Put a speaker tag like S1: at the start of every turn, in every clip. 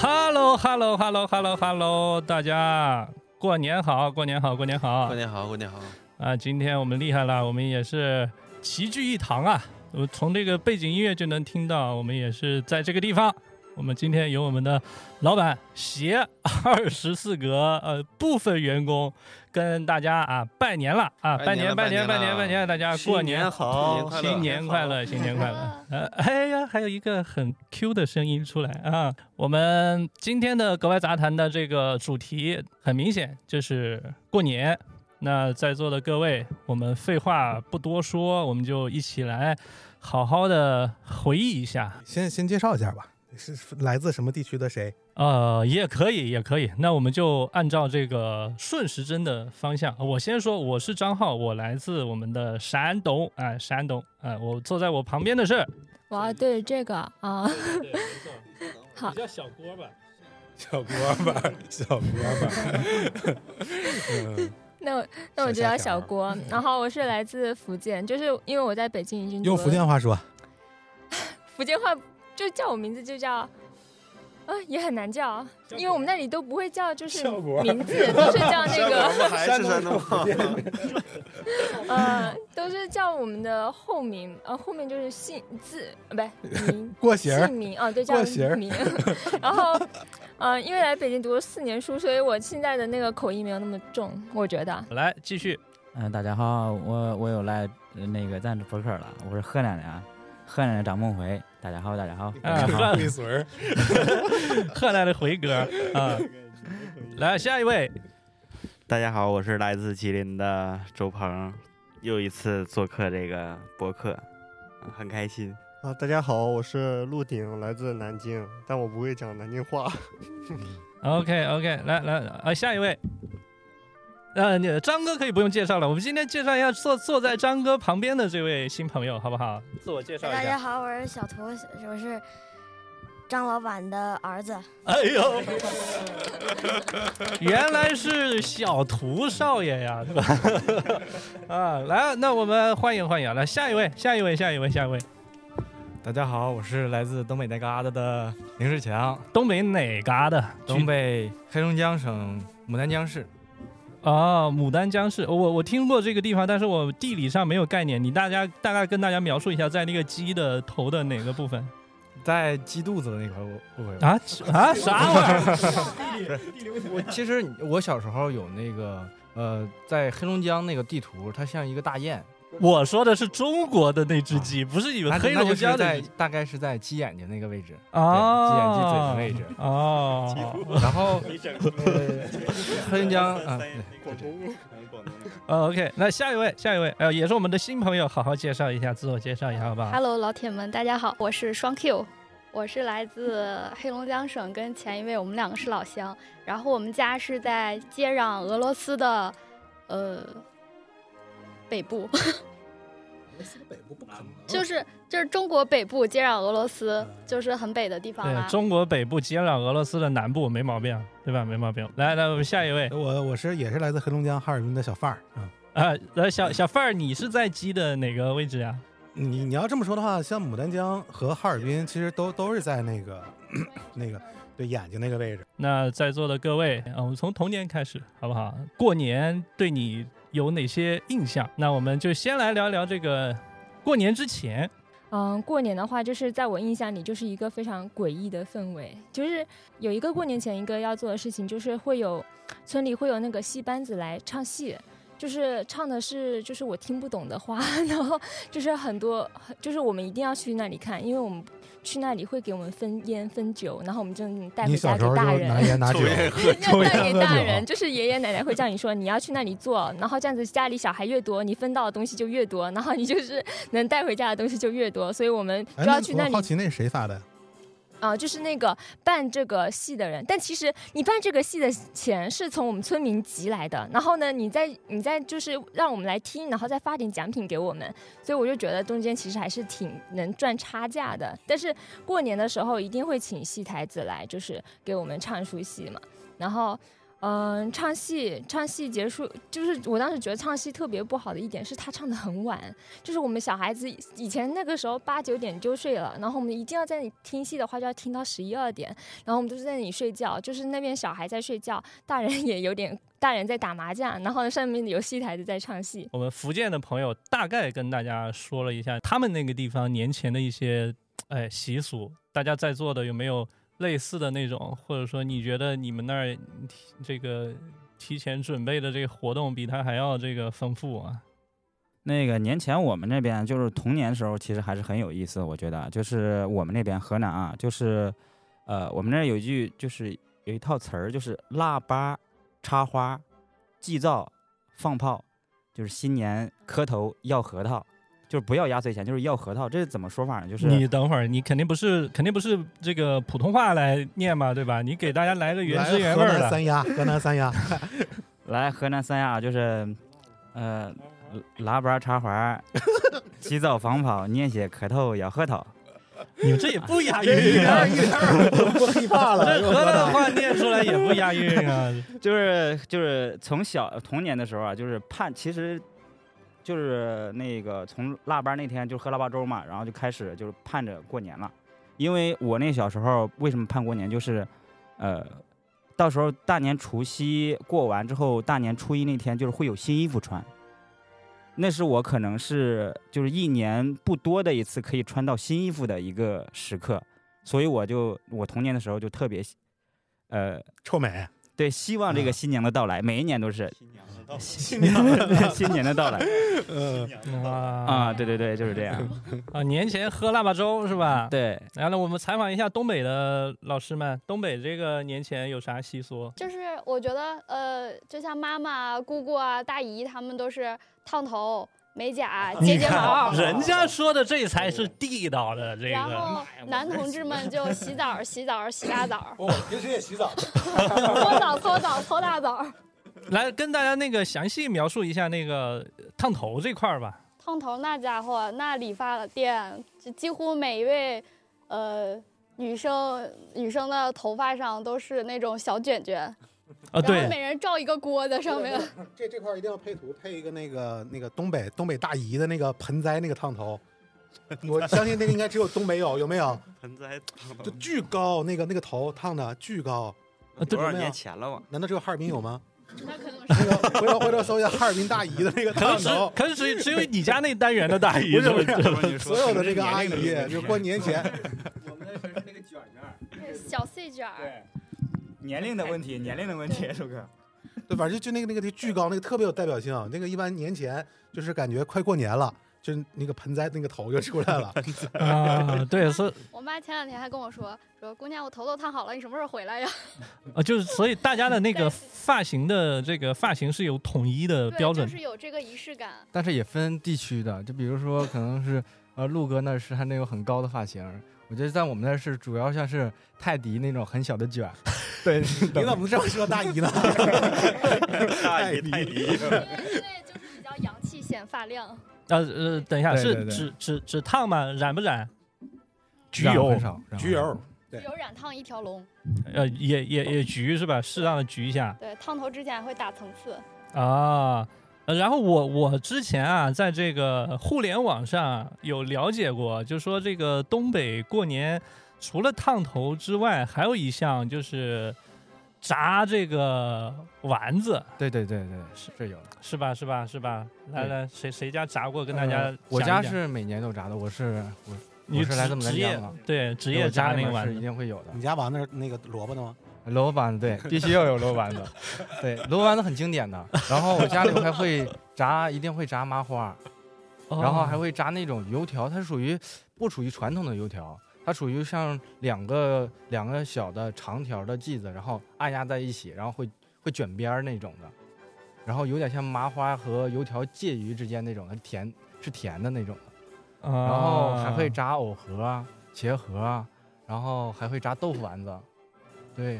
S1: Hello Hello Hello Hello Hello，大家过年好，过年好，过年好，
S2: 过年好，过年好。
S1: 啊！今天我们厉害了，我们也是齐聚一堂啊！我从这个背景音乐就能听到，我们也是在这个地方。我们今天有我们的老板携二十四格呃部分员工跟大家啊拜年了啊！拜
S2: 拜年了
S1: 拜年
S2: 拜
S1: 拜
S2: 年
S1: 年
S2: 了
S1: 拜年，大家
S3: 过
S1: 过年
S3: 好，
S2: 快乐
S1: 新年快乐，新年快乐！呃，哎呀，还有一个很 Q 的声音出来啊！我们今天的格外杂谈的这个主题，很明显就是过年。那在座的各位，我们废话不多说，我们就一起来好好的回忆一下。
S4: 先先介绍一下吧，是是来自什么地区的谁？
S1: 呃，也可以，也可以。那我们就按照这个顺时针的方向，我先说，我是张浩，我来自我们的山东，哎、山东，哎、我坐在我旁边的是。
S5: 我要对着这个啊，
S1: 对，没错。
S5: 好
S1: 你叫小郭吧。
S4: 小郭吧，小郭吧。 嗯，
S5: 那我那我就
S4: 小
S5: 叫
S4: 小
S5: 小
S4: 条
S5: 郭，然后我是来自福建，就是因为我在北京已经
S4: 用
S5: 读
S4: 福建话 说，
S5: 福建话就叫我名字就叫。啊，也很难叫，
S1: 叫
S5: 因为我们那里都不会叫，就是
S4: 小郭
S5: 名字 都是叫那个，
S2: 我们还是山东话。
S5: 呃，都是叫我们的后名，呃，后面就是姓字，呃，不是名
S4: 过节儿
S5: 姓名啊，对，
S4: 过
S5: 叫
S4: 节儿
S5: 名。 然后，呃，因为来北京读了四年书，所以我现在的那个口音没有那么重，我觉得。
S1: 来，继续。
S3: 嗯，大家好，我我有来呃那个赞助博客了，我是河南的啊，河南的张梦回。大家好，大家 好，
S1: 啊
S3: 大家好
S4: 龟孙 儿，
S1: 河南的回哥啊。来，下一位。
S2: 大家好，我是来自吉林的周鹏，又一次做客这个博客，很开心。
S6: 啊，大家好，我是陆鼎，来自南京，但我不会讲南京话。
S1: OK OK，来来啊，下一位。呃，你张哥可以不用介绍了，我们今天介绍一下坐坐在张哥旁边的这位新朋友，好不好？自我介绍
S7: 大
S1: 一
S7: 家
S1: 下。
S7: 好，我是小图，我是张老板的儿子。
S1: 哎呦， 原来是小涂少爷呀，对吧？ 啊，来，那我们欢迎欢迎，来下一位，下一位，下一位，下一位，
S8: 大家好，我是来自东北那旮瘩的林世强，
S1: 东北哪嘎的？
S8: 东北黑龙江省牡丹江市。
S1: 啊，牡丹江市，我我听过这个地方，但是我地理上没有概念。你大家大概跟大家描述一下，在那个鸡的头的哪个部分
S8: 在鸡肚子的那块儿，我我、
S1: 啊啊啥玩意儿？
S8: 我其实我小时候有那个呃，在黑龙江那个地图，它像一个大雁，
S1: 我说的是中国的那只鸡，不是你们
S8: 它
S1: 黑
S8: 啊那
S1: 龙
S8: 就是
S1: 江的
S8: 在
S1: 鸡
S8: 大概是在鸡眼睛那个位置，对
S1: 啊，
S8: 鸡眼鸡嘴的位置。
S1: 哦，
S8: 然后呃，黑龙江 啊，
S6: 广东，
S2: 广东
S1: 呃，OK，那下一位，下一位，呃，也是我们的新朋友，好好介绍一下，自我介绍一下，好不好？
S9: Hello，老铁们，大家好，我是双 Q，我是来自黑龙江省，跟前一位我们两个是老乡，然后我们家是在接壤俄罗斯的，呃，北部，
S1: 哦
S9: 就是就是中国北部接壤俄罗斯，就是很北的地方啦
S1: 嗯对，。中国北部接壤俄罗斯的南部，没毛病，对吧？没毛病。来来，我们下一位，
S4: 我我是也是来自黑龙江哈尔滨的小范儿啊。
S1: 啊，来小小范儿，你是在鸡的哪个位置啊？
S4: 你你要这么说的话，像牡丹江和哈尔滨，其实都都是在那个那个对眼睛那个位置。
S1: 那在座的各位啊，我们从童年开始，好不好？过年对你有哪些印象？那我们就先来聊聊这个过年之前，
S5: 嗯，过年的话，就是在我印象里，就是一个非常诡异的氛围。就是有一个过年前一个要做的事情，就是会有村里会有那个戏班子来唱戏，就是唱的是就是我听不懂的话， 然后就是很多，就是我们一定要去那里看，因为我们去那里会给我们分烟分酒，然后我们就带回
S4: 你
S5: 家
S4: 小时
S5: 给
S4: 候
S5: 大
S4: 就
S5: 人。
S4: 拿烟拿酒，
S5: 要带给大人，就是爷爷奶奶会叫你说你要去那里做，然后这样子家里小孩越多，你分到的东西就越多，然后你就是能带回家的东西就越多，所以我们
S4: 哎
S5: 就要去那
S4: 我
S5: 里
S4: 好奇那是谁发的呀？
S5: 啊、就是那个办这个戏的人。但其实你办这个戏的钱是从我们村民集来的，然后呢，你再你再就是让我们来听，然后再发点奖品给我们，所以我就觉得中间其实还是挺能赚差价的。但是过年的时候一定会请戏台子来，就是给我们唱出戏嘛，然后。嗯、唱戏唱戏结束，就是我当时觉得唱戏特别不好的一点是他唱的很晚，就是我们小孩子以前那个时候八九点就睡了，然后我们一定要在你听戏的话就要听到十一二点，然后我们都是在那里睡觉，就是那边小孩在睡觉，大人也有点大人在打麻将，然后上面有戏台子在唱戏，
S1: 我们福建的朋友大概跟大家说了一下他们那个地方年前的一些哎习俗，大家在座的有没有类似的那种，或者说你觉得你们那儿提这个提前准备的这个活动比他还要这个丰富啊？
S3: 那个年前我们那边就是童年的时候，其实还是很有意思，我觉得啊就是我们那边河南啊，就是呃，我们那儿有一句就是有一套词儿，就是腊八、插花、祭灶、放炮，就是新年磕头要核桃，就是不要压岁钱，就是要核桃，这是怎么说法呢？就是
S1: 你等会儿，你肯定不是肯定不是这个普通话来念嘛，对吧？你给大家来个原
S4: 来
S1: 汁原味
S4: 河
S1: 儿
S4: 南
S1: 的。
S4: 三鸭，河南三 鸭，
S3: 来河南三亚啊就是，呃，腊八插花， 洗澡防跑，捏血磕头咬核桃。
S1: 你们这也不押
S4: 一
S1: 韵
S4: 点
S1: 啊
S4: 儿！一点 儿不啊害怕了。
S1: 这河南的话念出来也不押韵啊！
S3: 就是就是从小童年的时候啊，就是盼，其实就是那个从腊八那天就喝腊八粥嘛，然后就开始就是盼着过年了。因为我那小时候为什么盼过年，就是呃，到时候大年除夕过完之后，大年初一那天就是会有新衣服穿。那是我可能是就是一年不多的一次可以穿到新衣服的一个时刻，所以我就我童年的时候就特别，呃，
S4: 臭美，
S3: 对，希望这个新年的到来，每一年都是
S2: 新娘子到 了，
S4: 新 娘
S3: 新年的到来
S4: 嗯，
S1: 啊
S3: 啊！对对对，就是这样。
S1: 啊！年前喝腊八粥是吧？
S3: 对，
S1: 然后呢，我们采访一下东北的老师们，东北这个年前有啥习俗？
S9: 就是我觉得，呃，就像妈妈、姑姑啊、大姨他们都是烫头、美甲、
S1: 啊你
S9: 睫睫毛
S1: 看，。 人家说的这才是地道的这
S9: 然
S1: 个。
S9: 后男同志们就洗澡、洗澡、洗大澡、
S10: 我平时也洗澡，
S9: 搓澡、搓澡、搓大澡、
S1: 来跟大家那个详细描述一下那个呃烫头这块儿吧。
S9: 烫头。那家伙，那理发店就几乎每一位，呃，女生女生的头发上都是那种小卷卷，
S1: 啊，
S9: 然后
S1: 对，
S9: 每人罩一个锅在上面。
S4: 这这块儿一定要配图，配一个那个那个东北东北大姨的那个盆栽那个烫 头，我相信那个应该只有东北有，有没有？
S2: 盆栽烫
S4: 就
S2: 到
S4: 巨高，那个那个头烫的巨高，
S1: 啊对
S2: 多少
S4: 没有
S2: 年前了我
S4: 难道只有哈尔滨有吗？
S9: 那可能
S4: 那个回头回头搜一下哈尔滨大姨的 那个
S1: 可能
S4: 烫
S1: 只
S4: 头，
S1: 可能只只有你家那单元的大姨
S4: 不是
S1: 是
S4: 不
S1: 吧
S4: 是所有的这个阿姨，就是过年前
S3: 我们那是那个卷卷，
S9: 是小碎卷儿，
S3: 年龄的问题，年龄的问题，舒哥。
S4: 对，反正就那个那个巨高，那个特别有代表性。啊那个一般年前就是感觉快过年了，就是那个盆栽那个头就出来了。
S1: 啊，对，所以
S9: 我妈前两天还跟我说，说姑娘，我头都烫好了，你什么时候回来呀？
S1: 啊就是所以大家的那个
S9: 对
S1: 发型的这个发型是有统一的
S9: 对，
S1: 呃标准
S9: 就是有这个仪式感。
S8: 但是也分地区的，就比如说可能是呃陆哥那是他那种很高的发型，我觉得在我们那是主要像是泰迪那种很小的 卷儿，对，
S4: 你怎么这么说大姨呢？
S2: 大姨太离，
S9: 因为因为就是比较洋气显发量，
S1: 啊呃，等一下
S8: 对
S1: 是
S8: 对对
S1: 只只只烫吗？染不染？
S8: 橘油很少，然后
S4: 焗油，对
S9: 有染烫一条龙。
S1: 呃，也也也焗是吧？适当的焗一下
S9: 对，烫头之前还会打层次，
S1: 啊。呃然后我我之前啊，在这个互联网上啊有了解过，就说这个东北过年除了烫头之外，还有一项就是炸这个丸子，
S8: 对对对对，是这有的。
S1: 是吧？是吧？是吧？来
S8: 对
S1: 来，谁谁家炸过？跟大家
S8: 呃我
S1: 讲
S8: 家
S1: 一讲
S8: 是每年都炸的，我是我
S1: 你
S8: 我是来自牡
S1: 职
S8: 丹
S1: 职业
S8: 江嘛，
S1: 对职
S8: 对
S1: 业
S8: 我家
S1: 炸那
S8: 里
S1: 个
S8: 面
S1: 丸
S8: 是
S1: 子
S8: 一。定会有的
S4: 你。家完那儿那个萝卜的吗？
S8: 楼丸子对，必须要有楼丸子，对，楼丸子很经典的。然后我家里还会炸，一定会炸麻花，
S1: 哦
S8: 然后还会炸那种油条，它是属于不属于传统的油条，它属于像两个两个小的长条的剂子，然后按压在一起，然后会会卷边儿那种的，然后有点像麻花和油条介于之间那种的，甜是甜的那种的，
S1: 啊
S8: 然后还会炸藕盒啊、茄盒啊，然后还会炸豆腐丸子，对，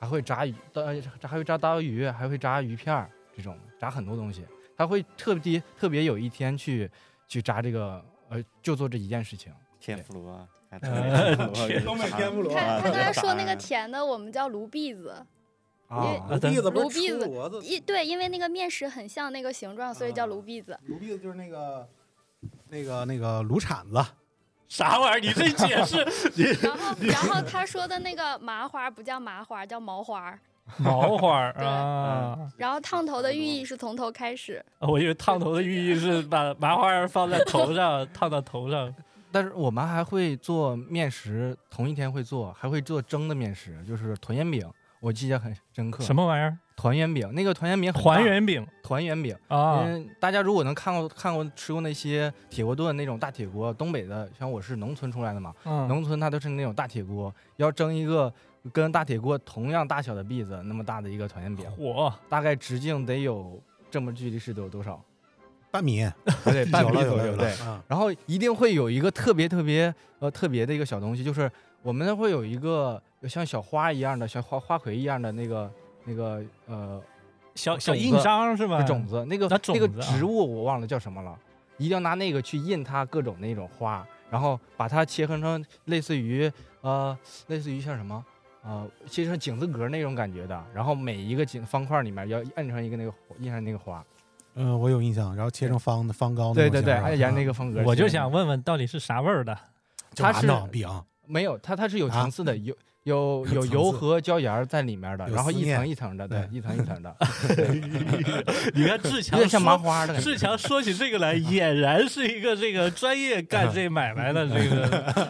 S8: 还会炸鱼，呃还会炸刀鱼，还会炸鱼片儿这种，炸很多东西。他会特地特别有一天去去炸这个，呃，就做这一件事情。
S2: 天妇罗啊，
S1: 呃
S2: 东
S1: 天
S2: 北天妇
S9: 你
S2: 罗
S9: 看
S2: 啊，
S9: 他刚才说那个甜的，我们叫炉篦子，
S1: 啊
S4: 炉篦子不
S9: 炉
S4: 是
S9: 篦
S4: 吃骡
S9: 子，
S4: 子，
S9: 一对，因为那个面食很像那个形状，所以叫炉篦子。
S4: 炉篦子就是那个那个那个炉铲子，
S1: 啥玩意儿？你这解 释
S9: 然后，然后他说的那个麻花不叫麻花，叫毛花儿。
S1: 毛花儿
S9: 对
S1: 啊？
S9: 然后烫头的寓意是从头开始，
S8: 嗯
S1: 我以为烫头的寓意是把麻花儿放在头上， 烫到头上。
S8: 但是我们还会做面食，同一天会做，还会做蒸的面食，就是团圆饼，我记得很深刻。
S1: 什么玩意儿？
S8: 团圆饼？那个团圆饼很大，
S1: 团圆饼
S8: 团圆饼。
S1: 啊？
S8: 嗯，大家如果能看过看过吃过那些铁锅炖那种大铁锅，东北的，像我是农村出来的嘛，
S1: 嗯，
S8: 农村它都是那种大铁锅，要蒸一个跟大铁锅同样大小的篦子那么大的一个团圆饼，
S1: 火
S8: 大概直径得有这么距离是得有多少？
S4: 半米，
S8: 对，半
S4: 有
S8: 米
S4: 了有
S8: 左
S4: 了
S8: 右。
S4: 有
S8: 对
S4: 了，，啊，
S8: 然后一定会有一个特别特别呃特别的一个小东西，就是我们那会有一个像小花一样的、像花花葵一样的那个那个呃
S1: 小小
S8: 种子
S1: 印章是吧？
S8: 种子，那个
S1: 啊种
S8: 那个
S1: 子啊
S8: 植物我忘了叫什么了，一定要拿那个去印它各种那种花，然后把它切分成类似于呃类似于像什么。呃，切成井字格那种感觉的，然后每一个井方块里面要摁上一个那个印上那个花，
S4: 嗯，我有印象，然后切成方的方糕那
S8: 对
S4: 种
S8: 对
S4: 形状，啊
S8: 对，按沿那
S4: 个
S8: 个方格切。
S1: 我就想问问，到底是啥味儿的？
S4: 就
S8: 它
S4: 麻
S8: 是
S4: 脑饼，
S8: 没有，它它是有
S4: 啊
S8: 层次的，有 有
S4: 有
S8: 有
S4: 层
S8: 油
S4: 次
S8: 和椒盐儿在里面的，
S4: 有
S8: 然后
S4: 思
S8: 一层
S4: 念
S8: 一层的，对，
S4: 对
S8: 一层一层 的，
S1: 你看志
S8: 有
S1: 强
S8: 点像麻
S1: 说，
S8: 花的感觉。
S1: 志强说起这个来，俨然是一个这个专业干这买卖的 这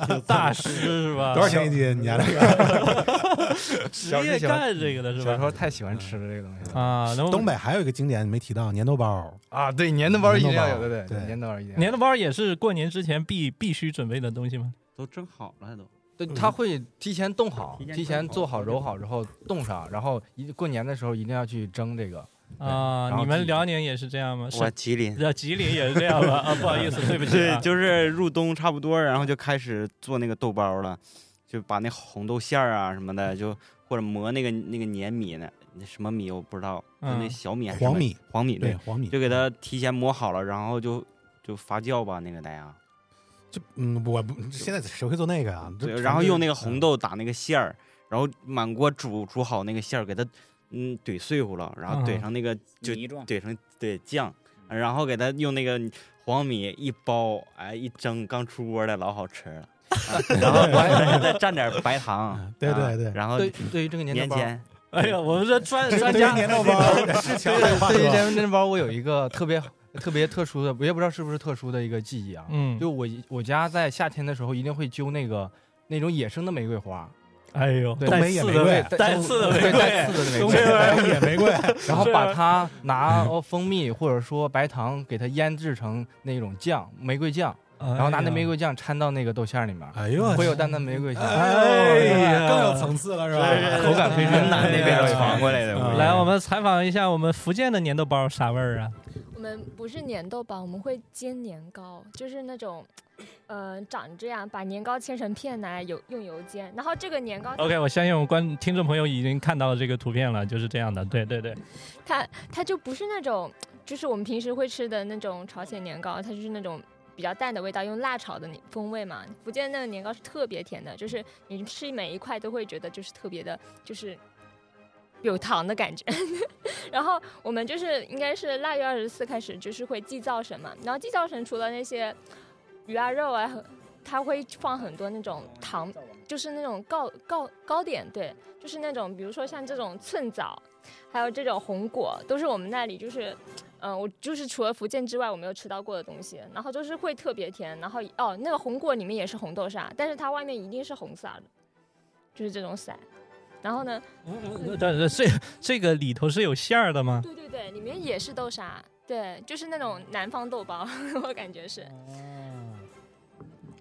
S1: 个大师是吧？
S4: 多少钱一斤？ 你家那个
S1: 职业干这个的是
S8: 小时
S1: 吧？
S8: 候太喜欢吃了这个东西了
S1: 啊，那我
S4: 东北还有一个经典没提到，粘豆包，
S8: 啊！对，粘豆包儿一定要有
S4: 粘豆包
S8: 的，
S4: 儿
S8: 对，
S4: 对
S8: 粘豆包儿一定要有。
S1: 年的包也是过年之前必必须准备的东西吗？
S2: 都蒸好了都。
S8: 对，它会提前冻好
S2: 提，前
S8: 提
S2: 蒸
S8: 前
S2: 好
S8: 做好揉好之后冻上，然后一过年的时候一定要去蒸这个。对然
S1: 啊，
S8: 后
S1: 你
S8: 自
S1: 们
S8: 己
S1: 辽宁也是这样吗？
S2: 我
S1: 是，
S2: 吉林，
S1: 呃，吉林也是这样吧？啊，不好 意思，对不起
S2: 对
S1: 啊，，
S2: 就是入冬差不多，然后就开始做那个豆包了，就把那红豆馅儿啊什么的，就或者磨那个那个粘米呢，那什么米我不知道，就那
S1: 嗯
S2: 小米还是啊什么
S4: 黄米，
S2: 黄米
S4: 对
S2: 对，
S4: 黄米，嗯
S2: 就给它提前磨好了，然后就就发酵吧那个大家，
S4: 就嗯，我不现在谁会做那个呀？这
S2: 对，
S4: 全
S2: 然后
S4: 是
S2: 用那个红
S4: 嗯，
S2: 豆打那个馅儿，然后满锅煮煮好那个馅儿，给它嗯怼碎乎了，然后
S1: 嗯
S2: 怼上那个就
S3: 泥状，
S2: 怼成对酱，然后给它用那个黄米一包，哎一蒸，刚出锅的老好吃了。啊然后完再蘸点白糖
S4: 对对
S2: 啊
S4: 对
S2: 然后
S8: 对，对于这个粘
S2: 年
S8: 豆包儿，
S2: 前
S1: 哎呀，我 们这专专
S4: 对
S1: 家
S4: 粘豆包是强的话
S8: 对于
S4: 说
S8: 粘粘豆包儿，我有一个特别特别特殊的，我也不知道是不是特殊的一个记忆啊。
S1: 嗯，
S8: 就我我家在夏天的时候一定会揪那个那种野生的玫瑰花，
S1: 哎呦，
S8: 对
S1: 带
S4: 东北野
S1: 刺
S4: 玫
S1: 的
S4: 瑰
S1: 味，带刺的玫
S8: 对带
S1: 瑰，
S8: 刺的玫
S1: 东
S8: 瑰
S1: 北，人
S4: 野玫瑰，
S8: 然后把它拿哦蜂蜜或者说白糖给它腌制成那种酱，玫瑰酱，
S1: 然
S8: 然后拿那玫，瑰酱掺到那个豆馅儿里面，
S4: 哎呦，
S8: 会有淡淡玫瑰香，
S1: 哎呀，
S4: 更有层次了是吧？
S8: 口感非常
S2: 云南那边儿传过来的，
S4: 嗯
S2: 估计
S1: 啊来，我们采访一下我们福建的粘豆包啥味儿啊？
S5: 我们不是粘豆包，我们会煎年糕，就是那种，呃，长这样，把年糕切成片来，油用油煎。然后这个年糕
S1: OK，我相信我们观听众朋友已经看到了这个图片了，就是这样的，对对对，
S5: 它它就不是那种，就是我们平时会吃的那种朝鲜年糕，它就是那种比较淡的味道，用辣炒的风味嘛。福建那个年糕是特别甜的，就是你吃每一块都会觉得就是特别的，就是有糖的感觉。 然后我们就是应该是腊月二十四开始就是会祭灶神嘛，然后祭灶神除了那些鱼啊肉啊，他会放很多那种糖，就是那种糕糕糕点，对，就是那种比如说像这种寸枣。还有这种红果，都是我们那里就是，嗯、我就是除了福建之外我没有吃到过的东西。然后就是会特别甜，然后哦，那个红果里面也是红豆沙，但是它外面一定是红色的，就是这种色。然后呢， 嗯
S1: 但是这这个里头是有馅儿的吗？
S5: 对对对，里面也是豆沙，对，就是那种南方豆包， 我感觉是。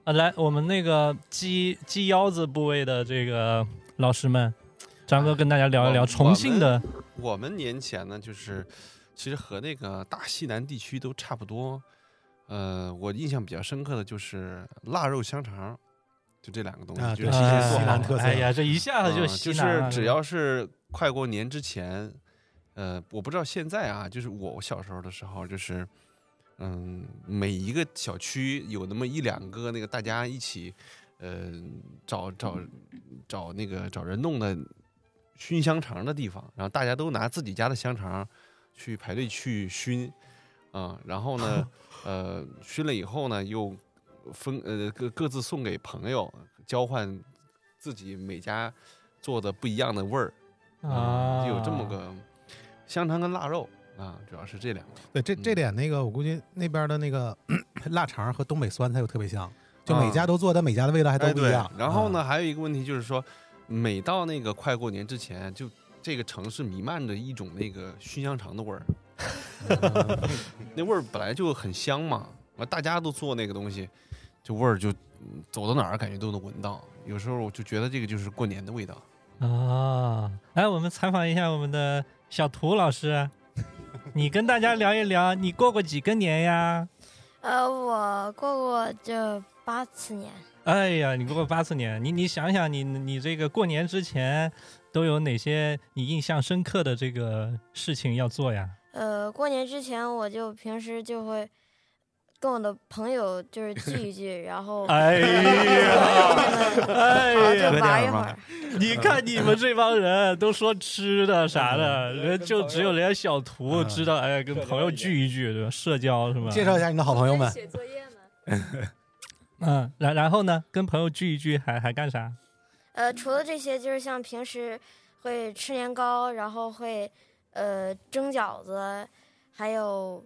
S1: 啊，来，我们那个鸡鸡腰子部位的这个老师们，张哥跟大家聊一聊
S11: 我
S1: 重庆的
S11: 我们年前呢，就是其实和那个大西南地区都差不多。呃，我印象比较深刻的就是腊肉香肠，就这两个东西，
S4: 啊
S11: 就
S4: 对
S11: 是提前做
S4: 西
S11: 好
S4: 南
S11: 了
S4: 特色
S1: 哎呀，这一下子
S11: 嗯
S1: 西
S11: 就
S1: 南
S11: 是
S1: 了
S11: 只要是快过年之前，呃，我不知道现在啊，就是我小时候的时候，就是嗯，每一个小区有那么一两个那个大家一起，呃，找找找那个找人弄的熏香肠的地方，然后大家都拿自己家的香肠去排队去熏，啊、然后呢，呃，熏了以后呢，又分呃各各自送给朋友，交换自己每家做的不一样的味儿，嗯
S1: 啊
S11: 有这么个香肠跟腊肉啊，主要是这两个。
S4: 对，这这点那个，我估计那边的那个 腊肠和东北酸菜又特别像，就每家都做，但每家的味道还都
S11: 哎
S4: 不一
S11: 对
S4: 样。嗯
S11: 然后呢，还有一个问题就是说，每到那个快过年之前，就这个城市弥漫着一种那个熏香肠的味儿，那味儿本来就很香嘛，完大家都做那个东西，就味儿就嗯走到哪儿感觉都能闻到。有时候我就觉得这个就是过年的味道。
S1: 啊，来，我们采访一下我们的小涂老师，你跟大家聊一聊，你过过几个年呀？
S7: 呃，我过过这八次年，
S1: 哎呀，你过过八次年，你你想想你，你这个过年之前都有哪些你印象深刻的这个事情要做呀？
S7: 呃，过年之前我就平时就会跟我的朋友就是聚一聚，然后
S1: 哎呀，哎呀，
S7: 就玩一会儿。
S1: 你看你们这帮人都说吃的啥的，人就只有人家小图知道，哎，跟朋友聚一聚，对吧？社交是吧？
S4: 介绍一下你的好朋友们。
S1: 嗯，然然后呢，跟朋友聚一聚还还干啥？
S7: 呃，除了这些，就是像平时会吃年糕，然后会呃蒸饺子，还有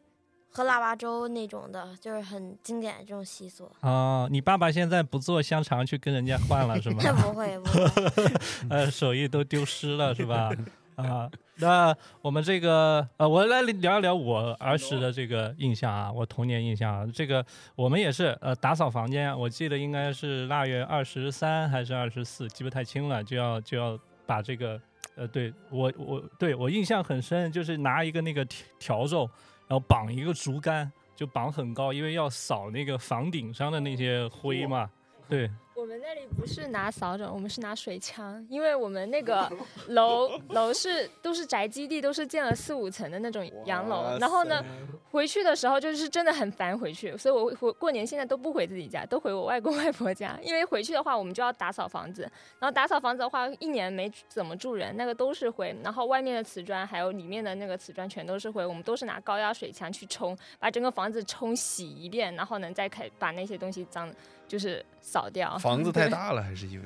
S7: 喝腊八粥那种的，就是很经典的这种习俗。
S1: 哦，你爸爸现在不做香肠去跟人家换了是吗？
S7: 不会，不会。
S1: 呃，手艺都丢失了是吧？啊， 那我们这个呃，我来聊一聊我儿时的这个印象啊，我童年印象啊，这个我们也是呃打扫房间，我记得应该是呃腊月二十三还是二十四，记不太清了，就要就要把这个呃，对我我对我印象很深，就是拿一个那个笤笤帚，然后绑一个竹竿，就绑很高，因为要扫那个房顶上的那些灰嘛，对。
S12: 我们那里不是拿扫帚，我们是拿水枪，因为我们那个楼楼是都是宅基地，都是建了四五层的那种洋楼。然后呢，回去的时候就是真的很烦回去，所以我回过年现在都不回自己家，都回我外公 外婆家，因为回去的话我们就要打扫房子，然后打扫房子的话一年没怎么住人，那个都是灰，然后外面的瓷砖还有里面的那个瓷砖全都是灰，我们都是拿高压水枪去冲，把整个房子冲洗一遍，然后呢再开把那些东西脏就是扫掉。
S11: 房子太 大了，还是因为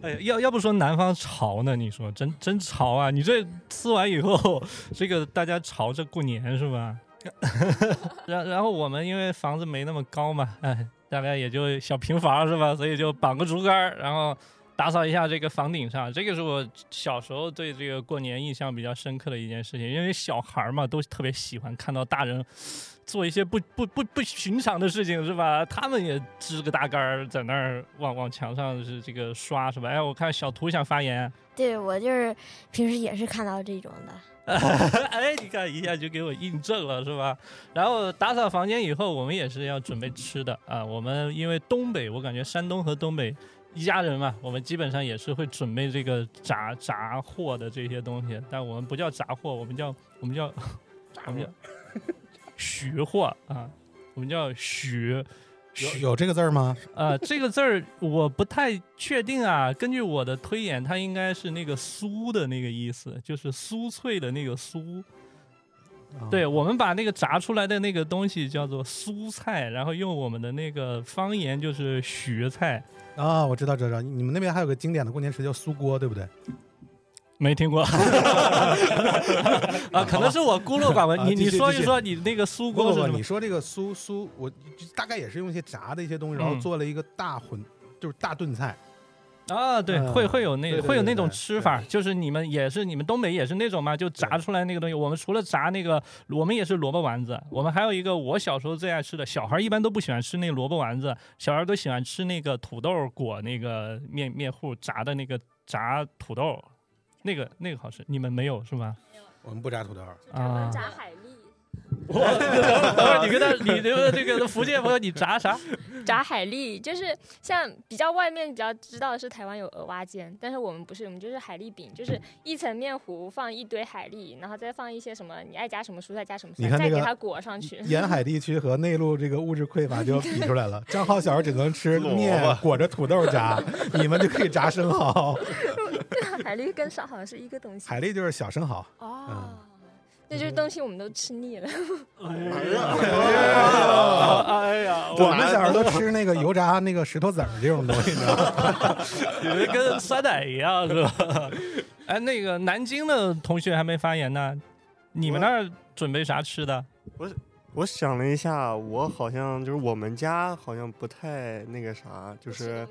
S1: 哎呀，要要不说南方潮呢？你说真真潮啊！你这吃完以后，这个大家潮着过年是吧？然然后我们因为房子没那么高嘛，哎，大概也就小平房是吧？所以就绑个竹竿儿，然后打扫一下这个房顶上。这个是我小时候对这个过年印象比较深刻的一件事情，因为小孩儿嘛都特别喜欢看到大人做一些不不不不寻常的事情是吧？他们也支个大杆儿在那儿往往墙上是这个刷是吧？哎，我看小图想发言，
S7: 对我就是平时也是看到这种的。
S1: 哎，你看一下就给我印证了，是吧？然后打扫房间以后，我们也是要准备吃的啊。我们因为东北，我感觉山东和东北一家人嘛，我们基本上也是会准备这个炸炸货的这些东西，但我们不叫炸货，我们叫我们叫 我们叫许货啊，我们叫许。
S4: 有有这个字儿吗？
S1: 呃，这个字儿我不太确定啊。根据我的推演，它应该是那个“酥”的那个意思，就是酥脆的那个“酥”。对，我们把那个炸出来的那个东西叫做蔬菜，然后用我们的那个方言就是学菜，
S4: 啊，我知道，知道知道。你们那边还有个经典的过年吃叫酥锅，对不对？
S1: 没听过 啊，可能是我孤陋寡闻。
S4: 啊
S1: 你
S4: 继
S1: 你
S4: 续
S1: 说
S4: 继
S1: 一
S4: 续
S1: 说你那个酥
S4: 不
S1: 锅
S4: 不
S1: 是
S4: 不
S1: 什么
S4: 你？说这个酥酥，我就大概也是用一些炸的一些东西，然后
S1: 嗯
S4: 做了一个大混，就是大炖菜。
S1: 啊，对，会
S4: 嗯
S1: 会有那
S4: 对对
S1: 会有
S4: 对
S1: 那种
S4: 对
S1: 吃法，就是你们也是你们东北也是那种嘛，就炸出来那个东西。我们除了炸那个，我们也是萝卜丸子，我们还有一个我小时候最爱吃的，小孩儿一般都不喜欢吃那萝卜丸子，小孩儿都喜欢吃那个土豆裹那个面面糊炸的那个炸土豆，那个那个好吃，你们没有是吗？
S4: 我们不炸土豆，
S1: 啊，
S12: 炸海蛎，
S1: 我 等会儿你跟他你的这个福建朋友你炸啥？
S12: 炸 海蛎就是像比较外面比较知道的是台湾有蚵蛙煎，但是我们不是，我们就是海蛎饼，就是一层面糊放一堆海蛎，然后再放一些什么你爱加什么蔬菜加什么
S4: 你
S12: 蔬菜，
S4: 看
S12: 再
S4: 这
S12: 给
S4: 个
S12: 它裹上去。
S4: 沿海地区和内陆这个物质匮乏就比出来了。张浩小时候只能吃
S11: 萝卜
S4: 面裹着土豆炸，你们就可以炸生蚝。
S12: 海蛎跟烧好是一个东西。
S4: 海蛎就是小生蚝。
S12: 哦，那这东西我们都吃腻了。
S1: 哎呀
S4: 我们小时候都吃那个油炸那个石头子儿这种东西，你知道吗？
S1: 你们跟酸奶一样是吧？ 哎，那个南京的同学还没发言呢，你们那儿准备啥吃的？
S6: 我想了一下，我好像就是我们家好像不太那个啥，就是，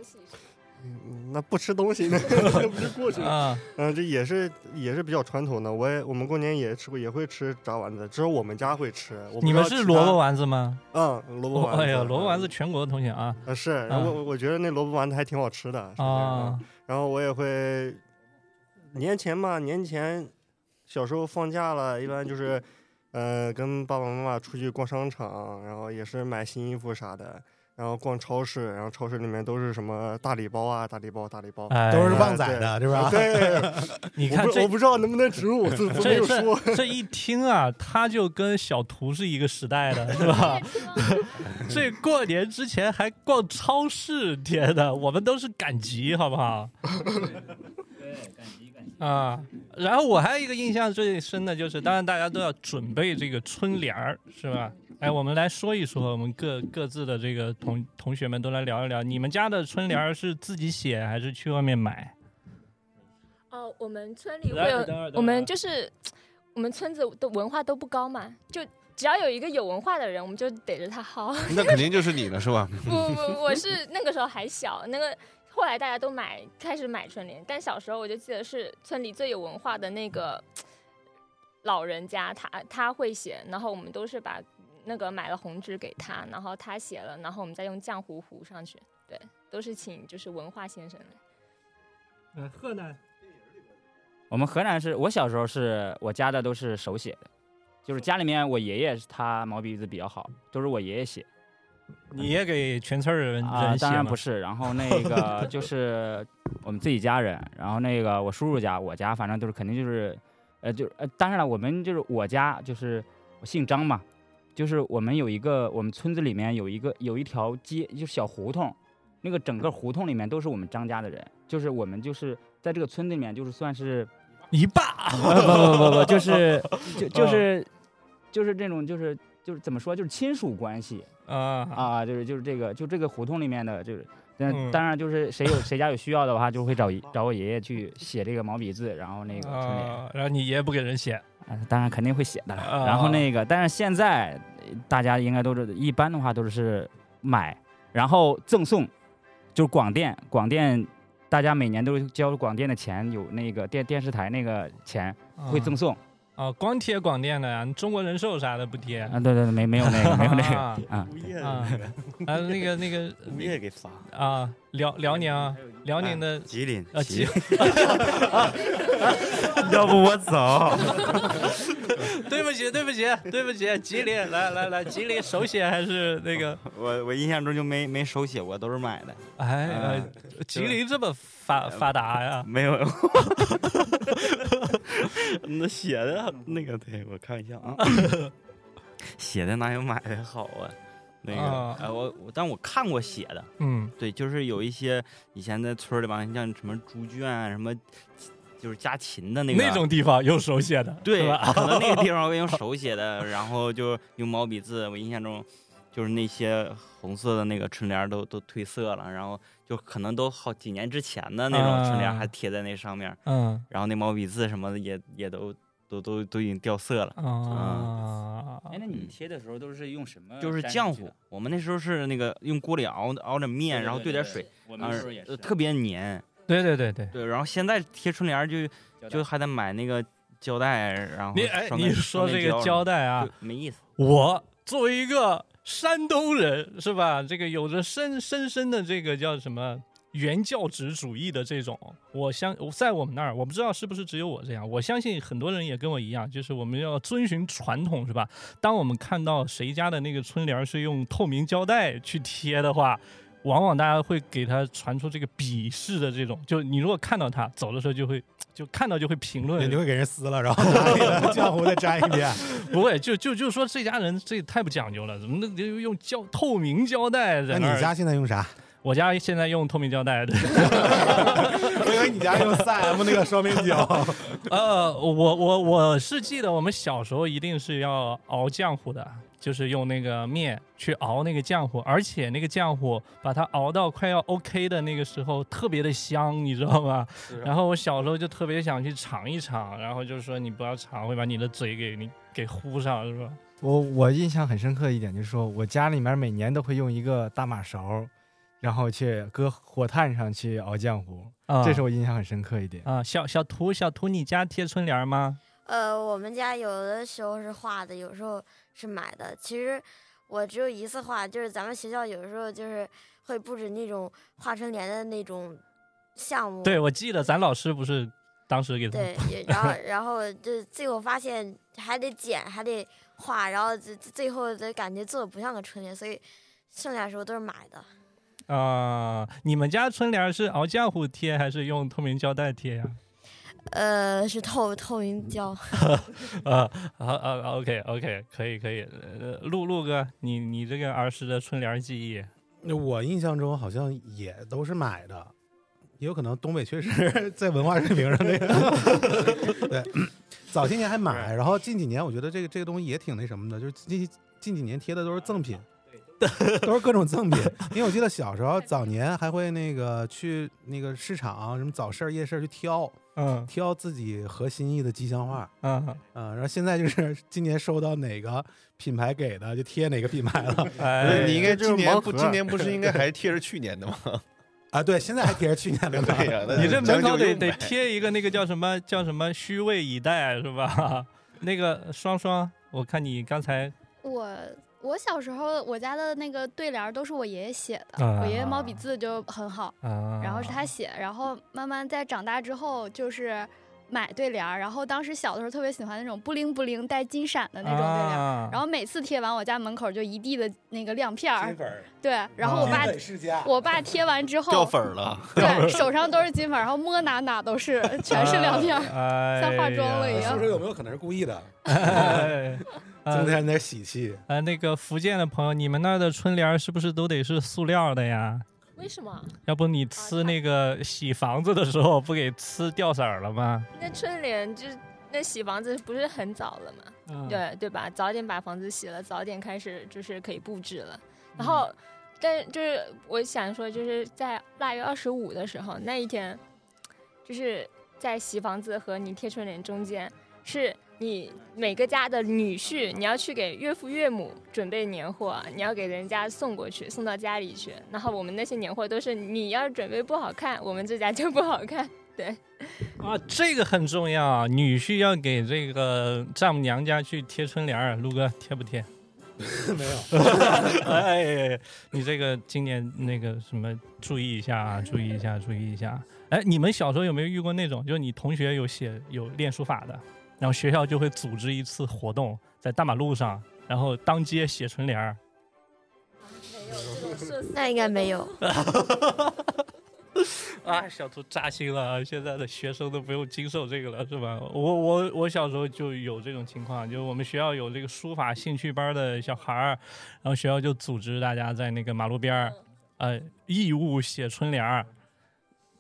S6: 嗯，那不吃 东西呢，那不是过去
S1: 啊
S6: 了？嗯，这也是也是比较传统的。我也我们过年也吃过，也会吃炸丸子，只有我们家会吃。我不
S1: 你
S6: 知
S1: 们
S6: 道
S1: 是
S6: 其
S1: 萝
S6: 他
S1: 卜丸子吗？
S6: 嗯，萝卜丸子。
S1: 哎呀，萝卜丸子全国的同学啊，
S6: 啊，是，然后我我觉得那萝卜丸子还挺好吃的是这样
S1: 啊
S6: 然后我也会年前嘛，年前小时候放假了，一般就是呃跟爸爸妈妈出去逛商场，然后也是买新衣服啥的。然后逛超市，然后超市里面都是什么大礼包啊，大礼包，大礼包，
S1: 哎都是旺仔
S6: 对啊
S1: 的是 吧
S6: 对
S1: ，你
S6: 我
S1: 看
S6: 不
S1: 这
S6: 我不知道能不能植入，我自自没
S1: 这
S6: 有说。
S1: 这 这一听啊，他就跟小图是一个时代的，是 吧？这过年之前还逛超市，天呐，我们都是赶集，好不好？啊，然后我还有一个印象最深的就是，当然大家都要准备这个春联儿，是吧？哎，我们来说一说，我们各各自的这个同同学们都来聊一聊，你们家的春联儿是自己写还是去外面买？
S12: 哦，我们村里
S1: 等
S12: 会
S1: 会儿
S12: 有
S1: 等会儿，
S12: 我们就是我们村子的文化都不高嘛，就只要有一个有文化的人，我们就逮着他薅。
S11: 那肯定就是你了，是吧？
S12: 不不不，我是那个时候还小，那个后来大家都买开始买春联，但小时候我就记得是村里最有文化的那个老人家，他他会写，然后我们都是把那个买了红纸给他，然后他写了，然后我们再用浆糊糊上去，对，都是请就是文化先生来。
S1: 嗯，河南
S3: 我们河南是我小时候是我家的都是手写的，就是家里面我爷爷是他毛笔字比较好，都是我爷爷写
S1: 你也给全村儿人
S3: 啊
S1: 人，写
S3: 当然
S1: 吗
S3: 不是，然后那 个就是我们自己家人，然后那个我叔叔家、我家，反正都是肯定就是，呃，就是呃，当然了，我们就是我家就是我姓张嘛，就是我们有一个我们村子里面有一个有一条街，就是小胡同，那个整个胡同里面都是我们张家的人，就是我们就是在这个村子里面就是算是。
S1: 一霸、
S3: 不不不不，就是就 就是就是这种就是就是怎么说就是亲属关系
S1: 啊
S3: 啊，就是就是这个就这个胡同里面的就是。
S1: 嗯
S3: 但当然，就是谁有谁家有需要的话，就会找找我爷爷去写这个毛笔字，然后那个春联，
S1: 啊，然后你爷不给人写，
S3: 当然肯定会写的
S1: 啊
S3: 了。然后那个，但是现在呃大家应该都是一般的话都是买，然后赠送，就是广电广电，大家每年都交广电的钱，有那个电电视台那个钱会赠送。
S1: 啊，光贴广电的呀，中国人寿啥的不贴
S3: 啊，对对对，没没有那个，没有 那个
S1: 啊
S3: 啊。
S1: 啊，啊那个那个
S2: 物业给发
S1: 啊，辽辽宁啊，辽宁的
S2: 吉林
S1: 啊吉，
S2: 要不我走。
S1: 对不起对不起对不起，吉林来来来，吉林手写还是那个，
S2: 我我印象中就没没手写过，都是买的。
S1: 哎，呃
S2: 嗯
S1: 吉林这么
S2: 呃
S1: 发发达呀？
S2: 没有， 那写的那个，对我看一下 啊，写的哪有买的好啊？那个，
S1: 啊
S2: 哎、我我，但我看过写的，
S1: 嗯，
S2: 对，就是有一些以前在村里吧，像什么猪圈啊，什么就是家禽的那个
S1: 那种地方用手写的，
S2: 对，
S1: 是吧？
S2: 可能那个地方我用 手写的，然后就用毛笔字。我印象中，就是那些红色的那个春联儿都都褪色了，然后就可能都好几年之前的那种春联儿
S1: 啊
S2: 还贴在那上面儿。
S1: 嗯
S2: 然后那毛笔字什么的也也都都都都已经掉色了。嗯
S1: 啊，
S3: 哎，那你贴的时候都是用什么
S2: 就是浆糊，我们那时候是那个用锅里熬熬点面，
S3: 对
S2: 然后
S3: 对
S2: 兑点
S3: 对
S2: 水，
S3: 我们那
S2: 啊
S3: 时候也
S2: 呃
S3: 是
S2: 特别粘。
S1: 对对对对。
S2: 对，然后现在贴春联儿就
S3: 带
S2: 就还得买那个胶带，然后
S1: 你哎，
S2: 双
S1: 你
S2: 面
S1: 说
S2: 双面
S1: 这个胶带啊
S2: 就，没意思。
S1: 我作为一个山东人，是吧？这个有着深深深的这个叫什么原教旨主义的这种，我相在我们那儿，我不知道是不是只有我这样，我相信很多人也跟我一样，就是我们要遵循传统，是吧？当我们看到谁家的那个春联是用透明胶带去贴的话。往往大家会给他传出这个鄙视的这种，就是你如果看到他走的时候，就会就看到就会评论，
S4: 你就会给人撕了，然后拿那个浆糊再粘一遍。
S1: 不会，就就就说这家人这太不讲究了，怎么那就用胶透明胶带在
S4: 那
S1: 那儿
S4: 你家现在用啥？
S1: 我家现在用透明胶带，对
S4: 我以为为你家用 3M 那个双面胶。
S1: 呃，我我我是记得我们小时候一定是要熬浆糊的，就是用那个面去熬那个浆糊，而且那个浆糊把它熬到快要 OK 的那个时候，特别的香，你知道吗？
S4: 啊
S1: 然后我小时候就特别想去尝一尝，然后就是说你不要尝，会把你的嘴给你给糊上，是吧？
S13: 我我印象很深刻一点就是说，我家里面每年都会用一个大马勺，然后去搁火炭上去熬浆糊，
S1: 啊
S13: 这是我印象很深刻一点。
S1: 啊，小小图小图，你家贴春联吗？
S7: 呃，我们家有的时候是画的，有时候是买的。其实我只有一次画，就是咱们学校有时候就是会布置那种画春联的那种项目。
S1: 对，我记得咱老师不是当时给他
S7: 对，也然后然后就最后发现还得剪，还得画，然后最最后的感觉做的不像个春联，所以剩下的时候都是买的。
S1: 啊、你们家春联是熬浆糊贴还是用透明胶带 贴呀、
S7: 呃，是透透明胶。
S1: 啊？啊啊，OK OK，可以可以。呃，陆陆哥，你你这个儿时的春联记忆，
S4: 我印象中好像也都是买的，也有可能东北确实 在文化水平上这 个，对，早些年还买，然后近几年我觉得这个这个东西也挺那什么的，就是近近几年贴的都是赠品， 都是各种 赠品。因为我记得小时候早年还会那个去那个市场什么早市儿夜市儿去挑，
S1: 嗯
S4: 挑自己合心意的吉祥话，
S1: 嗯
S4: 啊，然后现在就是 今年收到哪个品牌给的就贴哪个品牌了。
S1: 哎
S11: 你应该
S6: 这就是
S11: 今年
S6: 盲
S11: 不，
S6: 盒
S11: 今年不是应该 还是贴着去年的吗？
S4: 啊，对，现在还贴着去年的呢。
S11: 对呀那
S1: 你这门口得
S11: 将就用
S1: 得
S11: 呗
S1: 贴一个那个叫什么叫什么虚位以待是吧？ 那个双双，我看你刚才
S9: 我我小时候我家的那个对联儿都是我爷爷写的，
S1: 啊
S9: 我爷爷毛笔字就很好，
S1: 啊，
S9: 然后是他写，然后慢慢在长大之后就是买对联儿，然后当时小的时候特别喜欢那种不灵不灵带金闪的那种对联儿。
S1: 啊
S9: 然后每次贴完，我家门口就一地的那个亮片儿，啊
S4: 粉，
S9: 对。然后我爸，
S4: 世家
S9: 我爸贴完 之
S11: 掉
S9: 后，
S11: 粉儿了，
S9: 对，手上都是金粉儿，然后摸哪哪都是，全是亮片儿。
S1: 啊
S9: 像化妆了一样
S4: 是不是有没有可能是故意的，
S1: 哎
S4: 增加你点喜气？
S1: 啊，那个福建的朋友，你们那儿的春联儿是不是都得是塑料的呀？
S12: 为什么？
S1: 要不你呲那个洗房子的时候不给呲掉色儿了吗？
S5: 那春联就是那洗房子不是很早了吗？
S1: 嗯，
S5: 对对吧？早点把房子洗了，早点开始就是可以布置了。然后，但就是我想说，就是在腊月二十五的时候那一天，就是在洗房子和你贴春联中间，是你每个家的女婿，你要去给岳父岳母准备年货，你要给人家送过去，送到家里去。然后我们那些年货都是你要准备不好看，我们这家就不好看。对，
S1: 啊，这个很重要啊，女婿要给这个丈母娘家去贴春联儿，陆哥贴不贴？
S4: 没有，
S1: 哎，你这个今年那个什么，注意一下啊，注意一下，注意一下。哎，你们小时候有没有遇过那种，就是你同学有写有练书法的，然后学校就会组织一次活动，在大马路上，然后当街写春联儿。
S7: 那应该没有。
S1: 啊，小图扎心了啊！现在的学生都不用经受这个了，是吧？我我我小时候就有这种情况，就是我们学校有这个书法兴趣班的小孩儿，然后学校就组织大家在那个马路边儿，呃，义务写春联儿。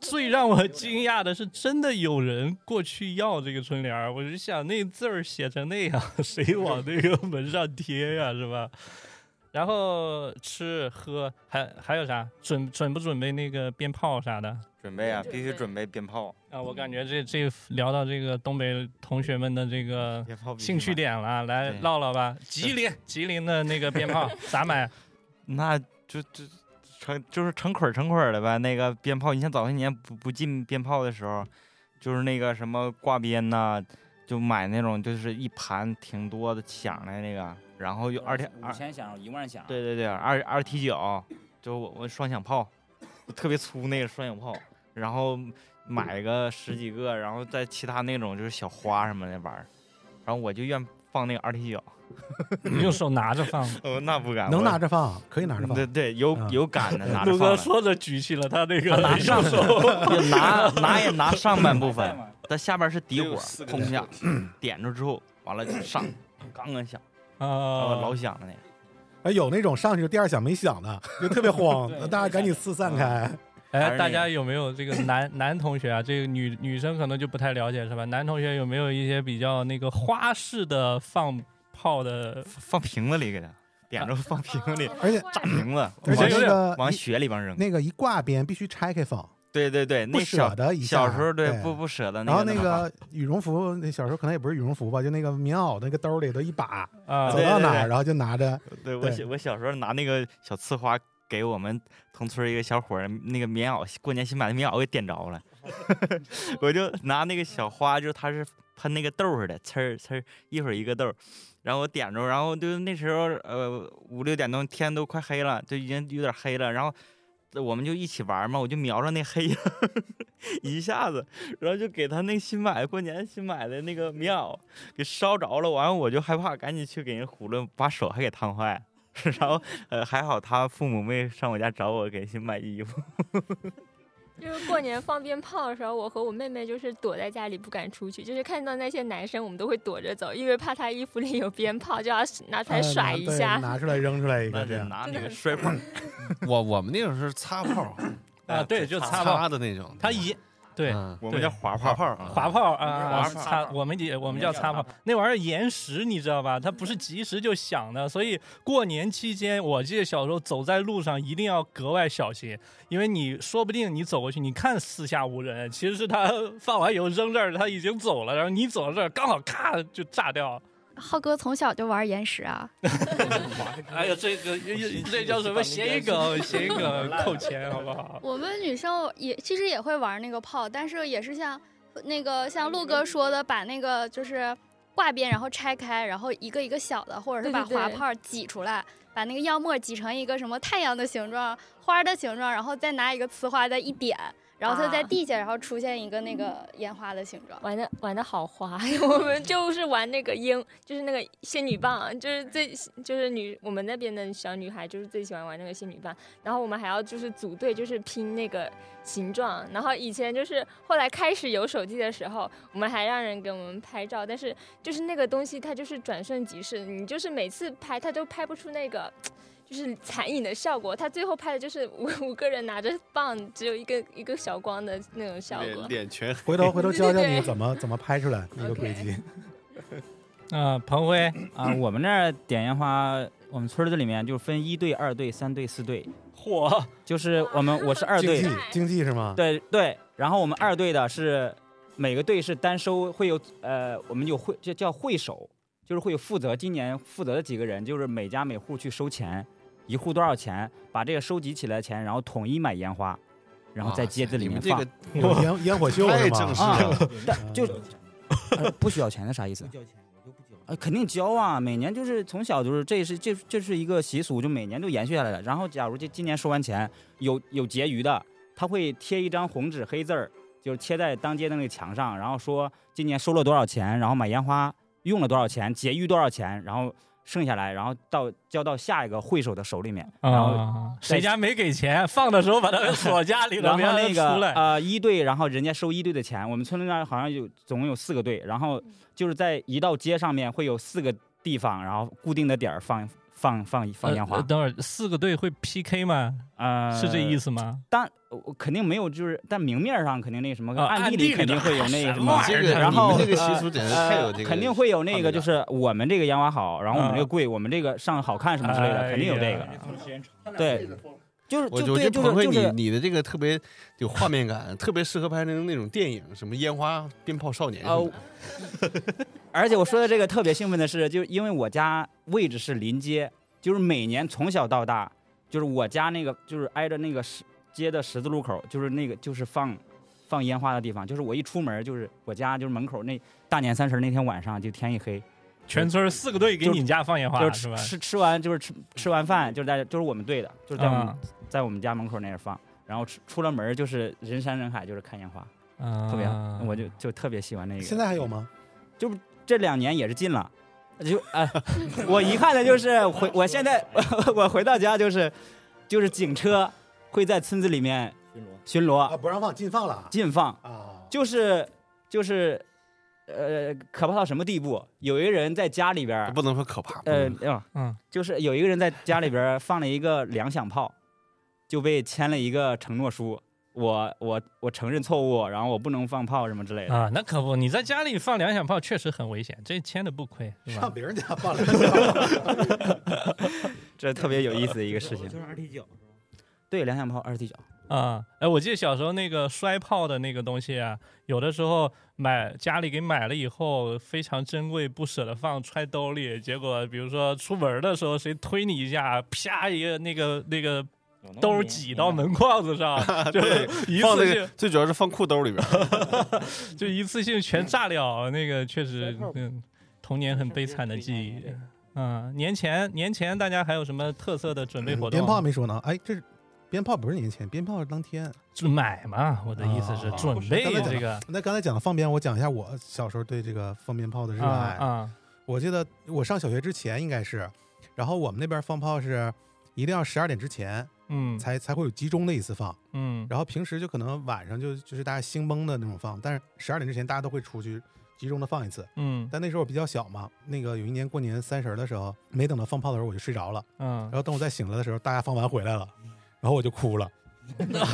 S1: 最让我惊讶的是，真的有人过去要这个春联儿，我就想那字儿写成那样， 谁往那个门上贴呀、是吧？然后吃喝还还有啥？准准不准备那个鞭炮啥的？
S2: 准备啊，必须准备鞭炮，
S1: 啊，我感觉这这聊到这个东北同学们的这个
S2: 鞭炮必须
S1: 兴趣
S2: 买。
S1: 点了，来
S2: 对
S1: 唠唠吧。吉林，吉林的那个鞭 炮咋买？哎
S2: 那就就成就是成捆儿成捆儿的呗。那个鞭炮，你像早些年不不进鞭炮的时候，就是那个什么挂鞭呐、就买那种就是一盘挺多的响的那个，然后有二天
S3: 呃五
S2: 二，
S3: 千响，一万响，
S2: 对，对对，二二踢脚，就我我双响炮，就特别粗那个双响炮，然后买个十几个，然后再其他那种就是小花什么的玩儿，然后我就愿放那个二踢脚，
S1: 你用手拿着放。
S2: 哦，那不敢，
S4: 能
S2: 我
S4: 拿着放，可以拿着放
S2: 对。对，有
S4: 啊
S2: 有杆的拿着
S1: 陆
S2: 放
S1: 哥
S2: 的。
S1: 说着举起了他那个
S2: 他拿
S1: 右
S2: 上
S1: 手，
S2: 也拿拿也拿上半部
S3: 在
S2: 分，
S3: 吗？
S2: 它下边是底火
S11: 六四，个
S2: 轰一下， 点着之后，完了就上，刚刚响，
S1: 啊，
S2: 哦，老响了那个。
S4: 哎，有那种上去第二响没响的，就特别慌，
S3: 对
S4: 那大家赶紧四散开。
S2: 还
S1: 哎，
S2: 是
S1: 大
S2: 那
S1: 家
S2: 个
S1: 有没有这个男男同学啊？这个女女生可能就不太了解是吧？男同学有没有一些比较那个花式的放炮的？
S2: 放瓶子里给他点着放瓶子里，
S4: 而且
S2: 炸瓶子，
S4: 而且
S2: 往
S4: 那个
S2: 往
S4: 一
S2: 雪里边扔。
S4: 那个一挂边必须拆开放，
S2: 对对对，
S4: 不
S2: 那
S4: 舍
S2: 小
S4: 得一
S2: 小
S4: 下
S2: 时候对
S4: 对
S2: 不不舍得。
S4: 然后
S2: 那
S4: 那
S2: 么放
S4: 个羽绒服，那小时候可能也不是羽绒服吧，就那个棉袄那个兜里头一把，
S1: 啊
S4: 走
S2: 对
S4: 到
S2: 对
S4: 哪
S2: 对
S4: 儿然后就拿着，
S2: 对我
S4: 对
S2: 小我小时候拿那个小刺花给我们同村一个小伙儿那个棉袄，过年新买的棉袄给点着了，我就拿那个小花，就是它是喷那个豆儿似的，呲儿呲儿，一会儿一个豆儿，然后我点着，然后就那时候呃五六点钟天都快黑了，就已经有点黑了，然后。我们就一起玩嘛，我就瞄着那黑影儿，一下子，然后就给他那新买的过年新买的那个棉袄给烧着了，完了我就害怕，赶紧去给人糊了，把手还给烫坏了。 然后呃，还好他父母没上我家找我，给新买衣服。
S5: 就是过年放鞭炮的时候，我和我妹妹就是躲在家里不敢出去，就是看到那些男生，我们都会躲着走，因为怕他衣服里有鞭炮，就要拿出来
S4: 呃拿
S5: 甩一
S4: 对
S5: 下。
S4: 拿出来扔出来一
S2: 那
S4: 个这
S2: 得
S4: 样。
S2: 拿
S5: 真
S2: 那
S5: 的
S2: 个
S5: 很
S2: 摔炮
S11: 我我们那种是擦炮，
S1: 啊，对，就擦炮
S11: 擦，的那种。
S1: 他一对
S11: 嗯
S2: 我们叫滑
S11: 擦
S2: 炮，
S11: 炮啊，
S1: 滑炮啊，
S2: 滑炮
S1: 擦，我们也我们
S2: 们
S1: 叫
S2: 叫
S1: 擦
S2: 擦
S1: 炮，那玩意儿延时，你知道吧？它不是及时就响的，所以过年期间，我记得小时候走在路上一定要格外小心，因为你说不定你走过去，你看四下无人，其实是他放完以后扔这儿，他已经走了，然后你走到这儿，刚好咔就炸掉了。
S9: 浩哥从小就玩延时啊，
S1: 哎呀，这个这叫什么谐音梗？谐音梗扣钱好不好？
S9: 我们女生也其实也会玩那个炮，但是也是像那个像
S5: 嗯
S9: 陆哥说的，把那个就是挂边，然后拆开，然后一个一个小的，或者是把
S5: 对对对
S9: 滑炮挤出来，把那个药沫挤成一个什么太阳的形状、花的形状，然后再拿一个呲花再一点，然后它在
S5: 啊
S9: 地下，然后出现一个那
S5: 嗯
S9: 个烟花的形状。
S5: 玩的 玩的好花，我们就是玩那个烟，就是那个仙女棒，就是最就是女我们那边的小女孩就是最喜欢玩那个仙女棒，然后我们还要就是组队，就是拼那个形状，然后以前就是后来开始有手机的时候，我们还让人给我们拍照，但是就是那个东西它就是转瞬即逝，你就是每次拍它都拍不出那个。 就是残影的效果，它最后拍的就是五五个人拿着棒，只有一个一个小光的那种效果
S11: 脸。脸全
S4: 回头回头教教
S5: 对对
S4: 你
S5: 对
S4: 怎么怎么拍出来那个
S5: OK
S4: 轨迹。
S1: 啊，彭辉，
S2: 嗯
S3: 啊，我们那儿点烟花，我们村儿这里面就分一队、二队、三队、四队，
S2: 哦
S1: 嚯，
S3: 就是我们我是二
S4: 竞
S3: 队
S4: 技，竞技是吗？
S3: 对对，然后我们二队的是每个队是单收，会有呃，我们有会这叫会手，就是会有负责今年负责的几个人，就是每家每户去收钱，一户多少钱，把这个收集起来的钱，然后统一买烟花，然后在街子里面
S11: 面
S3: 放，
S11: 这
S4: 有
S11: 个
S4: 烟烟火秀
S11: 太
S4: 是
S11: 正式
S4: 吗？
S11: 了。嗯
S3: 但就、呃不需要钱的啥意思？交钱我就不交。肯定交啊！每年就是从小就是这是这这是一个习俗，就每年都延续下来了。然后假如这今年收完钱有有结余的，他会贴一张红纸黑字儿，就是贴在当街的那个墙上，然后说今年收了多少钱，然后买烟花用了多少钱，结余多少钱，然后剩下来，然后到交到下一个会手的手里面，然后
S1: 啊，谁家没给钱，放的时候把 他们锁家里
S3: 然
S1: 了，
S3: 后
S1: 别让他
S3: 那
S1: 出
S3: 个
S1: 来。
S3: 呃一队，然后人家收一队的钱。我们村里那儿好像有总共有四个队，然后就是在一道街上面会有四个地方，然后固定的点儿放放放放烟
S1: 呃
S3: 花
S1: 呃。等会儿四个队会 PK 吗？
S3: 呃，
S1: 是这意
S3: 思。
S1: 思吗？
S3: 但我肯定没有，就是但明面上肯定那什么，
S1: 啊
S3: 暗
S1: 暗
S3: 地
S1: 地
S3: 里
S1: 里
S3: 肯定
S1: 的
S3: 会有那
S1: 什
S3: 什
S1: 么
S3: 么
S1: 玩。
S11: 这
S1: 意儿
S11: 个
S3: 然
S11: 你
S3: 后
S11: 们这个习
S3: 呃
S11: 俗简直太有
S3: 呃
S11: 这个，
S3: 肯定会有那
S11: 看
S3: 个，
S11: 点
S3: 就
S11: 儿
S3: 是我们这个烟花好，然后我们这
S1: 啊哎
S3: 个贵，我们这个上好看什么之类的，肯定有这个。对，就是
S11: 我
S3: 就
S11: 我觉
S3: 对，
S11: 得
S3: 就
S11: 彭
S3: 是
S11: 慧，
S3: 就
S11: 你
S3: 是
S11: 你的这个特别有画面感，特别适合拍成那种电影，什么烟花、鞭炮少年什么
S3: 呃
S11: 的。，
S3: 而且我说的这个特别兴奋的是，就是因为我家位置是临街，就是每年从小到大，就是我家那个就是挨着那个十街的十字路口，就是那个就是放放烟花的地方，就是我一出门就是我家就是门口那大年三十那天晚上就天一黑，
S1: 全村四个队给你家放烟花
S3: 就是吃
S1: 吧？
S3: 吃吃完就是吃吃完饭就是在就是我们队的，就是在我们、
S1: 啊
S3: 在我们家门口那儿放，然后出出了门就是人山人海，就是看烟花，特
S1: 特
S3: 别好，我就就特别喜欢那个。
S4: 现在还有吗？
S3: 这两年也是进了，就哎，我遗憾的就是回我 现在我回到家就是就是警车会在村子里面巡
S4: 啊，
S3: 逻
S4: 不让放，禁放了啊
S3: 禁放，
S4: 啊！
S3: 就是就是呃可怕到什么地步？有一个人在家里边儿
S11: 不能说可怕，不
S3: 呃
S11: 能
S3: 啊
S1: 嗯
S3: 就是有一个人在家里边儿放了一个两响炮，就被签了一个承诺书，我我我承认错误，然后我不能放炮什么之类的。
S1: 啊，那可不，你在家里放两响炮确实很危险，这签的不亏，是吧
S4: 上？别人家放 了，
S3: 这特别有意思的一个事情。
S8: 二踢脚，
S3: 对，两响炮二踢 脚，
S1: 啊，哎，我记得小时候那个摔炮的那个东西啊，有的时候买家里给买了以后非常珍贵，不舍得放，揣兜里，结果比如说出门的时候谁推你一下，啪一个那个那个兜儿挤到门框子上，就一
S11: 放
S1: 次
S11: 那个
S1: 性
S11: 最主要是放裤兜里边儿，
S1: 就一次性全炸了，那个确实，嗯，童年很悲惨的记忆。啊，年前年前大家还有什么特色的准备
S4: 嗯
S1: 活动
S4: 鞭
S1: 啊？
S4: 炮没说呢，哎，这是鞭炮不是年前，鞭炮是当天。
S1: 就买嘛，我的意思是
S4: 啊
S1: 准备
S4: 刚才讲
S1: 这个
S4: 那刚才讲的放鞭，我讲一下我小时候对这个放鞭炮的热
S1: 啊
S4: 爱。
S1: 啊
S4: 我记得我上小学之前应该是，然后我们那边放炮是一定要十二点之前
S1: 嗯
S4: 才才会有集中的一次放，
S1: 嗯
S4: 然后平时就可能晚上就就是大家兴崩的那种放，但是十二点之前大家都会出去集中的放一次。
S1: 嗯
S4: 但那时候我比较小嘛，那个有一年过年三十儿的时候，没等到放炮的时候我就睡着了，
S1: 嗯
S4: 然后等我再醒来的时候，大家放完回来了，然后我就哭 了，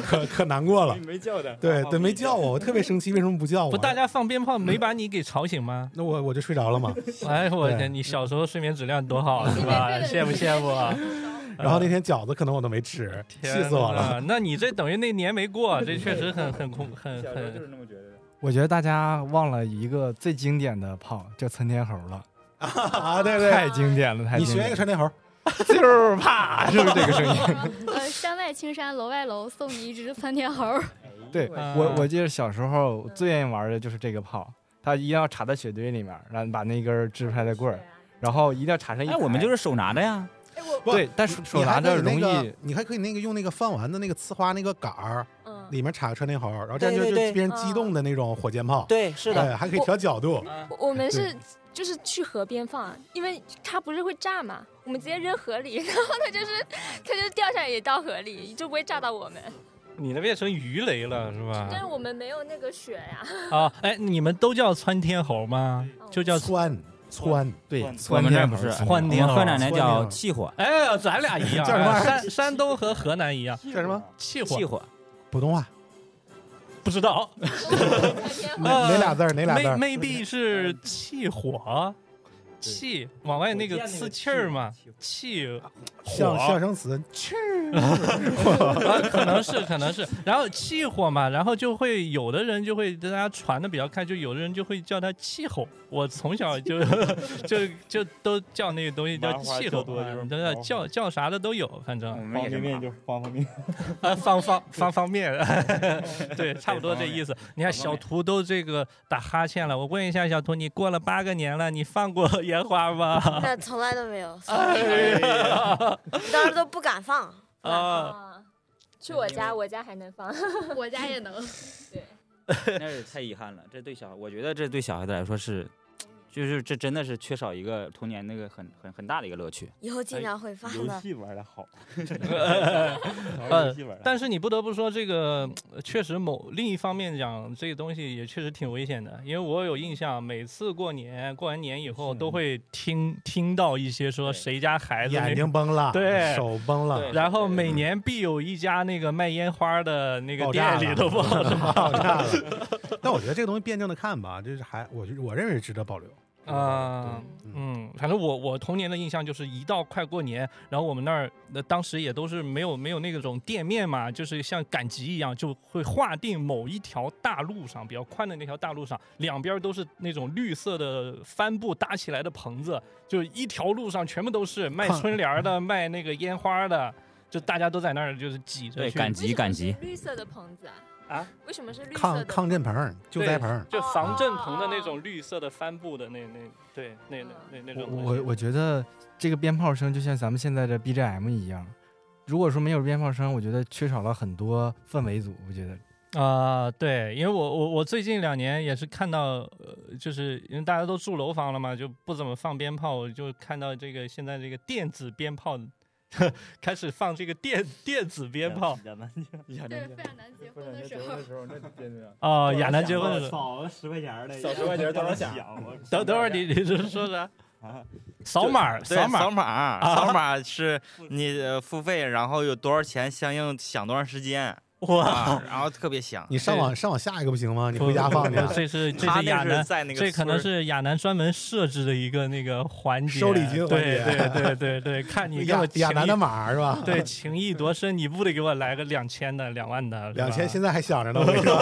S4: 可可难过了。
S3: 没叫的
S4: 对对，没叫 我，我特别生气，为什么不叫我？
S1: 不，大家放鞭炮没把你给吵醒 吗？
S4: 那我我就睡着了嘛。
S1: 哎，我
S4: 对
S1: 天，你小时候睡眠质量 多好，是吧？羡慕羡慕啊！
S4: 然后那天饺子可能我都没吃，气死我
S1: 天
S4: 了。
S1: 哪！那你这等于那年没过，这确实很很恐 很很
S3: 那么觉得。
S8: 我觉得大家忘了一个最经典的炮，叫窜天猴了，
S4: 啊，对对，
S8: 太经典了，太
S4: 你
S8: 经典
S4: 学一个
S8: 了
S4: 穿 天猴，
S8: 就是啪，就是这个声音。
S9: 呃，山外青山楼外楼，送你一只窜天猴。
S8: 对
S1: 啊
S8: 我，
S3: 嗯
S8: 我记得小时候最愿意玩的就是这个炮，它一定要插在雪堆里面，然后把那根支出来的棍
S5: 啊
S8: 儿，然后一定要插上一排。
S3: 哎，我们就是手拿着呀，
S5: 哎
S8: 对，但是手拿着容
S4: 你还可以那
S8: 易
S4: 个，你还可以那个用那个放完的那个呲花那个杆儿，
S5: 嗯，
S4: 里面插个穿天猴，然后这样就
S8: 对
S4: 就
S8: 对对嗯
S4: 变成机动的那种火箭炮。
S8: 对，是
S4: 对，哎还可以调角度。
S5: 我我们是就是去河边放，啊因为它不是会炸嘛，我们直接扔河里， 然后它就是它就掉下来也到河里，就不会炸到我们。
S1: 你那变成鱼雷了，是
S5: 但是
S1: 吧？
S5: 我们没有那个雪呀、
S1: 啊，哎，你们都叫窜天猴吗？就叫
S4: 窜窜，
S3: 对，我
S1: 窜
S3: 们这儿
S1: 天猴
S3: 不是，我
S1: 窜天
S3: 们
S1: 猴
S3: 河南那
S4: 窜天
S3: 叫
S4: 猴
S3: 气火，
S1: 哎，咱俩一样， 啊
S4: 叫什么玩意儿
S1: 山山东和河南一样，
S4: 叫什么？
S1: 气火
S3: 气火，
S4: 普通话
S1: 不 知道，
S4: 哪哪俩字儿？哪俩字
S1: ？may
S4: 儿？
S1: maybe 是气火，气往外那个呲气儿嘛，气
S4: 象
S1: 火
S4: 象声词
S1: 啊， 可能是，可能是。然后气火嘛，然后就会有的人就会大家传的比较开，就有的人就会叫它气吼。我从小就 就就都叫那个东西叫
S2: 麻花
S1: 气
S2: 叫
S1: 吼，
S2: 多
S1: 啊
S2: 就是
S1: 你知道
S2: 麻
S1: 叫叫啥的都有，反
S3: 我
S1: 正
S3: 们也是
S2: 就是方嗯方面面，
S1: 啊方方方方 面，对，差不多这意思。你看小图都这个打哈欠了，我问一下小图，你过了八个年了，你放过烟花吗？
S7: 那从来都没有，
S1: 哎
S7: 当时都不敢放。
S1: 呀 啊。
S5: 啊，去我家，我家还能放。
S9: 我家也能。
S3: 那是太遗憾了。这对小，我觉得这对小孩子来说是，就是这真的是缺少一个童年那个很很很大的一个乐趣。
S7: 以后尽量会放
S2: 哎游
S7: 的。
S2: 戏玩的好，
S1: 呃
S2: 玩游戏玩的。
S1: 但是你不得不说，这个呃确实某另一方面讲，这个东西也确实挺危险的。因为我有印象，每次过年过完年以后，都会听听到一些说
S3: 对
S1: 谁家孩子
S4: 眼
S1: 那
S4: 睛崩了，
S1: 对
S4: 手崩了
S3: 对，
S1: 然后每年必有一家那个卖烟花的那个
S4: 爆炸
S1: 店
S4: 了
S1: 里都不好什 么
S4: 爆炸了。 但我觉得这个东西辩证的看吧，就是还我觉我认为是值得保留。
S1: 啊
S4: 对，
S1: 嗯，反正我我童年的印象就是一到快过年，然后我们那儿那当时也都是没有没有那种店面嘛，就是像赶集一样，就会划定某一条大路上比较宽的那条大路上，两边都是那种绿色的帆布搭起来的棚子，就一条路上全部都是卖春联儿的，卖那个烟花的。就大家都在那儿，就是挤着
S3: 对，
S1: 去
S3: 赶集赶集，
S5: 绿色的棚子啊？
S1: 啊？
S5: 为什么是绿色
S4: 抗
S5: 的？
S4: 抗震棚、救灾棚，
S1: 就防震棚的那种绿色的帆布的那那对那那那那
S8: 我
S1: 种东西。
S8: 我我觉得这个鞭炮声就像咱们现在的 BGM 一样，如果说没有鞭炮声，我觉得缺少了很多氛围组。我觉得
S1: 啊、对，因为我我我最近两年也是看到，呃，就是因为大家都住楼房了嘛，就不怎么放鞭炮，我就看到这个现在这个电子鞭炮开始放这个电电子鞭炮
S2: 亚楠姐，亚
S9: 对，
S2: 楠姐哦
S9: 费，尔南结
S2: 不
S9: 婚
S2: 是
S9: 的时
S2: 结婚
S9: 候
S2: 的，时候那真的。
S1: 啊、亚楠结婚的时候，
S8: 少十块钱的
S2: 小时候觉得当时想，
S1: 等等会儿你你是说啥
S2: 啊？
S1: 扫码
S2: 对
S1: 扫
S2: 扫
S1: 码
S2: 码，扫码是你呃付费，然后有多少钱，相应响多长时间。哇，然后特别香。
S4: 你上网上网下一个不行吗？你回家放去啊。
S1: 嗯这是这
S2: 他
S1: 是
S2: 那
S1: 亚
S2: 是
S1: 楠
S2: 在那个
S1: 这可
S2: 村
S1: 能
S2: 儿
S1: 是亚楠专门设置的一个那个环节，
S4: 收礼金环
S1: 对
S4: 节
S1: 对对对对，看你给
S4: 亚
S1: 我
S4: 亚
S1: 情
S4: 楠的
S1: 谊
S4: 码是吧？
S1: 对，情意多深，你不得给我来个两千的、两万的？是吧
S4: 两 千现在还想着呢，我跟你说。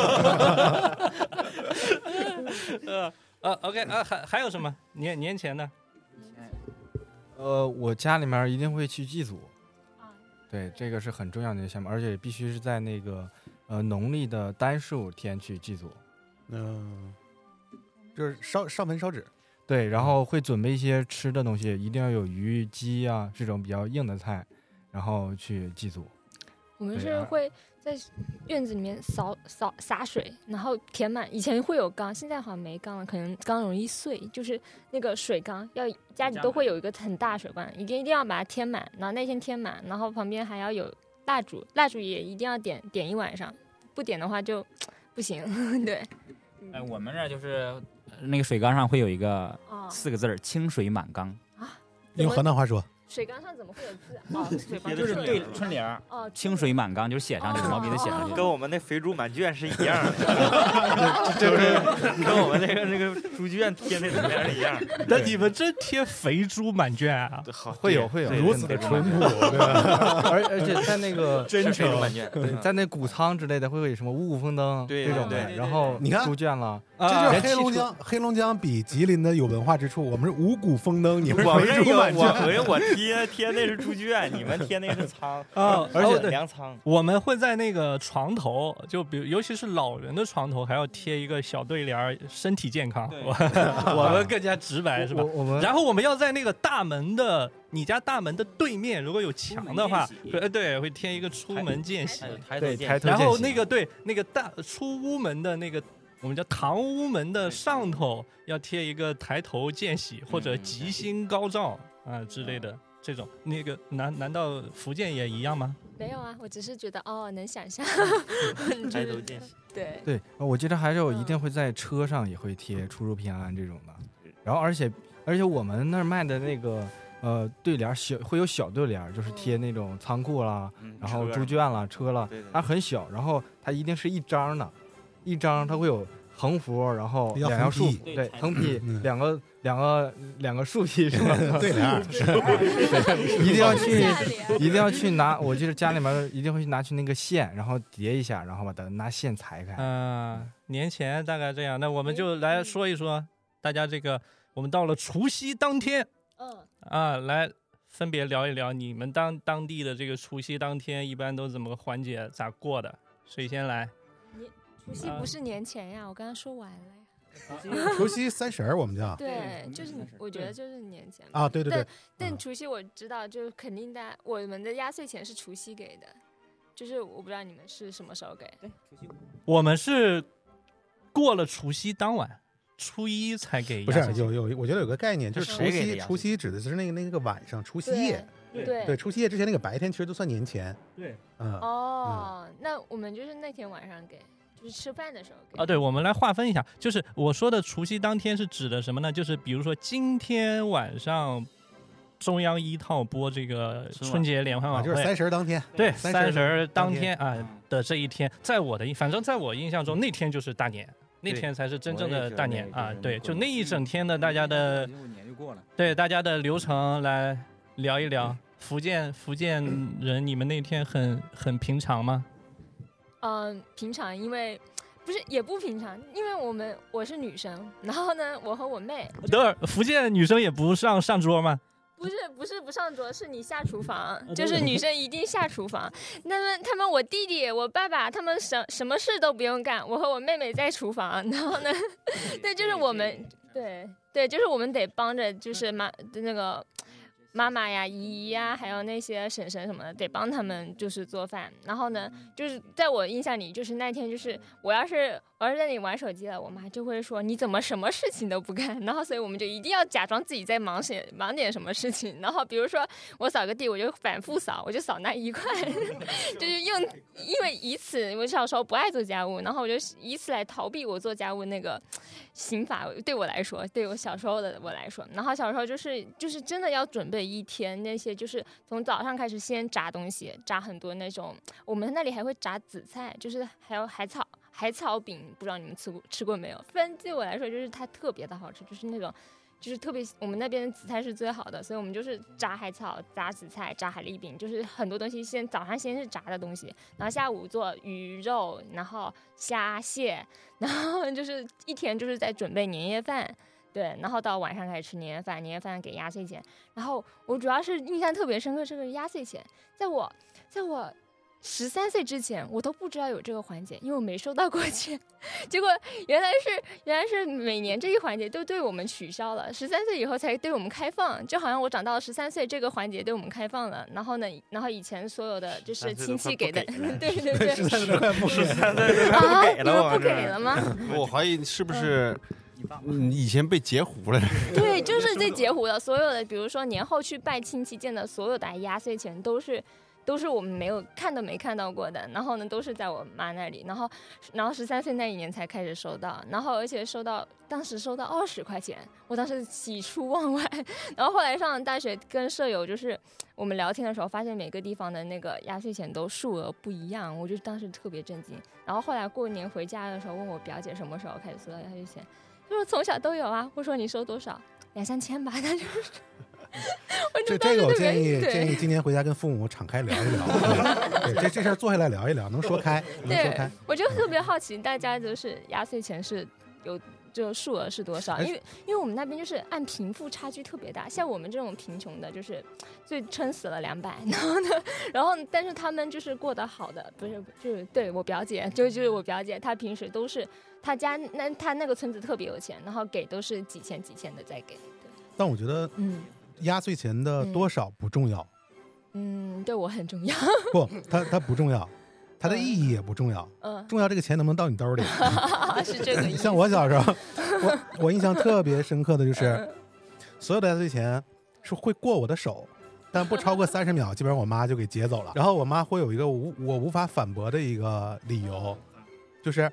S1: 呃呃，OK 啊，还还有什么年年前的？
S8: 呃，我家里面一定会去祭祖，对，这个是很重要的一个项目，而且必须是在那个呃农历的单数天去祭祖。
S4: 嗯，就是烧上坟烧纸，
S8: 对，然后会准备一些吃的东西，一定要有鱼、鸡啊这种比较硬的菜，然后去祭祖。
S5: 我们
S8: 对
S5: 是
S8: 啊
S5: 会在院子里面扫扫洒水，然后填满。以前会有缸，现在好像没缸了，可能缸容易碎，就是那个水缸要家里都会有一个很大水罐，一定一定要把它填满。然后那天填满，然后旁边还要有蜡烛，蜡烛也一定要点点一晚上，不点的话就不行。 对，
S3: 哎，我们这儿 就是呃那个水缸上会有一个
S5: 哦
S3: 四个字儿“清水满缸
S7: 啊
S4: 用河南话说，
S5: 水缸上怎么会有 字啊？哦，水”，缸
S3: 就是
S5: 上
S3: 对
S5: 有字
S3: 春联儿
S5: 哦，
S3: 呃清水满缸”就是写上去，毛笔字写
S7: 哦
S3: 上去。啊
S2: 跟我们那肥猪满圈是一样 的，就是跟我们那个那个猪圈贴那图片一样。
S1: 那你们真贴肥猪满卷啊？
S2: 好，
S8: 会有会有
S2: 对
S8: 如
S2: 真
S8: 此
S2: 得
S8: 的
S2: 满
S8: 淳
S2: 卷
S8: 朴对吧 而而且在那 个
S2: 真是肥猪满卷，
S8: 对，
S2: 嗯
S8: 在那谷仓之类的会有什么五谷丰登
S2: 对
S8: 这种
S2: 对
S8: 的，
S2: 对
S8: 然后
S4: 你看啊
S8: 猪圈哦了，啊
S4: 这就是黑龙
S8: 龙江。
S4: 江，黑龙江比吉林的有文化之处。我们是五谷丰登，你们是
S2: 我们这
S4: 肥猪
S2: 有
S4: 满
S2: 我
S4: 圈。
S2: 合计 我贴贴那是猪圈，你们贴那是 仓
S1: 哦
S2: 而
S1: 而且
S2: 且
S1: 对
S2: 粮仓。
S1: 我们会在那个床头，就比如尤其是老人的床头，还要贴一个小对联儿“身体 健康”。我我们更加直白是吧
S8: 我？我们
S1: 然后我们要在那个大门的你家大门的对面，如果有墙的话，呃，对，会贴一个出门见喜。
S2: 抬
S8: 对抬头
S1: 啊然后
S8: 见
S1: 那
S8: 喜
S1: 个对那个大出屋门的那个我们叫堂屋门的上头要贴一个抬头见喜或者吉星高照啊之类的这种。那个难难道福建也一样吗？
S5: 没有啊，我只是觉得哦，能想象，
S3: 嗯
S2: 抬头见喜，
S5: 对，
S8: 对，呃我记得还是有一定会在车上也会贴“出入平安”这种的，
S2: 嗯
S8: 然后而且而且我们那儿卖的那个呃对联儿小会有小对联儿，就是贴那种仓库啦，
S2: 嗯
S8: 然后
S2: 车
S8: 猪圈啦、车啦
S2: 对对，
S8: 它很小，然后它一定是一张的，一张它会有横幅，然后
S4: 要
S8: 两条
S4: 横
S8: 竖
S4: 批
S8: 幅，对，横批
S4: 嗯
S8: 两个两个两个竖批是吧？
S4: 对联儿，
S8: 一定要去
S14: 下联，
S8: 一定要去拿，我记得家里面一定会去拿去那个线，然后叠一下，然后把它拿线裁开。
S1: 嗯，年前大概这样。那我们就来说一说大家这个，我们到了除夕当天
S5: 嗯，
S1: 啊，来分别聊一聊你们当当地的这个除夕当天一般都怎么个环节，咋过的？谁先来？
S5: 除夕
S1: 啊
S5: 不是年前呀，我刚刚说完了呀。
S4: 除夕 三十儿我们叫
S5: 对，就是我觉得就是年前嘛。
S4: 啊，对对对，
S5: 但
S4: 嗯
S5: 除夕我知道，就是肯定大家我们的压岁钱是除夕给的，就是我不知道你们是什么时候给。
S4: 嗯
S1: 我们是过了除夕当晚，初一才给
S4: 不
S1: 压
S4: 是
S1: 岁钱。
S4: 有有，我觉得有个概念，就是除
S2: 谁给的
S4: 夕，
S2: 呀
S4: 除夕指的是那个那个晚上，除夕夜。
S5: 对
S4: 对，除夕夜之前那个白天其实都算年前。
S1: 对，
S4: 嗯，
S5: 哦，那我们就是那天晚上给，就是吃饭的时候给。
S1: 啊，对，我们来划分一下，就是我说的除夕当天是指的什么呢？就是比如说今天晚上中央一套播这个
S2: 春晚
S1: 春节联欢
S4: 啊
S1: 晚
S4: 就是
S1: 会，
S4: 三十儿当天。
S1: 对，
S4: 三
S1: 三
S4: 十
S1: 十儿当
S4: 当
S1: 天啊的这一天，在我的印，反正在我印象中，那天就是大年，那
S2: 对
S1: 天才是真正
S2: 我也
S1: 的
S2: 觉
S1: 大
S2: 得
S1: 年
S2: 那个
S1: 啊
S2: 就是。
S1: 对，
S2: 那
S1: 就
S2: 个
S1: 那一整天的大家的
S3: 年就过了，
S1: 对大家的流程来聊一聊。福建福建人，你们那天很很平常吗？
S5: 嗯，平常因为不是也不平常，因为我们我是女生，然后呢，我和我妹
S1: 等会儿福建女生也不上上桌吗？
S5: 不是不是不上桌，是你下厨房，就是 女生一定下厨房。那么他们我弟弟、我爸爸他们什什么事都不用干，我和我妹妹在厨房。然后呢，嗯 对，就是我们对对，就是我们得帮着，就是妈那个妈妈呀、姨姨呀，还有那些婶婶什么的，得帮他们就是做饭。然后呢，就是在我印象里，就是那天就是我要是我要是在那里玩手机了，我妈就会说你怎么什么事情都不干？ 然后所以我们就一定要假装自己在忙些忙点什么事情。然后比如说我扫个地，我就反复扫，我就扫那一块， 就是用因为以此我小时候不爱做家务，然后我就以此来逃避我做家务那个刑罚。对我来说，对我小时候的我来说，然后小时候就是就是真的要准备一天，那些就是从早上开始先炸东西，炸很多那种，我们那里还会炸紫菜，就是还有海草海草饼，不知道你们吃过吃过没有？反正对我来说就是它特别的好吃，就是那种。就是特别，我们那边的紫菜是最好的，所以我们就是炸海草、炸紫菜、炸海蛎饼，就是很多东西先早上先是炸的东西，然后下午做鱼肉，然后虾蟹，然后就是一天就是在准备年夜饭，对，然后到晚上开始吃年夜饭，年夜饭给压岁钱，然后我主要是印象特别深刻这个压岁钱，在我在我十三岁之前，我都不知道有这个环节，因为我没收到过钱。 结果原来是原来是每年这一环节都对我们取消了，十三岁以后才对我们开放，就好像我长到十三岁这个环节对我们开放了。然后呢，然后以前所有的就是亲戚给的， 对对对，
S4: 十三岁快不给
S5: 啊，
S4: 了，
S5: 你们不给了吗？
S11: 我怀疑是不是嗯以前被截胡了？
S5: 对，就是这截胡的所有的，比如说年后去拜亲戚见的所有的压岁钱都是。都是我们没有看都没看到过的，然后呢，都是在我妈那里，然后，然后十三岁那一年才开始收到，然后而且收到，当时收到二十块钱，我当时喜出望外， 然后后来上了大学，跟舍友就是我们聊天的时候，发现每个地方的那个压岁钱都数额不一样，我就当时特别震惊，然后后来过年回家的时候，问我表姐什么时候开始收到压岁钱，她说从小都有啊，我说你收多少，两三千吧，她就是。
S4: 这这个我建议
S5: 对
S4: 建议今年回家跟父母敞开聊一 聊，对对这这事儿坐下来聊一聊，能说开，能说
S5: 对
S4: 开。，嗯
S5: 我就特别好奇，大家就是压岁钱是有就数额是多少？
S4: 哎
S5: 因为因为我们那边就是按贫富差距特别大，像我们这种贫穷的，就是最撑死了两百， 然后呢，然后但是他们就是过得好的，不是就是对我表姐，就就是我表姐，她平时都是她家那她那个村子特别有钱，然后给都是几千几千的在给，对，
S4: 但我觉得
S5: 嗯
S4: 压岁钱的多少不重要，
S5: 嗯，对我很重要，
S4: 不，它它不重要，它的意义也不重要，
S5: 嗯，
S4: 重要这个钱能不能到你兜里。
S5: 是 这个意思。
S4: 像我小 时候，我我印象特别深刻的
S5: 嗯
S4: 就是，所有的压岁钱是会过我的 手，但不超过三十秒，基本上我妈就给劫走了。然后我妈会有一个无我无法反驳的一个理由，就是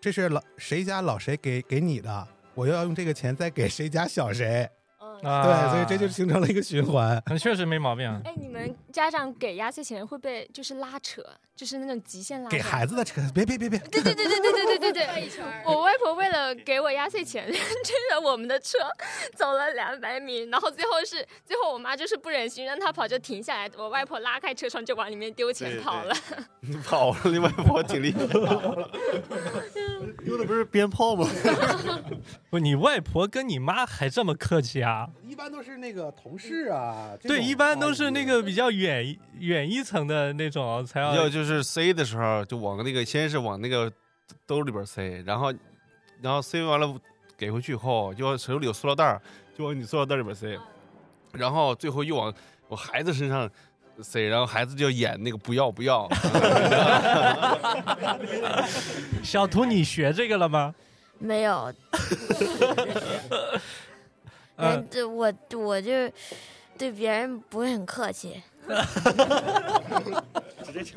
S4: 这是老谁家老谁给给你的，我又要用这个钱再给谁家小谁。
S1: 啊
S4: 对，所以这就形成了一个循环。
S1: 那确实没毛病。啊
S5: 哎，你们家长给压岁钱会被就是拉扯，就是那种极限拉扯。
S4: 给孩子的车，别别别别，
S5: 对对对对对对对对对，我外婆为了给我压岁钱， 追着我们的车走了两百米，然后最后是最后我妈就是不忍心让她跑，就停下来，我外婆拉开车窗就往里面丢钱跑了。
S11: 你跑了，你外婆 挺厉害。
S6: 丢的不是鞭炮吗？
S1: 不，你外婆跟你妈还这么客气啊？
S4: 一般都是那个同事啊，这
S1: 对，
S4: 种
S1: 一般都是那个比较远一远一层的那种才要
S11: 要就是塞的时候，就往那个先是往那个兜里边塞，然后然后塞完了给回去以后，就手里有塑料袋儿，就往你塑料袋里边塞，然后最后又往我孩子身上塞，然后孩子就要演那个不要不要，
S1: 小图，你学这个了吗？
S7: 没 有，
S1: 嗯
S9: 呃
S7: 嗯，对我我就对别人不会很客 气。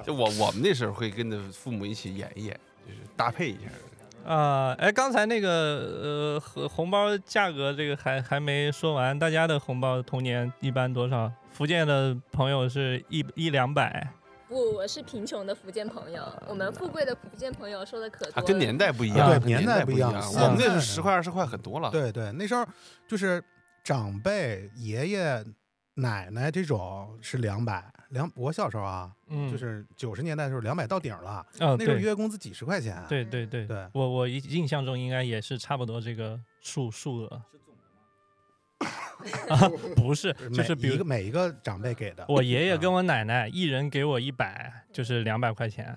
S11: 就我我们那时候会跟着父母一起演一演，就是搭配一下。
S1: 啊，哎，刚才那个呃，和红包价格这个还还没说完，大家的红包童年一般多少？福建的朋友是一一两百，
S5: 不，我是贫穷的福建朋友，我们富贵的福建朋友说的可
S11: 它
S5: 多。
S11: 跟年代不一
S4: 啊
S11: 样，
S4: 对
S11: 年
S4: 年代
S11: 不
S4: 不一
S11: 样。
S4: 样啊
S11: 我们那时
S4: 现在
S11: 候十块二十块很多了，
S4: 对对，那时候就是长辈、爷爷、奶奶这种是两百两。我小时候啊，
S1: 嗯，
S4: 就是九十年代的时候两百到顶了，
S1: 啊，
S4: 那时候
S1: 对
S4: 月工资几十块钱。啊
S1: 对对对，
S4: 对
S1: 我我印印象中应该也是差不多这个数数额。啊，不是，就
S4: 每
S1: 是比
S4: 一个
S1: 如
S4: 每一个长辈给的。
S1: 我爷爷跟我奶奶一人给我一百，就是两百块钱，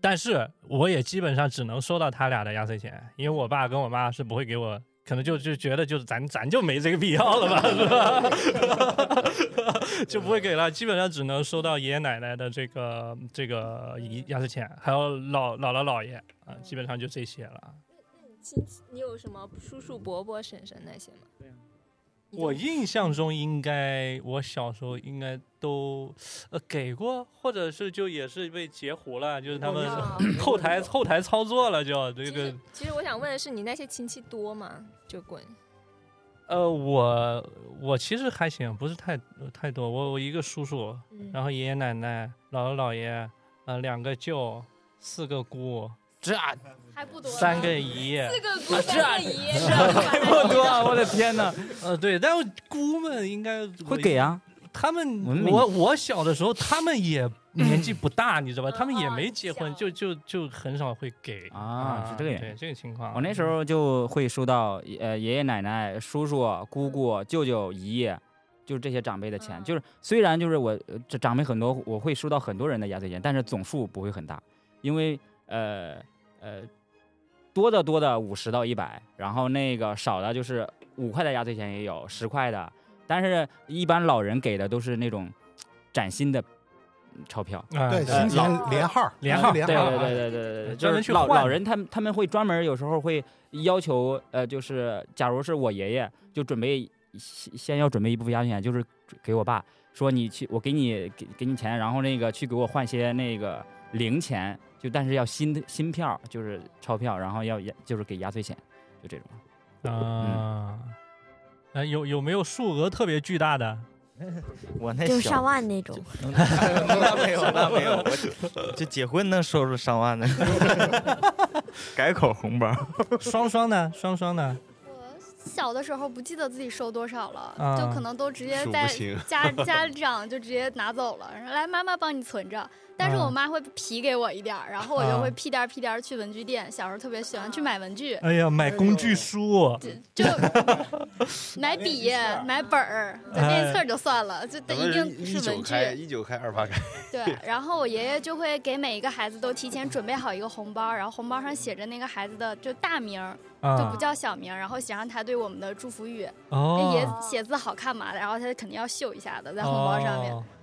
S1: 但是我也基本上只能收到他俩的压岁钱，因为我爸跟我妈是不会给我，可能就就觉得就是咱咱就没这个必要了吧，是吧？ 就不会给了，基本上只能收到爷爷奶奶的这个这个一压岁钱，还有老姥姥姥爷啊，基本上就这些了。
S5: 亲戚，你有什么叔叔伯伯婶婶那些吗？
S1: 我印象中应该，我小时候应该都，呃，给过，或者是就也是被截胡了，就是他们
S5: 哦
S1: 后台后台操作了就，这
S5: 其
S1: 个
S5: 实，其实我想问的是，你那些亲戚多吗？就滚。
S1: 呃，我我其实还行，不是太太多。我我一个叔叔，
S5: 嗯
S1: 然后爷爷奶奶、姥姥姥爷，呃，两个舅，四个姑，这
S5: 还不多呢，
S1: 三个姨，
S5: 四个姑
S1: 啊
S5: 三个姨
S1: 这
S5: 是吧
S1: 还不多啊！我的天哪，呃，对，但是姑们应该
S3: 会给啊。
S1: 他们
S3: 我们每
S1: 我我小的时候，他 们也年纪不大，你知道吧？他们也没结婚，就就就很少会给
S3: 啊是这个原因
S1: 对这个情况。嗯
S3: 我那时候就会收到呃爷爷奶奶、叔叔、姑
S1: 嗯
S3: 姑、舅舅、姨爷，就是这些长辈的钱。就是虽然就是我呃这长辈很多，我会收到很多人的压岁钱，但是总数不会很大，因为呃呃多的多的五十到一百，然后那个少的就是五块的压岁钱也有，十块的，但是一般老人给的都是那种崭新的钞票。
S1: 啊
S4: 对，
S3: 呃
S4: 新
S3: 老
S4: 钱连号儿，
S1: 连
S4: 连
S1: 号儿啊嗯
S4: 连
S3: 对
S4: 号
S3: 对
S4: 儿，
S3: 对对对对，
S1: 专
S3: 就
S1: 门
S3: 是
S1: 去
S3: 老
S1: 换
S3: 老人他们他们会专门有时候会要求，呃，就是假如是我爷爷，就准备先先要准备一部分压岁钱，就是给我爸说你去，我给你给给你钱，然后那个去给我换些那个零钱，就但是要新的新票，就是钞票，然后要压就是给压岁钱，就这种。
S1: 啊，那啊有有没有数额特别巨 大的？
S2: 我那
S7: 就
S2: 小
S7: 上万那种。
S2: 那没有，那 没有，我就结婚能收入上万的，改口红包。
S1: 双双呢？双双呢？
S9: 小的时候不记得自己收多少了，
S1: 啊
S9: 就可能都直接
S11: 数不
S9: 在
S11: 清
S9: 家家长就直接拿走了， 说来妈妈帮你存着。但是
S1: 啊
S9: 我妈会皮给我一点儿，然后我
S1: 啊
S9: 就会屁颠儿屁颠儿去文具店。小时候特别喜欢去买文具，
S1: 哎呀，买工具书，
S9: 就买笔、买本儿，就
S1: 哎
S9: 练字儿就算了，就得
S11: 咱们
S9: 一定
S11: 一
S9: 是
S11: 九
S9: 文具。
S11: 开一九开二八开，
S9: 对，然后我爷爷就会给每一个孩子都提前准备好一个红包，然后红包上写着那个孩子的就大名儿，就
S1: 啊
S9: 不，叫小名儿，然后写上他对我们的祝福语。那也
S1: 哦，
S9: 写字好看嘛，然后他肯定要秀一下的，在红包上面。
S1: 哦哎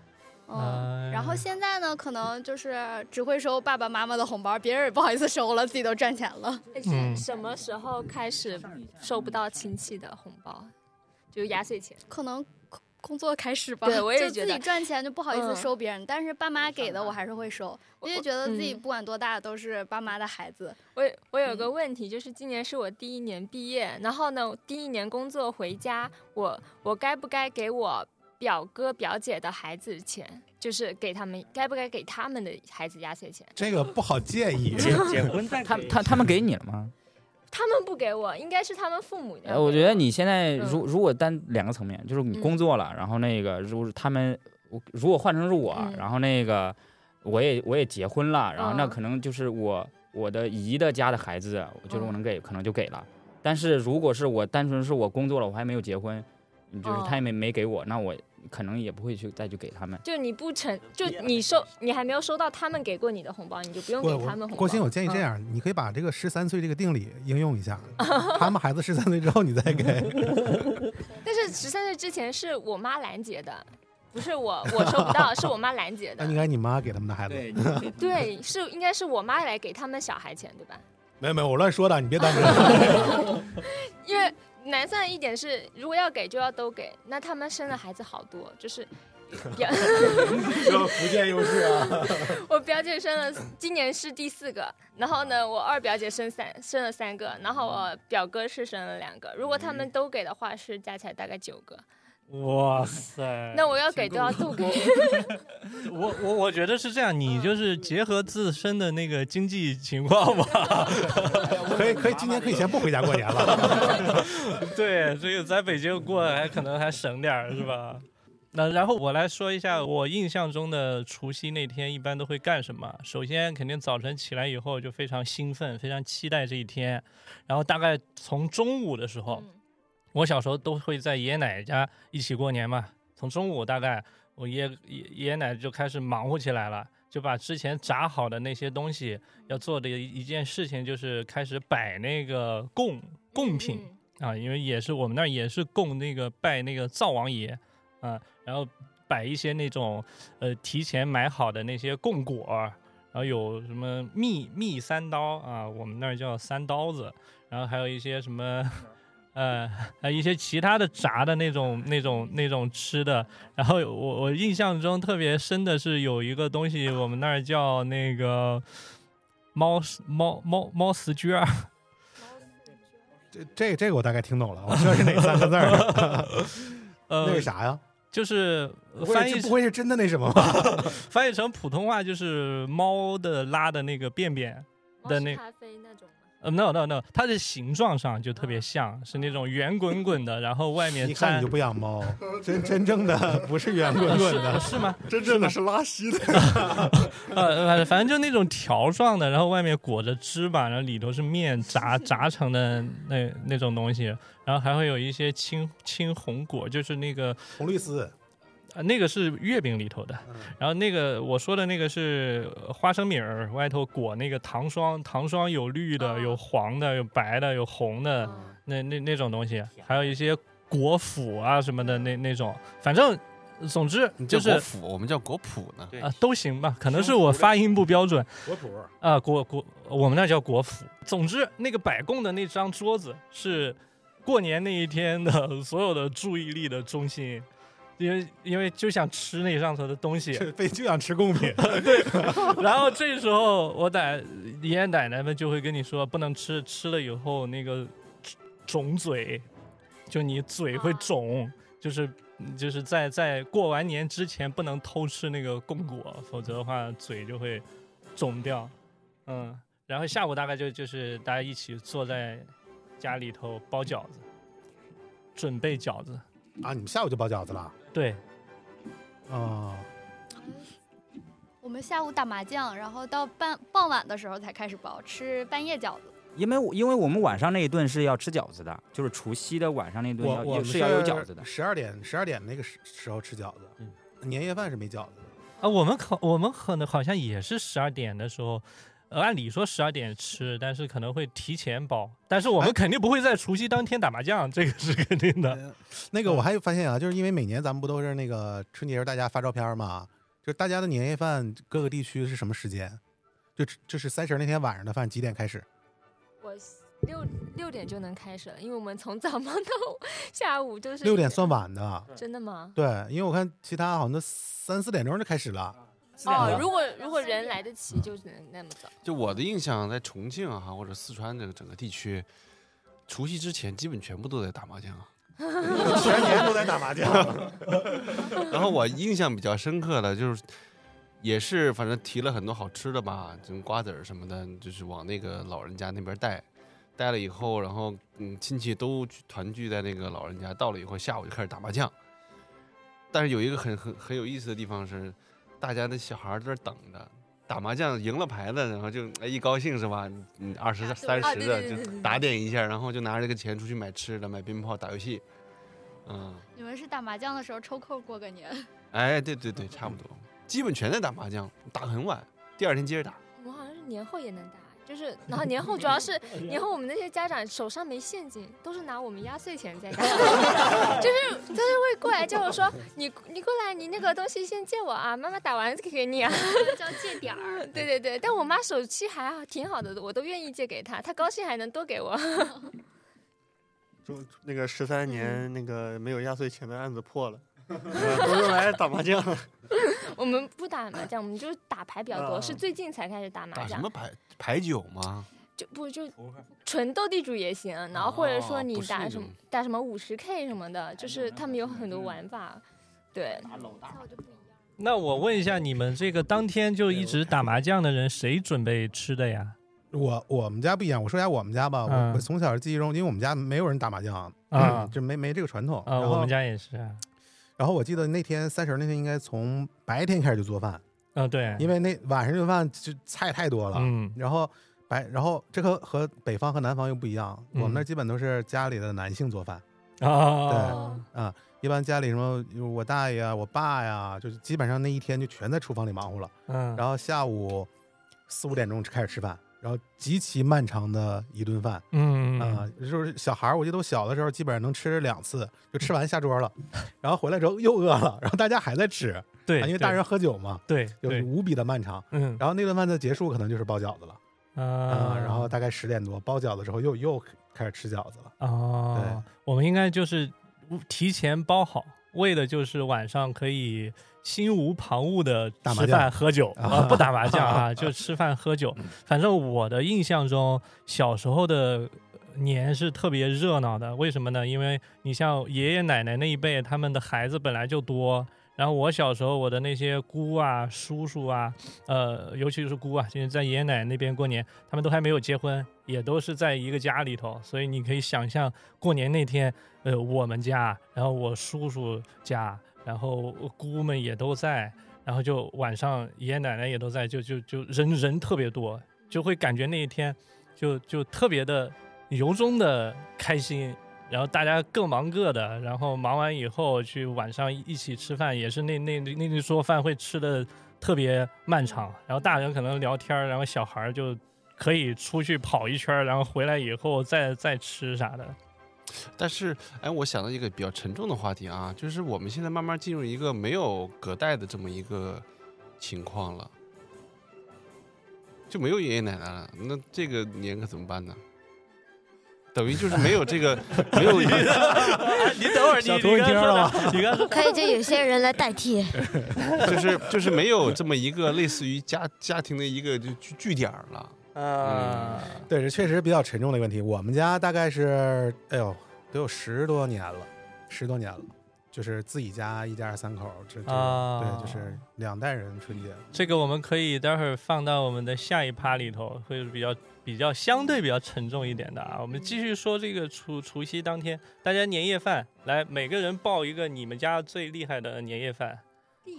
S9: 嗯，然后现在呢，可能就是只会收爸爸妈妈的红包，别人也不好意思收了，自己都赚钱了。
S1: 嗯
S5: 哎是什么时候开始收不到亲戚的红包？就压岁钱。
S9: 可能工工作开始吧，
S5: 对我也
S9: 就
S5: 觉
S9: 自己
S5: 得
S9: 赚钱就不好意思
S5: 嗯
S9: 收别人，但是爸妈给的我还是会收，
S5: 我
S9: 因为觉得自己
S5: 嗯
S9: 不管多大都是爸妈的孩子。
S5: 我有我有
S9: 嗯
S5: 个问题，就是今年是我第一年毕业，然后呢，第一年工作回家，我我该不该给我表哥表姐的孩子钱？就是给他们，该不该给他们的孩子压岁钱？
S4: 这个不好建议。
S2: 结结婚再
S3: 他他他们给你了吗？
S5: 他们不给我，应该是他们父母要
S3: 呃，我
S5: 给
S3: 觉得你现在
S5: 嗯
S3: 如如果单两个层面，就是你工作了，然后那个如他们，我如果换成是我，
S5: 嗯
S3: 然后那个我也我也结婚了，然后那
S5: 嗯
S3: 可能就是我我的姨的家的孩子，我觉得我
S5: 嗯
S3: 能给，可能就给了。但是如果是我单纯是我工作了，我还没有结婚，你
S5: 嗯
S3: 就是他也没没给我，那我可能也不会去再去给他们。
S5: 就你不成就你收，你还没有收到他们给过你的红包，你就不用
S4: 我
S5: 给他们嗯
S4: 我
S5: 红包。
S4: 郭鑫，我建议这样，你可以把这个十三岁这个定理应用一下，他们孩子十三岁之后你 再给。
S5: 嗯。但是十三岁之前是我妈拦截的，不是我我收不到，是我妈拦截
S4: 那
S5: 的
S4: 应。该你妈给他们的孩子。
S5: 对，是应该是我妈来给他们小孩钱，对吧？
S4: 没有没有，我乱说的，你 别当真。
S5: 因为难算的一点是，如果要给就要都给，那他们生的孩子好多，就是表
S4: 福建优势啊，
S5: 我表姐生了，今年是第四个，然后呢，我二表姐生三生了三个，然后我表哥是生了两个。如果他们都给的话，是加起来大概九个。
S1: 哇塞！
S5: 那我要给就要都给，
S1: 我我我觉得是这样，你就是结合自身的那个经济情况吧。
S4: 可以可以，今年可以先不回家过年了。
S1: 对，这个在北京过还可能还省点儿，是吧？那然后我来说一下我印象中的除夕那天一般都会干什么。首先肯定早晨起来以后就非常兴奋，非常期待这一天。然后大概从中午的时候，我小时候都会在爷爷奶奶家一起过年嘛，从中午大概我爷爷爷爷奶奶就开始忙活起来了，就把之前炸好的那些东西要做的一一件事情就是开始摆那个贡贡品
S5: 嗯
S1: 啊，因为也是我们那儿也是供那个拜那个灶王爷啊，然后摆一些那种呃提前买好的那些贡果儿。然后有什么蜜蜜三刀啊，我们那儿叫三刀子，然后还有一些什么，呃，还有一些其他的炸的那种、那种、那种吃的。然后我我印象中特别深的是有一个东西，我们那儿叫那个猫猫猫猫食卷儿，
S4: 这这这个我大概听懂了，我知道是哪三个字儿了。
S1: 呃，
S4: 那是啥呀？
S1: 就是
S4: 不会
S1: 翻译
S4: 是不会是真的那什么吧？
S1: 翻译成普通话就是猫的拉的那个便便的那
S5: 咖啡那种吗？嗯
S1: 呃，no no no，它的形状上就特别像，是那种圆滚滚的，然后外 面
S4: 一看
S1: 粘
S4: 你就不 养猫，真真正的不是圆滚滚的，
S1: 是吗？
S6: 真正的是拉稀的。
S1: 呃，反反正就那种条状的，然后外面裹着芝麻，然后里头是面炸炸成的那那种东西，然后还会有一些青青红果，就是那个
S4: 红绿丝。
S1: 呃，那个是月饼里头的，
S11: 嗯
S1: 然后那个我说的那个是呃花生米儿外头裹那个糖霜，糖霜有绿的，有黄的，有白的，有红的，那那那种东西，还有一些果脯啊什么的，那那种，反正总之
S11: 你叫
S1: 就是
S11: 果脯，我们叫果脯呢。
S1: 啊，都行吧，可能是我发音不标准。
S4: 果脯
S1: 啊，果果，我们那叫果脯。总之，那个摆供的那张桌子是过年那一天的所有的注意力的中心，因为因为就想吃那上头的东西。
S4: 非就想吃贡品，
S1: 然后这时候，我奶爷爷奶奶们就会跟你说，不能吃，吃了以后那个肿嘴，就你嘴会肿，就是就是在在过完年之前不能偷吃那个供果，否则的话嘴就会肿掉。嗯，然后下午大概就就是大家一起坐在家里头包饺子，准备饺子。
S4: 啊！你们下午就包饺子了
S1: 对，
S4: 啊？
S9: 我们下午打麻将，然后到半傍晚的时候才开始包，吃半夜饺子。
S3: 因为我因为我们晚上那一顿是要吃饺子的，就是除夕的晚上那顿
S4: 我我
S3: 要
S4: 们
S3: 是要有饺子的。
S4: 十二点十二点那个时时候吃饺子，
S1: 嗯
S4: 年夜饭是没饺子的。
S1: 啊，我们可我们可能好像也是十二点的时候，呃，按理说十二点吃，但是可能会提前包，但是我们肯定不会在除夕当天打麻将，这个是肯定的。
S4: 那
S1: 嗯
S4: 个我还发现啊，就是因为每年咱们不都是那个春节时候大家发照片嘛，就是大家的年夜饭各个地区是什么时间？就就是三十那天晚上的饭几点开始？
S5: 我六六点就能开始了，因为我们从早忙到 下午就是
S4: 六点算晚的，啊
S5: 真的吗？
S4: 对，因为我看其他好像都三四点钟就开始了。
S5: 哦，如果如果人来得及，就能那么早。
S11: 就我的印象，在重庆啊或者四川这个整个地区，除夕之前基本全部都在打麻将。啊
S6: 全年都在打麻将，
S11: 然后我印象比较深刻的就是，也是反正提了很多好吃的吧，什么瓜子儿什么的，就是往那个老人家那边带，带了以后，然后嗯亲戚都聚团聚在那个老人家，到了以后下午就开始打麻将。但是有一个很很很有意思的地方是，大家的小孩儿在那儿等着。打麻将赢了牌的，然后就哎一高兴是吧？嗯，二十三
S5: 啊
S11: 十
S5: 对
S11: 的
S5: 对对对对
S11: 就打点一下，然后就拿着这个钱出去买吃的、买鞭炮、打游戏，嗯。
S9: 你们是打麻将的时候抽空过个年？
S11: 哎，对对对，差不多，基本全在打麻将，打很晚，第二天接着打。
S5: 我好像是年后也能打，就是然后年后主 要是
S11: 哎
S5: 年后我们那些家长手上没现金，都是拿我们压岁钱 在打，就是就是会过来叫我说你你过来，你那个东西先借我啊，妈妈打完给你 啊。
S9: 叫借点儿。
S5: 对对对，但我妈手气还好，挺好的，我都愿意借给她，她高兴还能多给我。
S6: 就那个十三
S5: 嗯
S6: 年那个没有压岁钱的案子 破了，呃都用来打麻将。
S5: 我们不打麻将，我们就是打牌比较多，
S6: 啊
S5: 是最近才开始打麻
S11: 打什
S5: 将
S11: 么，牌？牌九吗？
S5: 就不就纯斗地主也行，然后或者说
S11: 哦
S5: 你
S11: 不是
S5: 打
S11: 那
S5: 什么
S11: 种
S5: 打什么五十 K 什么的，就是他们有很多玩法，对。
S1: 那我问一下，你们这个当天就一直打麻将的人，谁准备吃的呀？
S4: 我我们家不一样，我说一下我们家吧，
S1: 嗯
S4: 我我从小记忆中，因为我们家没有人打麻将嗯
S1: 啊
S4: 就没没这个传统。
S1: 啊，
S4: 然
S1: 我
S4: 后
S1: 们家也是啊，
S4: 然后我记得那天三十那天应该从白天开始就做饭，
S1: 啊对，
S4: 因为那晚上这顿饭就菜太多了，
S1: 嗯
S4: 然后白然后这和和北方和南方又不一样，
S1: 嗯
S4: 我们那基本都是家里的男性做饭
S1: 啊，
S4: 啊，一般家里什么我大爷啊、我爸呀、就是基本上那一天就全在厨房里忙活了，
S1: 嗯，
S4: 然后下午四五点钟开始吃饭，然后极其漫长的一顿饭。
S1: 嗯
S4: 啊、就是小孩儿，我记得我小的时候基本上能吃两次，就吃完下 桌了，然后回来之后又饿了，然后大家还在吃，
S1: 对
S4: 啊，因为
S1: 对
S4: 大人喝酒嘛，
S1: 对
S4: 就是
S1: 对，
S4: 无比的漫长。
S1: 嗯
S4: 然后那顿饭的结束可能就是包饺子了啊、
S1: 啊，
S4: 然后大概十点多包饺子之后又又开始吃饺子了。
S1: 哦，我们应该就是提前包好，为的就是晚上可以心无旁骛的
S4: 打麻
S1: 吃
S4: 将
S1: 饭喝酒啊，不打麻将啊，就吃饭喝酒。反正我的印象中，小时候的年是特别热闹的，为什么呢？因为你像爷爷奶奶那一辈，他们的孩子本来就多。然后我小时候，我的那些姑啊、叔叔啊，呃，尤其是姑啊，就是在爷爷奶奶那边过年，他们都还没有结婚，也都是在一个家里头，所以你可以想象过年那天，呃，我们家，然后我叔叔家，然后姑们也都在，然后就晚上爷爷奶奶也都在，就就就人人特别多，就会感觉那一天就就特别的由衷的开心，然后大家各忙各的，然后忙完以后去晚上一起吃饭，也是那那那那桌饭会吃的特别漫长，然后大人可能聊天儿，然后小孩儿就可以出去跑一圈儿，然后回来以后再再吃啥的。
S11: 但是，哎，我想到一个比较沉重的话题啊，就是我们现在慢慢进入一个没有隔代的这么一个情况了，就没有爷爷奶奶了。那这个年可怎么办呢？等于就是没有这 个，没有
S1: 你等会儿，你
S11: 小
S1: 你
S11: 图
S1: 刚
S11: 你
S1: 才
S11: 听着
S1: 说
S11: 了
S1: 的
S11: 吗，
S1: 你刚才
S7: 呃可以就有些人来代替。
S11: 就是就是没有这么一个类似于家家庭的一个就据据点儿了。
S2: 啊，
S4: 对，这确实比较沉重的一个问题。我们家大概是，哎呦，得有十多年了，十多年了，就是自己家一家三口，这这、
S1: 啊
S4: 对，就是两代人春节。
S1: 这个我们可以待会儿放到我们的下一趴里头，会比较比较相对比较沉重一点的
S7: 嗯
S1: 啊。我们继续说这个除除夕当天，大家年夜饭，来每个人报一个你们家最厉害的年夜饭，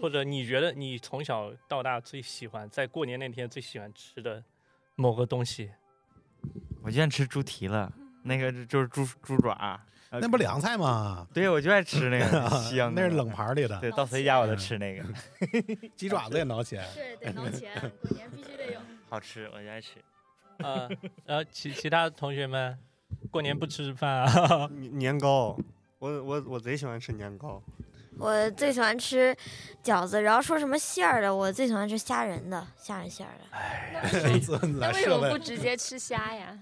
S1: 或者你觉得你从小到大最喜欢在过年那天最喜欢吃的某个东西。
S2: 我就爱吃猪蹄了，那个就就是猪猪爪，呃
S4: 那不凉菜吗？
S2: 对，我就爱吃那个 香的，
S4: 那是冷盘里的
S2: 对，到谁家我都吃那个，
S4: 鸡爪子也 挠钱，
S9: 对，得挠 钱， 过年必须得有。
S2: 好吃，我就爱吃。
S1: 啊，然后其其他同学们，过年不吃饭啊？
S6: 年年糕，我我我贼喜欢吃年糕。
S7: 我最喜欢吃饺子，然后说什么馅儿的，我最喜欢吃虾仁的，虾仁馅儿的。
S11: 哎
S5: 那
S4: 来
S5: 为什
S4: 设
S5: 么不
S4: 备。
S5: 直接吃虾呀？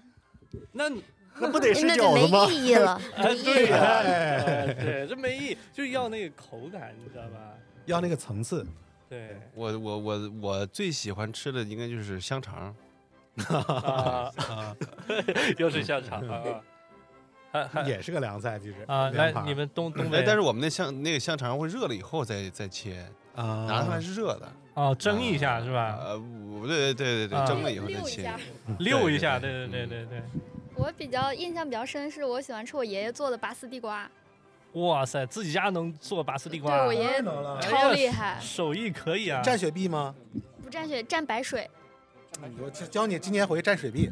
S1: 那
S6: 那不得吃
S7: 那就
S6: 饺
S7: 没
S6: 子吗？
S7: 意义 了。
S1: 哎，对呀、
S4: 哎
S1: 哎对，这没意，就要那个口感，你知道吧？
S4: 要那个层次，
S1: 对，
S11: 我我我我最喜欢吃的应该就是香肠，
S1: 啊， 又是香肠啊，还还
S4: 也是个凉菜，其实
S1: 啊，
S4: 凉
S1: 来
S4: 盘
S1: 你们 东东
S11: 哎
S1: 北，，
S11: 但是我们那香那个香肠会热了以后再再切，
S4: 啊，
S11: 拿出来是热的，
S1: 哦，蒸一下是吧？
S11: 呃，我对对对对对，
S1: 啊
S11: 蒸了以后再
S9: 溜一
S11: 切。
S9: 下。
S4: 嗯
S1: 溜一下，
S11: 对
S1: 对对
S11: 对
S1: 对对
S9: 我比较印象比较深是，我喜欢吃我爷爷做的拔丝地瓜，
S1: 对，哇塞，自己家能做拔丝地瓜
S9: 对我，爷爷
S4: 了
S9: 超厉害，
S1: 手艺可以啊，
S4: 蘸雪碧吗？
S9: 不蘸雪蘸白水。
S4: 我教教你，今年回去蘸雪碧，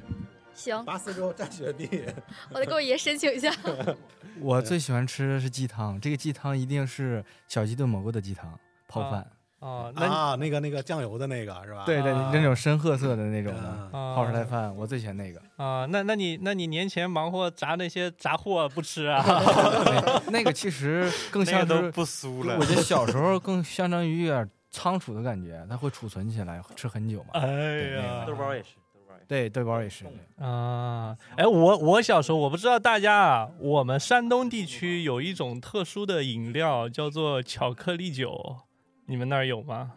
S9: 行，
S4: 拔丝之后蘸雪碧。
S9: 我得给我爷申请一下。
S8: 我最喜欢吃的是鸡汤，这个鸡汤一定是小鸡炖蘑菇的鸡汤泡饭，
S1: 哦，那你
S4: 啊，那个那个酱油的那个是吧？
S8: 对对，
S1: 啊
S8: 那种深褐色的那种的
S4: 嗯，
S1: 啊
S8: 泡出来饭，我最喜欢那个。
S1: 啊，那那你那你年前忙活炸那些杂货不 吃啊？
S8: 哎那个其实更
S2: 那
S8: 像
S2: 个都
S8: 是，
S2: 不酥了
S8: 我，觉得小时候更相当于有点仓储的感觉，它会储存起来，吃很久嘛。
S1: 哎呀，
S2: 豆包也是，豆包也是。
S8: 对，对包也是。
S1: 啊，哎，我我小时候我不知道大家啊，我们山东地区有一种特殊的饮料叫做巧克力酒，你们那儿有吗？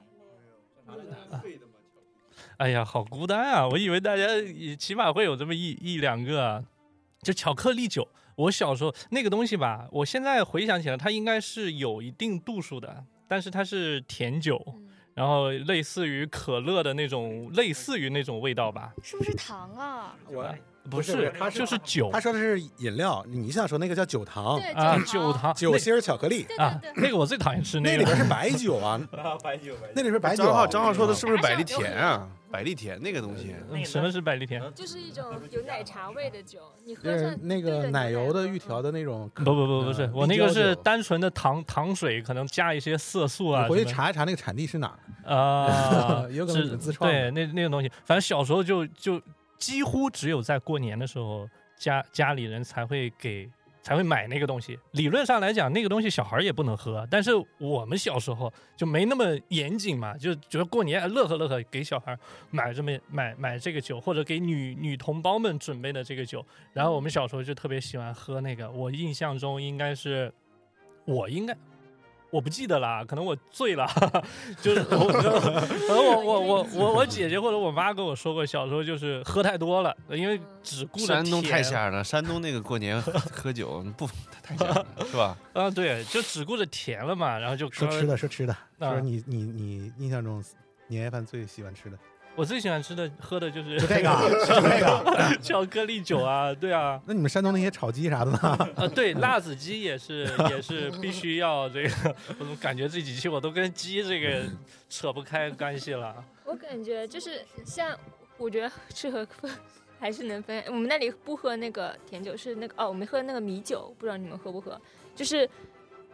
S1: 哎呀，好孤单啊！我以为大家也起码会有这么一一两个啊，就巧克力酒。我小时候那个东西吧，我现在回想起来，它应该是有一定度数的，但是它是甜酒，
S9: 嗯
S1: 然后类似于可乐的那种，类似于那种味道吧。
S9: 是不是糖啊？
S4: 我
S1: 不
S4: 是不是它是
S1: 就是酒
S4: 他说的是饮料，你想说那个叫酒糖，
S9: 对，
S1: 啊，
S9: 酒
S1: 酒
S9: 糖。
S1: 糖
S4: 酒心儿巧克力，
S1: 那啊，那个我最讨厌吃
S4: 那
S1: 那
S4: 里
S1: 个
S4: 边是白酒啊，
S2: 白酒，白
S4: 那里边 是白酒。
S11: 张浩张浩说的是不是百利甜啊？百利甜那个东西，
S1: 嗯什么是百利甜？
S5: 就是一种有奶茶味的酒，你喝
S4: 就是
S5: 上兑
S4: 那个
S5: 着
S4: 奶油的
S5: 喝
S4: 玉条的那种，
S1: 不不不不是
S4: 嗯，
S1: 我那个
S4: 啤
S1: 是
S4: 酒酒
S1: 单纯的糖糖水，可能加一些色素
S4: 你
S1: 啊什么的。
S4: 回去查一查那个产地是哪儿。
S1: 啊
S4: ，有可能
S1: 是
S4: 你们自创
S1: 对，
S4: 的
S1: 那那种东西，反正小时候就就几乎只有在过年的时候，家家里人才会给才会买那个东西。理论上来讲，那个东西小孩儿也不能喝，啊但是我们小时候就没那么严谨嘛，就觉得过年哎乐呵乐呵，给小孩儿买这么买买这个酒，或者给女女同胞们准备的这个酒。然后我们小时候就特别喜欢喝那个，我印象中应该是我应该我不记得啦，可能我醉了，啊 就是我可能可能我我我我我姐姐或者我妈跟我说过，小时候就是喝太多了，因
S4: 嗯
S1: 为只顾着
S11: 山东
S1: 甜
S11: 太吓人了，山东那个过年喝酒不太吓人了，是吧？
S1: 啊，对，就只顾着甜了嘛，然后就
S4: 说吃的，说吃的，
S1: 啊
S4: 说你你你印象中年夜饭最喜欢吃的，
S1: 我最喜欢吃的喝的就是
S4: 就这个啊
S1: 巧
S4: 就这个
S1: 巧克力酒啊，对啊，
S4: 那你们山东那些炒鸡啥的呢？
S1: 啊，对，辣子鸡也是也是必须要这个， 我怎么感觉这几期我都跟鸡这个扯不开关系了？啊
S5: 我感觉就是像，我觉得吃和喝还是能分。我们那里不喝那个甜酒，是那个哦，我们喝那个米酒，不知道你们喝不喝？就是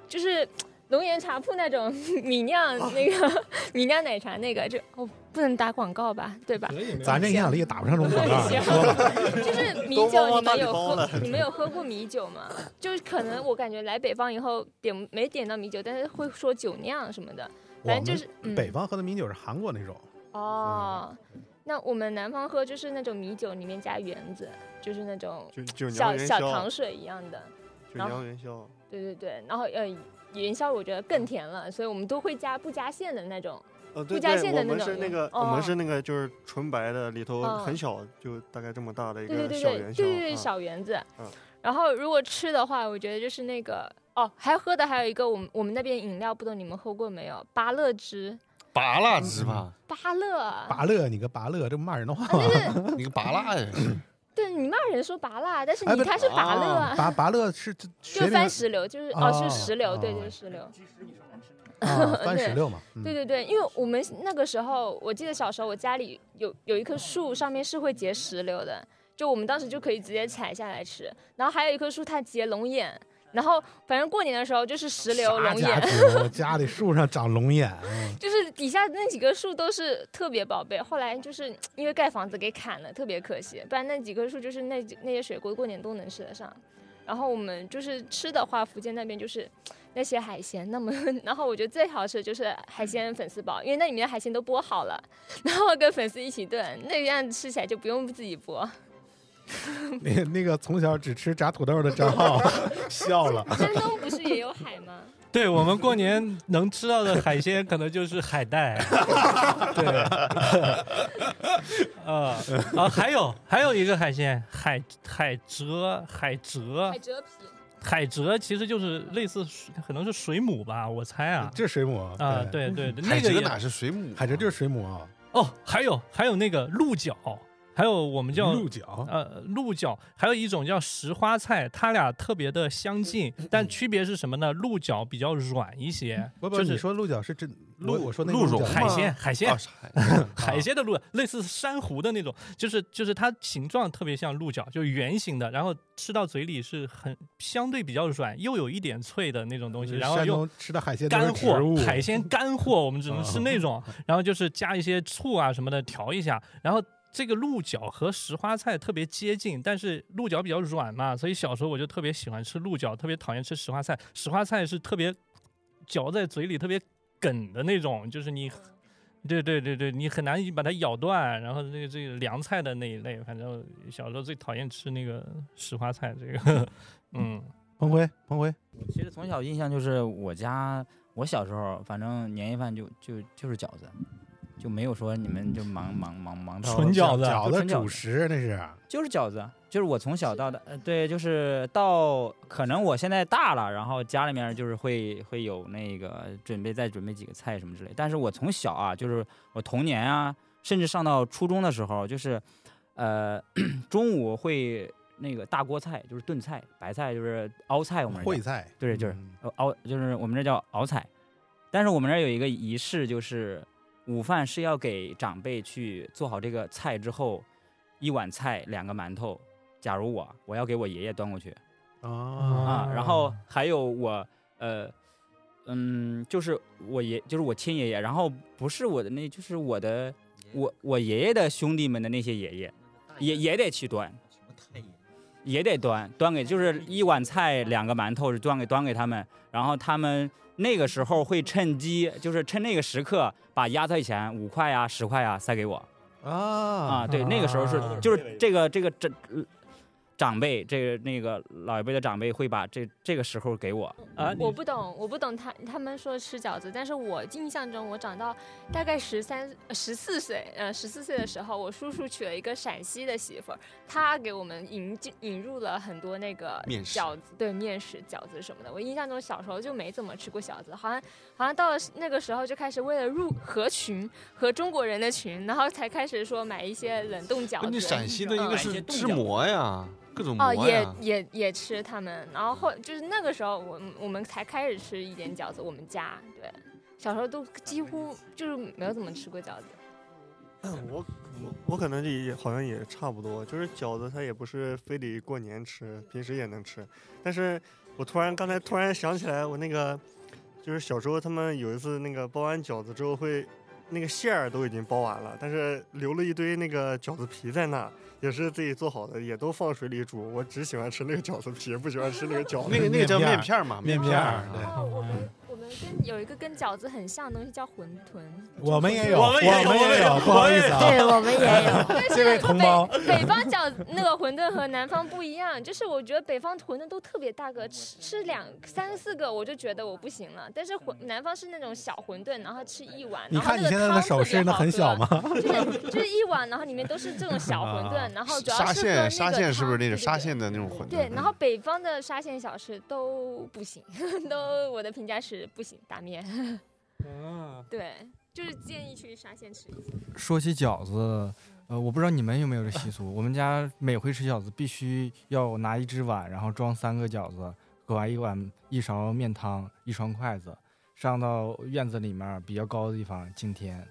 S5: 就是龙岩茶铺那种米酿那个米酿奶茶那个，就哦不能打广告吧，对吧？
S4: 咱这影响力也打不上这种广告，
S5: 对
S4: 你说吧。
S5: 就是 米
S6: 都汪
S5: 酒，
S6: 汪
S5: 你
S6: 大
S5: 们
S6: 礼
S5: 有
S6: 包
S5: 喝
S6: 了？
S5: 你们有喝过米酒吗？就是可能我感觉来北方以后点没点到米酒，但是会说酒酿什么的，反正就是
S4: 我们
S5: 嗯
S4: 北方喝的米酒是韩国那种，
S5: 哦，
S6: 嗯
S5: 那我们南方喝就是那种米酒里面加圆子，就是那种
S6: 就就娘
S5: 小
S6: 元
S5: 小糖
S6: 宵，
S5: 水一样的。
S6: 就娘元宵，
S5: 对对对，然后呃，元宵我觉得更甜了，所以我们都会加不加馅的那种。
S6: 呃，对
S5: 不加
S6: 对，
S5: 馅的
S6: 我们
S5: 那种
S6: 是那个，
S5: 哦
S6: 我们是那个，就是纯白的，里头
S5: 嗯
S6: 很小，就大概这么大的一
S5: 对对
S6: 个
S5: 对
S6: 小
S5: 对
S6: 圆
S5: 对
S6: 球，
S5: 对对
S6: 啊
S5: 小圆子
S6: 嗯。
S5: 然后如果吃的话，我觉得就是那个哦，还喝的还有一个我们我们那边饮料，不知道你们喝过没有？芭乐汁，
S11: 拔蜡汁吧，
S5: 芭乐啊。
S4: 嗯拔乐，你个拔乐，这不骂人的话
S5: 啊
S4: 吗？
S11: 你个拔蜡呀，
S5: 对你骂人说拔辣，但是
S4: 哎
S5: 你
S4: 不
S5: 它是拔乐啊，
S4: 拔拔乐 是这
S5: 就
S4: 学名
S5: 番石榴，就是
S4: 哦
S5: 哦是石榴，对对
S4: 哦
S5: 石榴。
S4: 啊， 番
S5: 对
S4: 石榴嘛。嗯
S5: 对对对，因为我们那个时候，我记得小时候我家里有有一棵树，上面是会结石榴的，就我们当时就可以直接采下来吃。然后还有一棵树它结龙眼，然后反正过年的时候就是石榴、
S4: 啥
S5: 龙
S4: 家
S5: 眼，
S4: 族？我家里树上长龙眼，嗯
S5: 就是底下那几棵树都是特别宝贝。后来就是因为盖房子给砍了，特别可惜，不然那几棵树就是那几那些水果过年都能吃得上。然后我们就是吃的话，福建那边就是那些海鲜，那么 然后我觉得最好吃的就是海鲜粉丝煲，因为那里面的海鲜都剥好了，然后跟粉丝一起炖，那样吃起来就不用自己剥。
S4: 那那个从小只吃炸土豆的张浩 笑了。
S5: 山东不是也有海吗？
S1: 对我们过年能吃到的海鲜，可能就是 海带。对，啊啊，还有还有一个海鲜，海海蜇，海蜇，
S5: 蜇皮，
S1: 海蜇其实就是类似，可能是水母吧，我猜啊。
S4: 这是水母
S1: 啊，，对 对，对那
S11: 海
S1: 个
S11: 蜇
S1: 也
S11: 哪是水母？
S4: 海蜇就是水母啊，
S1: 哦，还有还有那个鹿角，还有我们叫
S4: 鹿角。
S1: 呃，鹿角还有一种叫石花菜，它俩特别的相近，
S4: 嗯
S1: 但区别是什么呢？鹿角比较软一些，
S4: 不不，
S1: 就
S4: 你
S1: 是
S4: 说鹿角是真
S11: 鹿
S4: 我我说那
S11: 鹿
S4: 种
S11: 茸
S1: 海鲜，海鲜
S4: 哦
S11: 啊，，
S4: 嗯
S11: 海
S1: 海鲜的鹿，类似珊瑚的那种，就是就是它形状特别像鹿角，就是圆形的，然后吃到嘴里是很相对比较软，又有一点脆的那种东西，然后
S4: 嗯山
S1: 用
S4: 东吃的海鲜都是
S1: 干
S4: 植
S1: 货
S4: 物，嗯
S1: 海鲜干货，我们只能吃那种，然后就是加一些醋啊什么的调一下，然后。这个鹿角和石花菜特别接近，但是鹿角比较软嘛，所以小时候我就特别喜欢吃鹿角，特别讨厌吃石花菜。石花菜是特别嚼在嘴里特别梗的那种，就是你，对对对对，你很难把它咬断。然后这个这个凉菜的那一类，反正小时候最讨厌吃那个石花菜这个，嗯，
S4: 彭辉，彭辉，
S3: 其实从小印象就是我家，我小时候反正年夜饭就就就是饺子，就没有说你们就忙忙忙忙到
S1: 纯饺子
S4: 饺
S3: 就
S4: 子
S3: 纯饺
S4: 主食啊那是。
S3: 就是饺子，就是我从小到大，呃对，就是到可能我现在大了，然后家里面就是会会有那个准备再准备几个菜什么之类。但是我从小啊，就是我童年啊，甚至上到初中的时候，就是呃 中午会那个大锅菜，就是炖菜，白菜就是熬菜，我们这叫
S4: 烩菜，
S3: 对就是
S4: 嗯
S3: 呃熬就是我们这叫熬彩，但是我们这儿有一个仪式，就是午饭是要给长辈去做好这个菜之后，一碗菜两个馒头。假如我我要给我爷爷端过去
S4: 啊
S3: 啊，然后还有我呃嗯，就是我爷就是我亲爷爷，然后不是我的那就是我的我我爷爷的兄弟们的那些爷爷，也也得去端。也得端端给，就是一碗菜两个馒头是端给端给他们，然后他们那个时候会趁机，就是趁那个时刻把压岁钱五块呀、十块呀塞给我
S4: 啊
S3: 啊，对，那个时候是
S1: 啊
S3: 就是这个这个这，长辈，这个那个老一辈的长辈会把这这个时候给我
S5: 啊我不懂，我不懂他他们说吃饺子，但是我印象中，我长到大概十三、十四岁，呃，十四岁的时候，我叔叔娶了一个陕西的媳妇儿，他给我们引进引入了很多那个
S11: 面食
S5: 饺子，对面食、饺子什么的。我印象中小时候就没怎么吃过饺子，好像好像到了那个时候就开始为了入合群，和中国人的群，然后才开始说买一些冷冻饺
S11: 不
S5: 子。
S11: 是你陕西的一个
S5: 嗯
S11: 是制馍呀，各种
S5: 哦，
S11: 馍
S5: 也
S11: 呀，
S5: 也也吃他们，然后后就是那个时候我们我们才开始吃一点饺子，我们家对，小时候都几乎就是没有怎么吃过饺子。
S6: 我我我可能也好像也差不多，就是饺子它也不是非得过年吃，平时也能吃。但是我突然刚才突然想起来，我那个就是小时候他们有一次那个包完饺子之后会。那个馅儿都已经包完了，但是留了一堆那个饺子皮在那，也是自己做好的，也都放水里煮。我只喜欢吃那个饺子皮，不喜欢吃那个饺子。
S11: 那个那个叫
S4: 面
S11: 面
S4: 片
S11: 片
S4: 儿
S11: 儿嘛，
S4: 面
S11: 片
S4: 片儿
S11: 啊
S4: 对
S5: 哦，我们我们跟有一个跟饺子很像的东西叫馄饨，
S4: 我们也有，
S2: 我
S4: 我
S2: 们也有我们也有
S4: 有，不好意思
S7: 对
S4: 啊，
S7: 我们也有，
S5: 但是
S4: 这位同胞
S5: 北北方饺子那个馄饨和南方不一样，就是我觉得北方馄饨都特别大个，吃吃两三四个我就觉得我不行了，但是馄南方是那种小馄饨，然后吃一碗，
S4: 嗯你
S5: 然后
S4: 看
S5: 那个
S4: 你现在的
S5: 汤
S4: 手
S5: 特别
S4: 势，那
S5: 好喝
S4: 很小吗？啊
S5: 就是就是一碗，然后里面都是这种小馄 饨，然后主要
S11: 啊沙
S5: 是喝那
S11: 县
S5: 个
S11: 沙县是不是那种
S5: 汤
S11: 沙？县的那种馄饨？
S5: 对对对对，然后
S1: 嗯
S5: 北方的沙县小吃都不行， 都我的评价是不行，打面。 对，就是建议去沙县吃一下。
S8: 说起饺子，呃，我不知道你们有没有这习俗。我们家每回吃饺子，必须要拿一只碗，然后装三个饺子，喝完一碗一勺面汤，一双筷子，上到院子里面比较高的地方敬天。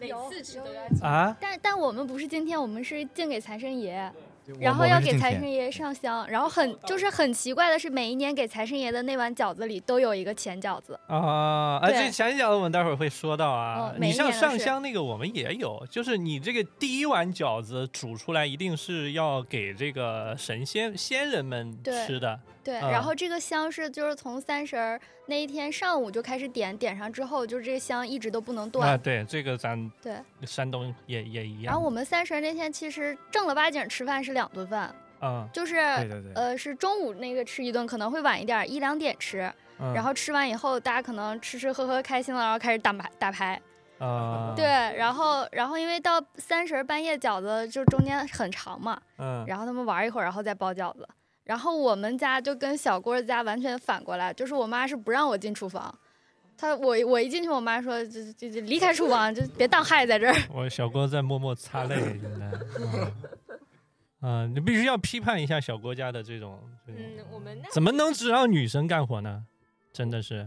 S5: 每次吃都要
S1: 啊，
S9: 但但我们不是今天，我们是敬给财神爷，
S8: 我
S9: 然后
S8: 我
S9: 要
S8: 们是
S9: 给
S8: 敬
S9: 财
S8: 天
S9: 神爷上香，然后很就是很奇怪的是，每一年给财神爷的那碗饺子里都有一个钱饺子。
S1: 啊，哎，
S9: 对
S1: 这详细讲我们待会儿会说到啊。
S9: 哦每
S1: 你
S9: 一
S1: 像
S9: 年都
S1: 上
S9: 是
S1: 香那个，我们也有，就是你这个第一碗饺子煮出来，一定是要给这个神仙仙人们
S9: 对
S1: 吃的。
S9: 对，
S1: 啊
S9: 然后这个香是就是从三十儿那一天上午就开始点，点上之后就是这个香一直都不能
S1: 啊，
S9: 断。
S1: 对，这个咱
S9: 对，
S1: 山东也也一
S9: 然后
S1: 样。
S9: 我们三十儿那天其实正儿八经吃饭是两顿饭，
S1: 嗯，
S9: 就是
S8: 对对对，
S9: 呃是中午那个吃一顿，可能会晚一点儿，一两点吃。
S1: 嗯
S9: 然后吃完以后，大家可能吃吃喝喝开心了，然后开始打牌打牌。
S1: 啊，
S9: 对，，然后然后因为到三十儿半夜饺子就中间很长嘛，
S1: 嗯，
S9: 然后他们玩一会儿，然后再包饺子。然后我们家就跟小郭儿家完全反过来，就是我妈是不让我进厨房，她我我一进去，我妈说就就就离开厨房，就别当害 在这儿。
S1: 我小郭在默默擦 泪，应该。嗯嗯，你必须要批判一下小郭家的这种，这种
S5: 嗯，我们那
S1: 怎么能只让女生干活呢？真的是，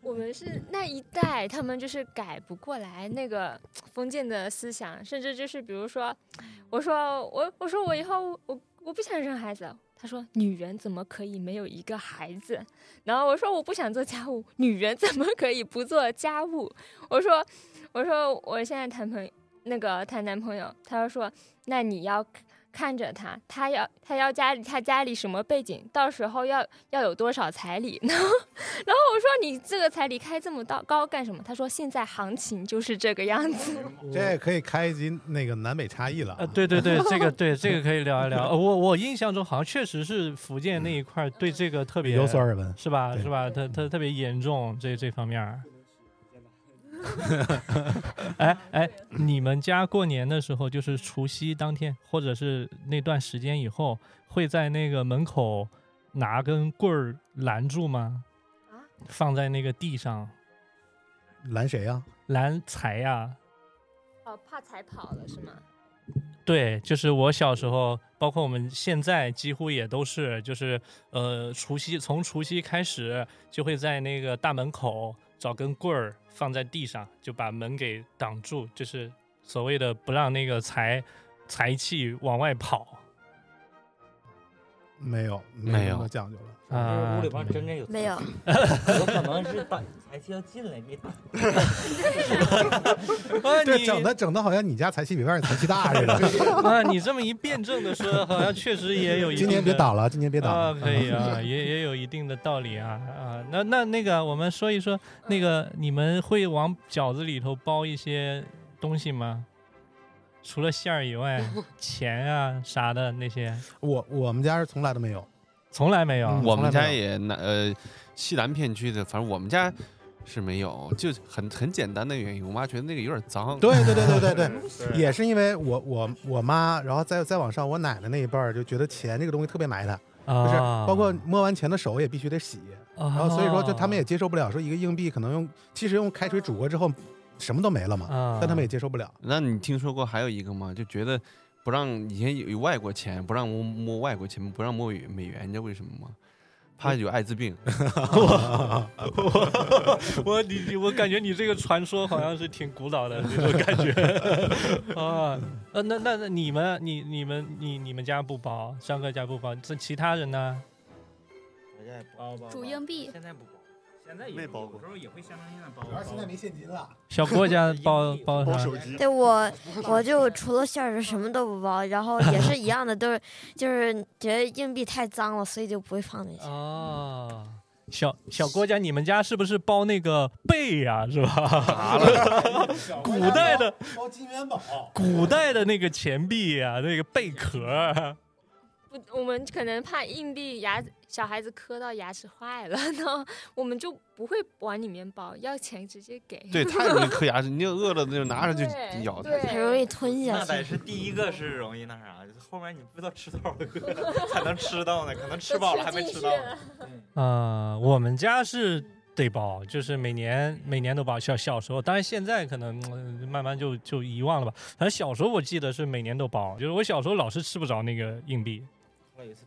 S5: 我们是那一代，他们就是改不过来那个封建的思想，甚至就是比如说，我说我我说我以后我我不想生孩子，他说女人怎么可以没有一个孩子？然后我说我不想做家务，女人怎么可以不做家务？我说我说我现在谈朋那个谈男朋友，他就说那你要看着他，他要他要家里他家里什么背景，到时候要要有多少彩礼， 然后然后我说你这个彩礼开这么高高干什么？他说现在行情就是这个样子。
S4: 这可以开一集那个南北差异了啊
S1: 呃，。对对对，这个对这 个可以聊一聊。呃我我印象中好像确实是福建那一块儿对这个特别
S4: 嗯有所耳闻，
S1: 是吧？
S4: 对
S1: 是吧？特特特别严重这这方面儿。哎哎，你们家过年的时候，就是除夕当天，或者是那段时间以后，会在那个门口拿根棍儿拦住吗？放在那个地上
S4: 拦谁啊呀？
S1: 拦财啊呀、
S5: 哦，怕踩跑了是吗？
S1: 对，就是我小时候，包括我们现在，几乎也都是，就是呃，除夕从除夕开始，就会在那个大门口找根棍儿放在地上，就把门给挡住，就是所谓的不让那个财财气往外跑
S4: 没有，
S11: 没
S4: 有
S11: 有
S4: 那么讲究了。
S1: 啊。
S3: 屋里边真真有，
S7: 没有，
S3: 有可能是把财气要进来给 打。
S1: 啊
S4: 这
S1: 你
S4: 整的整的好像你家财气比外面财气大 似的。
S1: 啊，你这么一辩证的说，好像确实也有一
S4: 今年
S1: 定
S4: 别
S1: 的
S4: 打了，今年别打
S1: 啊，
S4: 了。
S1: 可以啊，也也有一定的道理啊啊。那那那个，我们说一说那个，你们会往饺子里头包一些东西吗？除了馅儿以外，钱啊啥的那些，
S4: 我我们家是从来都没有，
S1: 从来没有。
S4: 嗯
S11: 啊
S4: 从
S11: 我们
S4: 来没
S11: 家
S4: 有
S11: 也南呃西南片区的，反正我们家是没有，就很很简单的原因，我妈觉得那个有点脏。
S4: 对对对对对对，也是因为我我我妈，然后再再往上，我奶奶那一辈儿就觉得钱这个东西特别埋汰，就是
S1: 啊
S4: 包括摸完钱的手也必须得洗，然后所以说就他们也接受不了，说一个硬币可能用其实用开水煮过之后什么都没了嘛，
S1: 啊
S4: 但他们也接受不了。
S11: 那你听说过还有一个吗？就觉得不让以前有有外国钱，不让摸摸外国钱，不让摸美美元，你知道为什么吗？怕有艾 滋病。
S1: 我 我你你我感觉你这个传说好像是挺古老的这种感觉啊。呃，那那那你们你你们你你们家不包，上课家不包，这其他人呢？
S9: 主硬币
S2: 现在不包，现在
S6: 没包过，
S3: 时候也会像现在包
S4: 主要现在没现金了，
S1: 小郭家包 包啥？
S7: 对我，我就除了馅儿什么都不包，然后也是一样的，都是就是觉得硬币太脏了，所以就不会放进去。
S1: 哦，小小郭家，你们家是不是包那个贝呀、是吧？ 古代的
S4: 包金元宝，
S1: 古代的那个钱币呀、那个贝壳儿。
S5: 不，我们可能怕硬币牙小孩子磕到牙齿坏了，然后我们就不会往里面包，要钱直接给。
S11: 对，太容易磕牙齿，你就饿了就拿着就
S5: 对
S11: 咬它。
S5: 对
S7: 很容易吞下
S2: 那得
S7: 去。
S2: 是第一个是容易那啥，后面你不知道吃多少个 才能吃到呢，可能吃饱了还没吃到呢。
S1: 啊、我们家是得包，就是每年每年都包。小小时候，当然现在可能、呃慢慢就就遗忘了吧。反正小时候我记得是每年都包，就是我小时候老是吃不着那个硬币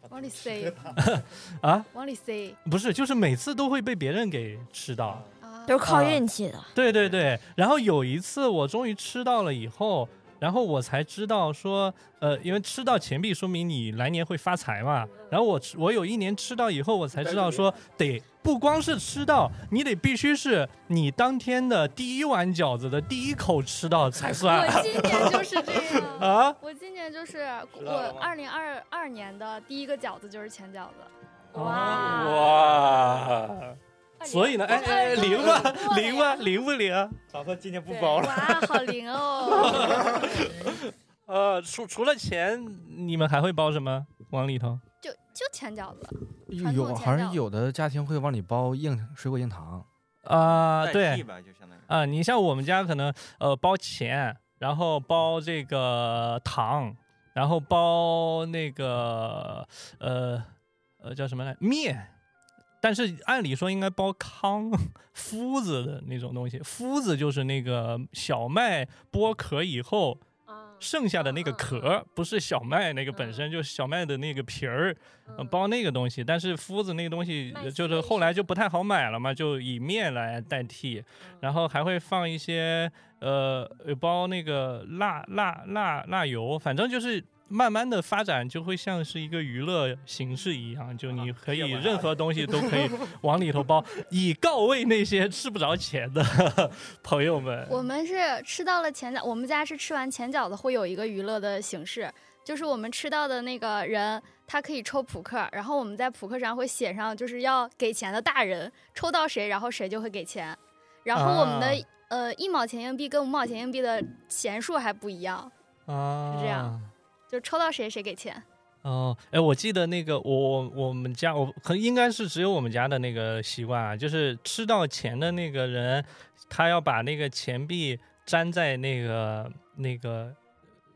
S9: 往里塞，
S1: 啊，
S9: 往里塞
S1: 不是，就是每次都会被别人给吃到。
S9: 啊！
S7: 都是靠运气的，
S1: 对对对，然后有一次我终于吃到了以后，然后我才知道说，呃，因为吃到钱币说明你来年会发财嘛。然后我吃我有一年吃到以后，我才知道说得不光是吃到，你得必须是你当天的第一碗饺子的第一口吃到才算
S9: 我今年就是这样。
S1: 啊。
S9: 我今年就是我二零二二年的第一个饺子就是钱饺子，
S1: 哦哇！啊所以呢，哎哎，哎灵吧
S9: 我
S1: 灵吧灵不啊灵？
S2: 咋说今年不
S9: 对
S2: 包了？
S9: 哇，啊好灵哦！
S1: 呃，除除了钱，你们还会包什么往里头？
S9: 就就钱饺子，
S8: 有
S9: 传统
S8: 有
S9: 前
S8: 好像
S9: 料
S8: 有的家庭会往里包硬水果硬糖，
S1: 啊、
S2: 代
S1: 对
S2: 替，吧，就相当于。
S1: 啊、你像我们家可能呃包钱，然后包这个糖，然后包那个呃呃叫什么来面，但是按理说应该包糠、 麸子的那种东西。麸子就是那个小麦剥壳以后
S5: 啊，
S1: 剩下的那个
S5: 嗯嗯
S1: 壳
S5: 嗯
S1: 儿，不是小麦那个本
S5: 嗯
S1: 身，就是小麦的那个皮儿。呃
S5: 嗯
S1: 包那个东西，但是麸子那个东西
S5: 麦
S1: 呃
S5: 穗
S1: 就是后来就不太好买了嘛，就以面来代替，
S5: 嗯
S1: 然后还会放一些呃呃包那个辣辣辣辣油，反正就是慢慢的发展就会像是一个娱乐形式一样，就
S5: 啊
S1: 你可以任何东西都可以往里头包，以告慰那些吃不着钱的朋友们。
S9: 我们是吃到了前饺，我们家是吃完前饺子会有一个娱乐的形式，就是我们吃到的那个人，他可以抽扑克，然后我们在扑克上会写上就是要给钱的大人，抽到谁，然后谁就会给钱。然后我们的、
S1: 啊
S9: 呃一毛钱硬币跟五毛钱硬币的钱数还不一样，
S1: 啊，
S9: 是这样。就抽到谁谁给钱。
S1: 哦，哎，我记得那个我我们家我可应该是只有我们家的那个习惯啊，就是吃到钱的那个人，他要把那个钱币粘在那个那个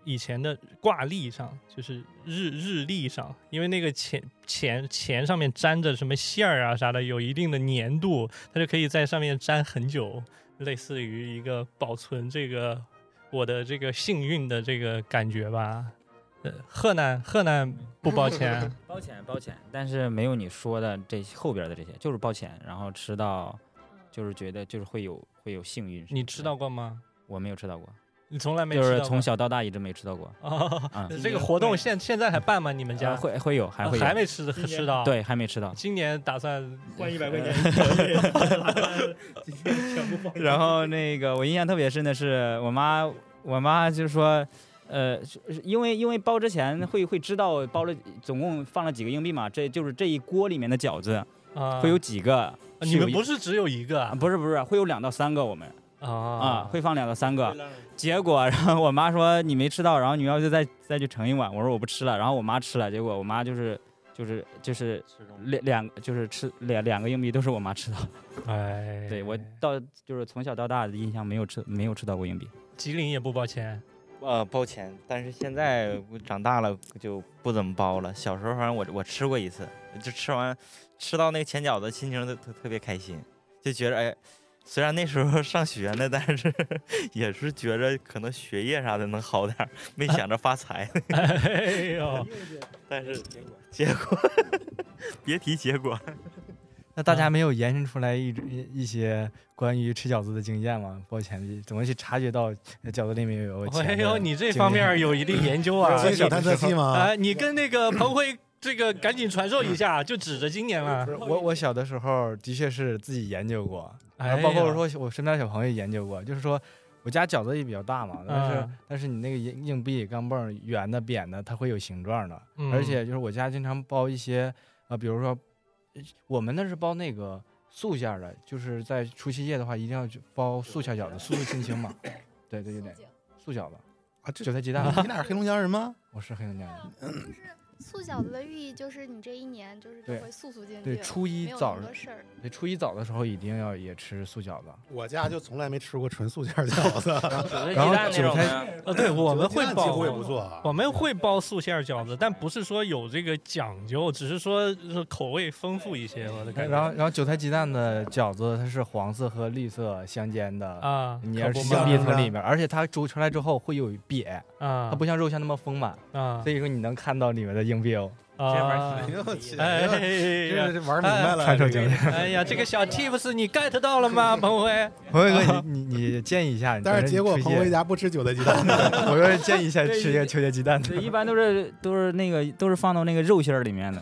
S1: 以前的挂历上，就是日日历上，因为那个钱钱钱上面粘着什么馅儿啊啥的，有一定的粘度，他就可以在上面粘很久，类 似于一个保存这个我的这个幸运的这个感觉吧。呃，河南河南 不包 钱
S3: 包钱包钱，但是没有你说的这些后边的这些，就是包钱，然后吃到，就是觉得就是会有会有幸运。
S1: 你吃到？过吗？
S3: 我没有吃到过，
S1: 你从来没
S3: 就
S1: 吃
S3: 是
S1: 到
S3: 从
S1: 过
S3: 小到大一直没吃到过。
S1: 哦，
S3: 啊，
S1: 这个活动现现在还办吗？你们家
S3: 呃会会有还会有
S1: 还没吃吃到？，
S3: 对还没吃到。
S1: 今年打算
S2: 换一百块钱，
S3: 然后那个我印象特别深的是，我妈我妈就说，呃，是是因为因为包之前会会知道包了总共放了几个硬币嘛，这就是这一锅里面的饺子
S1: 啊，
S3: 会有几个，
S1: 你们不
S3: 是
S1: 是只有一个
S3: 有一
S1: 啊
S3: 啊不是不是会有两到三个我们。啊，会放两个三个。结果，然后我妈说你没吃到，然后你要就再再去盛一碗。我说我不吃了，然后我妈吃了，结果我妈就是就是就是两两就是吃两两个硬币都是我妈吃到。
S1: 哎，
S3: 对我到就是从小到大的印象没有吃没有吃到过硬币。
S1: 吉林也不包钱，
S2: 呃，包钱，但是现在我长大了就不怎么包了。小时候反正我我吃过一次，就吃完吃到那个钱饺子，心情特特特别开心，就觉得哎，虽然那时候上学呢，但是 也是觉着可能学业啥的能好点儿，没想着发财。
S1: 哎呦，
S2: 但是 结果 别提结果，
S8: 那大
S1: 嗯
S8: 家没有延伸出来一一一些关于吃饺子的经验吗？包钱的怎么去察觉到呃饺子里面有钱的
S1: 哎
S8: 经验？
S1: 呦，你这方面有一定研究 啊！
S4: 所以小探测器吗
S1: 哎，你跟那个彭辉这个赶紧传授一下，就指着今年了
S8: 不是。我我小的时候的确是自己研究过，
S1: 哎呀
S8: 包括说我身边的小朋友也研究过，就是说我家饺子也比较大嘛，但是、
S1: 嗯
S8: 但是你那个硬硬币、钢镚儿、圆的、扁的，它会有形状的，
S1: 嗯
S8: 而且就是我家经常包一些呃，比如说呃我们那是包那个素馅儿的，就是在除夕夜的话一定要去包素馅饺子，素素清清 嘛，对对对对，素饺子
S4: 啊，
S8: 韭菜鸡蛋，
S4: 你俩是黑龙江人吗？
S8: 我是黑龙江人。
S9: 素饺子的寓意就是你这一年就是都
S8: 对
S9: 会素素净净，
S8: 对，初一
S9: 没有
S8: 早
S9: 那么多事儿。
S8: 对，初一早的时候一定要也吃素饺子。
S4: 我家就从来没吃过纯素馅儿 饺子，
S8: 然后韭菜，
S1: 呃，对我们会包，
S4: 几乎也不错啊。
S1: 我们会包素馅儿饺子，但不是说有这个讲究，只是说是口味丰富一些。我的感觉，
S8: 然后然后韭菜鸡蛋的饺子，它是黄色和绿色相间的
S1: 啊
S8: 你
S1: 可
S8: 要
S1: 不
S8: 是
S1: 嘛
S8: 硬币从里面，而且它煮出来之后会有瘪
S1: 啊
S8: 它不像肉馅那么丰满
S1: 啊
S8: 所以说你能看到里面的硬币哦。
S1: 啊， 哎呀，
S4: 这是玩明白了
S1: 哎
S8: 传授经验
S1: 哎呀，这个小 tips 你 get 到了吗，彭辉？
S8: 彭伟哥，你你你建议一下，
S4: 但是结果彭辉
S8: 家，
S4: 家不吃韭菜鸡蛋 的，
S8: 我说建议一下吃一个球鞋鸡蛋的，
S3: 对，一般都是都是那个都是放到那个肉馅 儿里面的，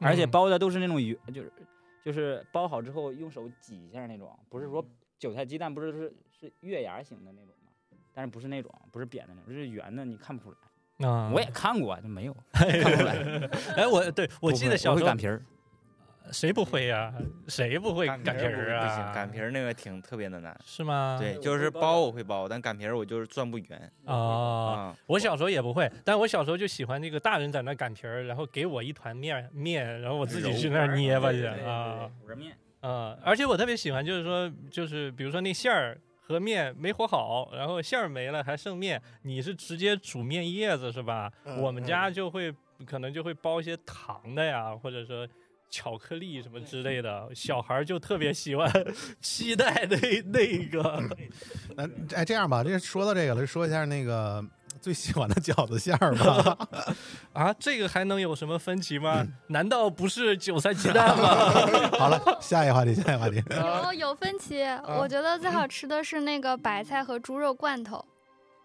S1: 嗯
S3: 而且包的都是那种圆，就是就是包好之后用手挤一下那种，不是说韭菜鸡蛋不是是是月牙形的那种吗？但是不是那种，不是扁的那种，是圆的，你看不出来。
S1: 啊
S3: 我也看过，就没有看不出来。
S1: 哎，我对我记得小
S3: 不会我会
S1: 时候
S3: 擀皮儿，
S1: 谁不会呀？谁不会擀皮儿
S2: 不行，
S1: 啊？
S2: 擀皮儿那个挺特别的难。
S1: 是吗？
S2: 对，就是包我会包，但擀皮儿我就是转不圆。
S1: 哦，
S2: 啊，
S1: 我小时候也不会，但我小时候就喜欢那个大人在那擀皮儿，然后给我一团面面，然后我自己去那儿捏吧去啊
S3: 五仁面。
S1: 啊！而且我特别喜欢，就是说，就是比如说那馅儿和面没和好，然后馅儿没了还剩面，你是直接煮面叶子是吧？
S6: 嗯
S1: 我们家就会可能就会包一些糖的呀，或者说。巧克力什么之类的，小孩儿就特别喜欢期待那那个
S4: 那哎，这样吧，这说到这个了，说一下那个最喜欢的饺子馅儿吧。
S1: 啊，这个还能有什么分歧吗？
S6: 嗯
S1: 难道不是韭菜鸡蛋吗？
S4: 好了，下一个话题，下一个话题。
S9: 有哦有分歧，
S4: 嗯
S9: 我觉得最好吃的是那个白菜和猪肉罐头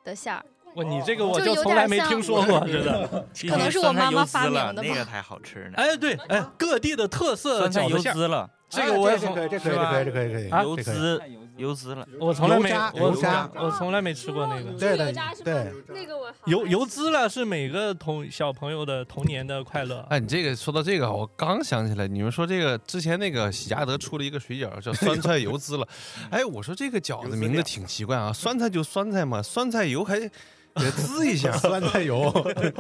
S9: 的馅儿，
S1: 我你这个我
S9: 就
S1: 就
S9: 有
S1: 从
S9: 点
S1: 来没
S9: 像
S1: 听说过，真的。
S9: 可能是我妈妈发明的吧
S2: 那个才好吃呢。
S1: 哎，对，哎，各地的特色
S2: 酸菜
S1: 饺
S2: 油
S1: 子馅儿，
S2: 滋了，
S1: 这个我也
S4: 啊这
S1: 从
S4: 可以，这可以，这可以，这可以，这可以。
S1: 啊
S2: 油
S4: 这可以
S2: 滋油滋了，
S1: 我从来没
S4: 油炸
S1: 我
S4: 油炸
S1: 我从来没吃过那个
S4: 对
S5: 油
S4: 的
S5: 炸是，吧
S4: 对，？
S5: 那个我好
S1: 油油滋了，是每个童小朋友的童年的快乐。
S11: 哎，你这个说到这个，我刚想起来，你们说这个之前那个喜家德出了一个水饺叫酸菜油滋了，哎，我说这个饺子名字挺奇怪啊，酸菜就酸菜嘛，酸菜油还得滋一下
S4: 酸菜油，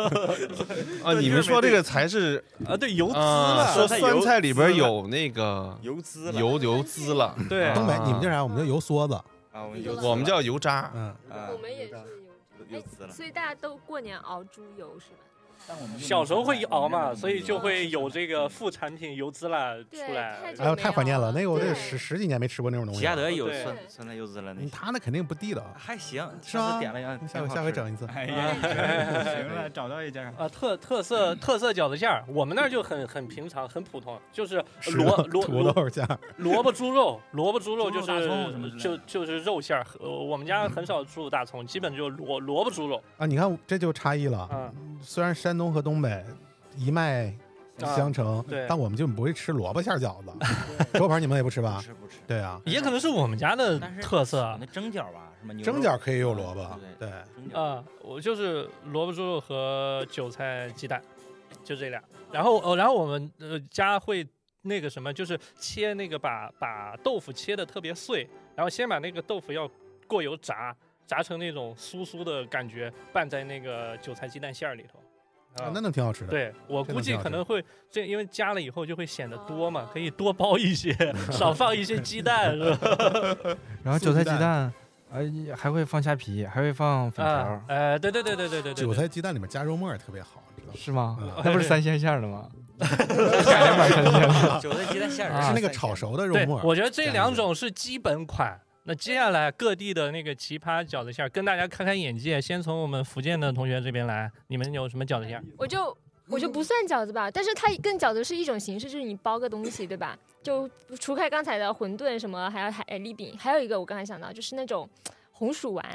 S11: 啊，你们说这个才是
S1: 啊，对，油滋
S11: 啊，
S1: 了
S11: 说，酸菜里边有那个
S2: 油滋了
S11: 油油滋了，
S1: 对
S11: 啊
S4: 东北你们叫啥？我们叫油梭子。
S2: 啊，我
S5: 油
S2: 油
S5: 滋
S11: 我们叫油渣，
S4: 嗯，
S2: 啊
S5: 我们也是油
S2: 油滋了。
S5: 所以大家都过年熬猪油是吧？
S2: 嗯
S1: 小时候会熬嘛，所以就会有这个副产品油滋了出
S9: 对
S1: 来
S9: 太。久
S4: 哎呦，太怀念了，
S1: 啊
S4: 那个我得
S5: 对
S4: 十十几年没吃过那种东
S2: 喜
S4: 西
S2: 家
S4: 了。
S2: 德有
S1: 对
S2: 酸酸菜油滋了那
S4: 嗯
S2: 个，
S4: 他那肯定不地道，
S2: 还行，
S4: 是
S2: 上次
S4: 吗
S2: 点了一样，
S4: 下回
S2: 挺好
S4: 下回
S2: 吃
S4: 整一次。
S3: 哎呀，行了，找到一家。
S1: 啊，特特色特色饺子馅儿，我们那儿就很很平常，很普通，就是
S4: 是
S1: 萝
S4: 的
S1: 萝
S4: 土
S1: 萝
S4: 豆馅儿，
S1: 萝卜猪肉，萝卜猪肉就
S3: 猪肉大葱什么
S1: 是
S3: 之类
S1: 就
S3: 的
S1: 就是肉馅儿，呃我们家很少猪肉大葱，基本就萝萝卜猪肉。
S4: 啊！你看这就差异了。
S1: 啊，
S4: 虽然山东和东北一脉相承，
S1: 对
S4: 但我们就不会吃萝卜馅儿饺子。周鹏，你们也不吃
S2: 不
S4: 吧？
S2: 吃不吃。
S4: 对啊，
S1: 也可能是我们家的
S2: 但是
S1: 特色
S2: 那蒸饺吧，什么牛肉
S4: 蒸饺可以有萝卜
S2: 啊，对
S4: 对。
S2: 对，蒸饺
S1: 啊。我就是萝卜猪肉和韭菜鸡蛋，就这俩。然后呃，然后我们呃家会那个什么，就是切那个把把豆腐切的特别碎，然后先把那个豆腐要过油炸，炸成那种酥酥的感觉，拌在那个韭菜鸡蛋馅儿里头。
S4: 啊那能挺好吃的
S1: 对我
S4: 这
S1: 估
S4: 能
S1: 计
S4: 挺好
S1: 可
S4: 吃
S1: 能会这，因为加了以后就会显得多嘛，可以多包一些， 少放一些鸡蛋，是吧？
S8: 然后韭菜鸡蛋，呃，还会放虾皮，还会放粉条
S1: 啊
S8: 儿，，
S1: 哎，对对对对对对对，
S4: 韭菜鸡蛋里面加肉末儿也特别好，你知道吗？
S8: 是吗
S4: 嗯？
S8: 那不是三鲜馅儿的吗？
S1: 改良版三鲜
S8: 了
S4: 韭菜鸡蛋馅儿
S8: 啊
S4: 是那个炒熟的肉
S1: 啊对
S4: 末儿
S1: 我觉得这两种是基本款。那接下来各地的那个奇葩饺子馅儿，跟大家开开眼界。先从我们福建的同学这边来，你们有什么饺子馅儿？
S5: 我就我就不算饺子吧，但是它更饺子是一种形式，就是你包个东西，对吧？就除开刚才的馄饨什么，还有海海蛎饼，还有一个我刚才想到就是那种红薯丸，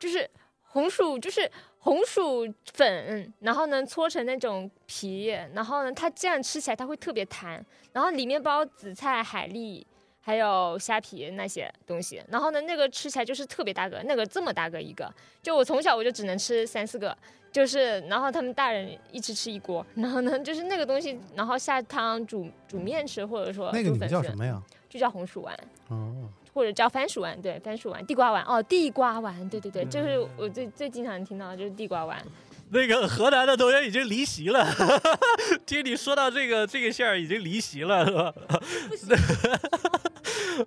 S5: 就是红薯就是红薯粉，然后呢搓成那种皮，然后呢它这样吃起来它会特别弹，然后里面包紫菜、海蛎。还有虾皮那些东西，然后呢，那个吃起来就是特别大个，那个这么大个一个，就我从小我就只能吃三四个，就是然后他们大人一起吃一锅，然后呢，就是那个东西，然后下汤煮煮面吃，或者说
S4: 那
S5: 煮
S4: 个你们
S5: 粉
S4: 叫
S5: 丝
S4: 什么呀？
S5: 就叫红薯丸，
S4: 哦，
S5: 或者叫番薯丸，对，番薯丸、地瓜丸，哦，地瓜丸，对对对，这是我最最经常听到的就是地瓜丸，
S1: 那个河南的同学已经离席了， 听你说到这个这个馅儿已经离席了，是吧？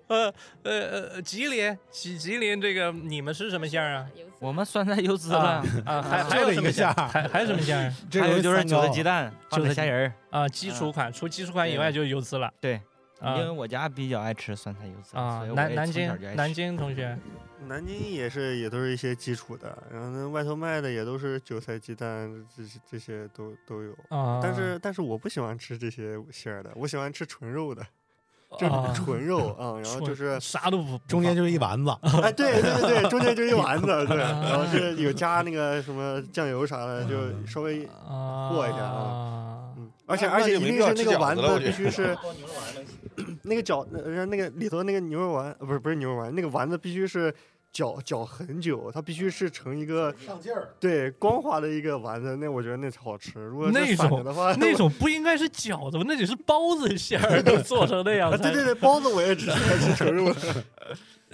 S1: 呃呃呃，吉林吉吉林这个你们是什么馅儿啊？
S15: 我们酸菜油滋
S1: 啊
S15: 了
S1: 啊，还还有什么馅儿？还还有什么馅 儿？
S2: 还有就是韭菜鸡蛋、
S1: 韭菜
S2: 菜虾仁儿
S1: 啊，基础款，除基础款以外就是油滋了。
S2: 对，
S1: 啊
S2: 因为我家比较爱吃酸菜油滋
S1: 啊
S2: 所以，我
S1: 南
S2: 也
S1: 南
S2: 从小
S1: 京
S2: 就爱吃
S1: 南京同学，
S6: 南京也是也都是一些基础的，然后那外头卖的也都是韭菜鸡蛋，这些这些都都有。
S1: 啊
S6: 但是但是我不喜欢吃这些馅儿的，我喜欢吃纯肉的，这
S1: 啊
S6: 种纯肉啊、然后就是
S1: 啥都不，
S4: 中间就是一丸子。
S6: 哎，对对对对，中间就一丸子，对，然后是有加那个什么酱油啥的，
S1: 嗯
S6: 就稍微和一下啊。嗯，而且
S11: 那
S6: 而且
S11: 那
S6: 一
S11: 就没
S6: 定
S11: 必要
S6: 是那
S11: 吃
S6: 个
S11: 饺
S6: 丸
S11: 子了我
S6: 子
S11: 觉
S6: 必
S11: 得
S6: 须是那个饺，呃，那个里头那个牛肉丸，呃不是不是牛肉丸，那个丸子必须是搅搅很久，它必须是成一个
S4: 上劲儿，
S6: 对，光滑的一个丸子，那我觉得那才好吃。如果是
S1: 那
S6: 散着
S1: 种
S6: 的话，
S1: 那种不应该是饺子吗？那得是包子馅儿都做成那样。
S6: 啊对对对，包子我也只爱吃纯 肉的。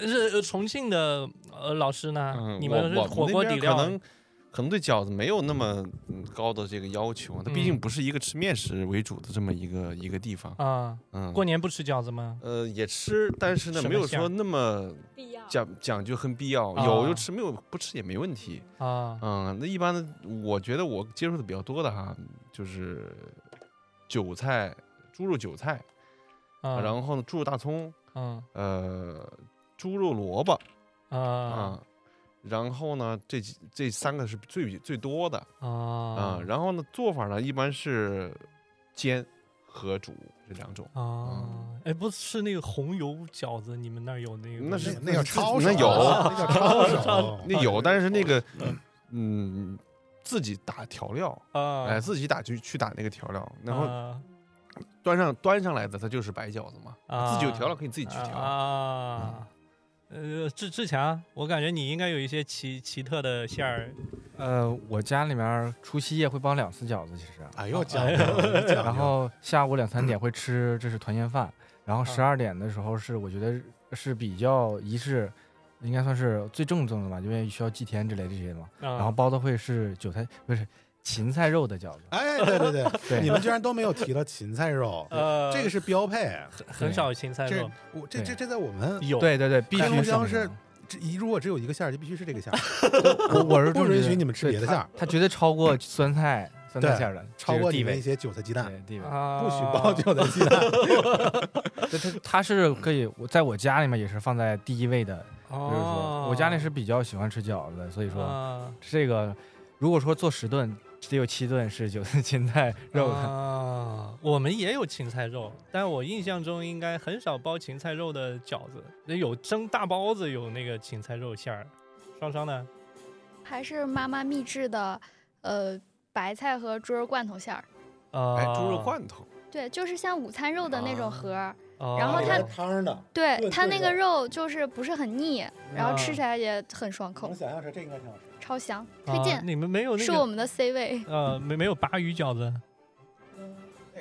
S1: 是呃重庆的呃老师呢？你们
S11: 嗯
S1: 是
S11: 我我
S1: 火
S11: 那
S1: 锅
S11: 边
S1: 底料啊
S11: 可能可能对饺子没有那么嗯高的这个要求，啊它毕竟
S1: 嗯
S11: 不是一个吃面食为主的这么一个一个地方
S1: 啊？
S11: 嗯，
S1: 过年不吃饺子吗？
S11: 呃也吃，但是呢
S1: 什么
S11: 没有
S1: 馅儿
S11: 说那么讲讲究和必要，
S1: 啊
S11: 有就吃，没有不吃也没问题。
S1: 啊
S11: 嗯，那一般的我觉得我接触的比较多的哈，就是韭菜、猪肉韭菜，
S1: 啊
S11: 然后呢猪肉大葱，
S1: 嗯
S11: 呃，猪肉萝卜
S1: 啊
S11: 啊、然后呢这几这三个是最最多的啊、
S1: 啊
S11: 然后呢做法呢一般是煎和煮这两种。
S1: 啊！
S11: 嗯
S1: 哎，不是那个红油饺子，你们那儿有那个？
S11: 那是
S4: 那叫抄手啊
S11: 那有
S4: 那叫抄手 啊
S11: 那
S1: 啊
S11: 有，但是那个嗯，自己打调料
S1: 啊
S11: 哎，自己打去去打那个调料，然后
S1: 啊
S11: 端上端上来的它就是白饺子嘛，
S1: 啊
S11: 自己有调料可以自己去调。嗯
S1: 啊。呃，志志强，我感觉你应该有一些奇奇特的馅儿。
S8: 呃，我家里面儿除夕夜会包两次饺子，其实。
S4: 哎
S1: 呦讲究哎呦
S8: 然后下午两三点会吃，这是团圆饭。然后十二点的时候是我觉得是比较仪式，应该算是最正宗的吧，因为需要祭天之类这些嘛。
S4: 啊
S8: 然后包的会是韭菜，不是芹菜肉的饺子。
S4: 哎，对对 对，
S8: 对
S4: 你们居然都没有提到芹菜肉，
S1: 呃
S4: 这个是标配，
S1: 很少有芹菜肉
S4: 这我这这
S1: 对
S4: 这在我们
S1: 有
S8: 对对对必须
S4: 黑龙
S8: 是
S4: 江
S8: 这
S4: 是，这一如果只有一个馅儿，就必须是这个 馅儿。
S8: 我我是这
S4: 不
S8: 么觉
S4: 允
S8: 得
S4: 许你们吃
S8: 对
S4: 别的
S8: 它
S4: 馅儿，
S8: 它绝对超过酸菜酸菜
S4: 对
S8: 馅儿的，
S4: 超
S8: 这
S4: 过
S8: 是
S4: 你
S8: 地
S4: 们
S8: 位
S4: 一些韭菜鸡蛋，
S8: 地位
S1: 啊
S4: 不许包韭菜鸡蛋。
S8: 对，它它是可以，我在我家里面也是放在第一位的。
S1: 哦
S8: 就是说，我家里是比较喜欢吃饺子的，所以
S1: 啊
S8: 说这个如果说做十顿，只有七顿是韭菜 芹菜肉的。
S1: 啊，我们也有芹菜肉，但我印象中应该很少包芹菜肉的饺子，那有蒸大包子，有那个芹菜肉馅儿。双双呢？
S9: 还是妈妈秘制的，呃，白菜和猪肉罐头馅儿。
S1: 啊，
S11: 哎，猪肉罐头，
S9: 对，就是像午餐肉的那种盒儿，
S1: 哦
S9: 然后它
S4: 汤的，
S9: 对
S4: 啊炖
S9: 它那
S4: 炖
S9: 个
S4: 的
S9: 肉就是不是很腻，然后吃起来也很爽口，
S4: 想象出这应该挺好吃。哎
S9: 超香，推
S1: 啊
S9: 荐。
S1: 你们没有那个
S9: 是我们的 C 位，
S1: 呃，没没有鲅鱼饺子，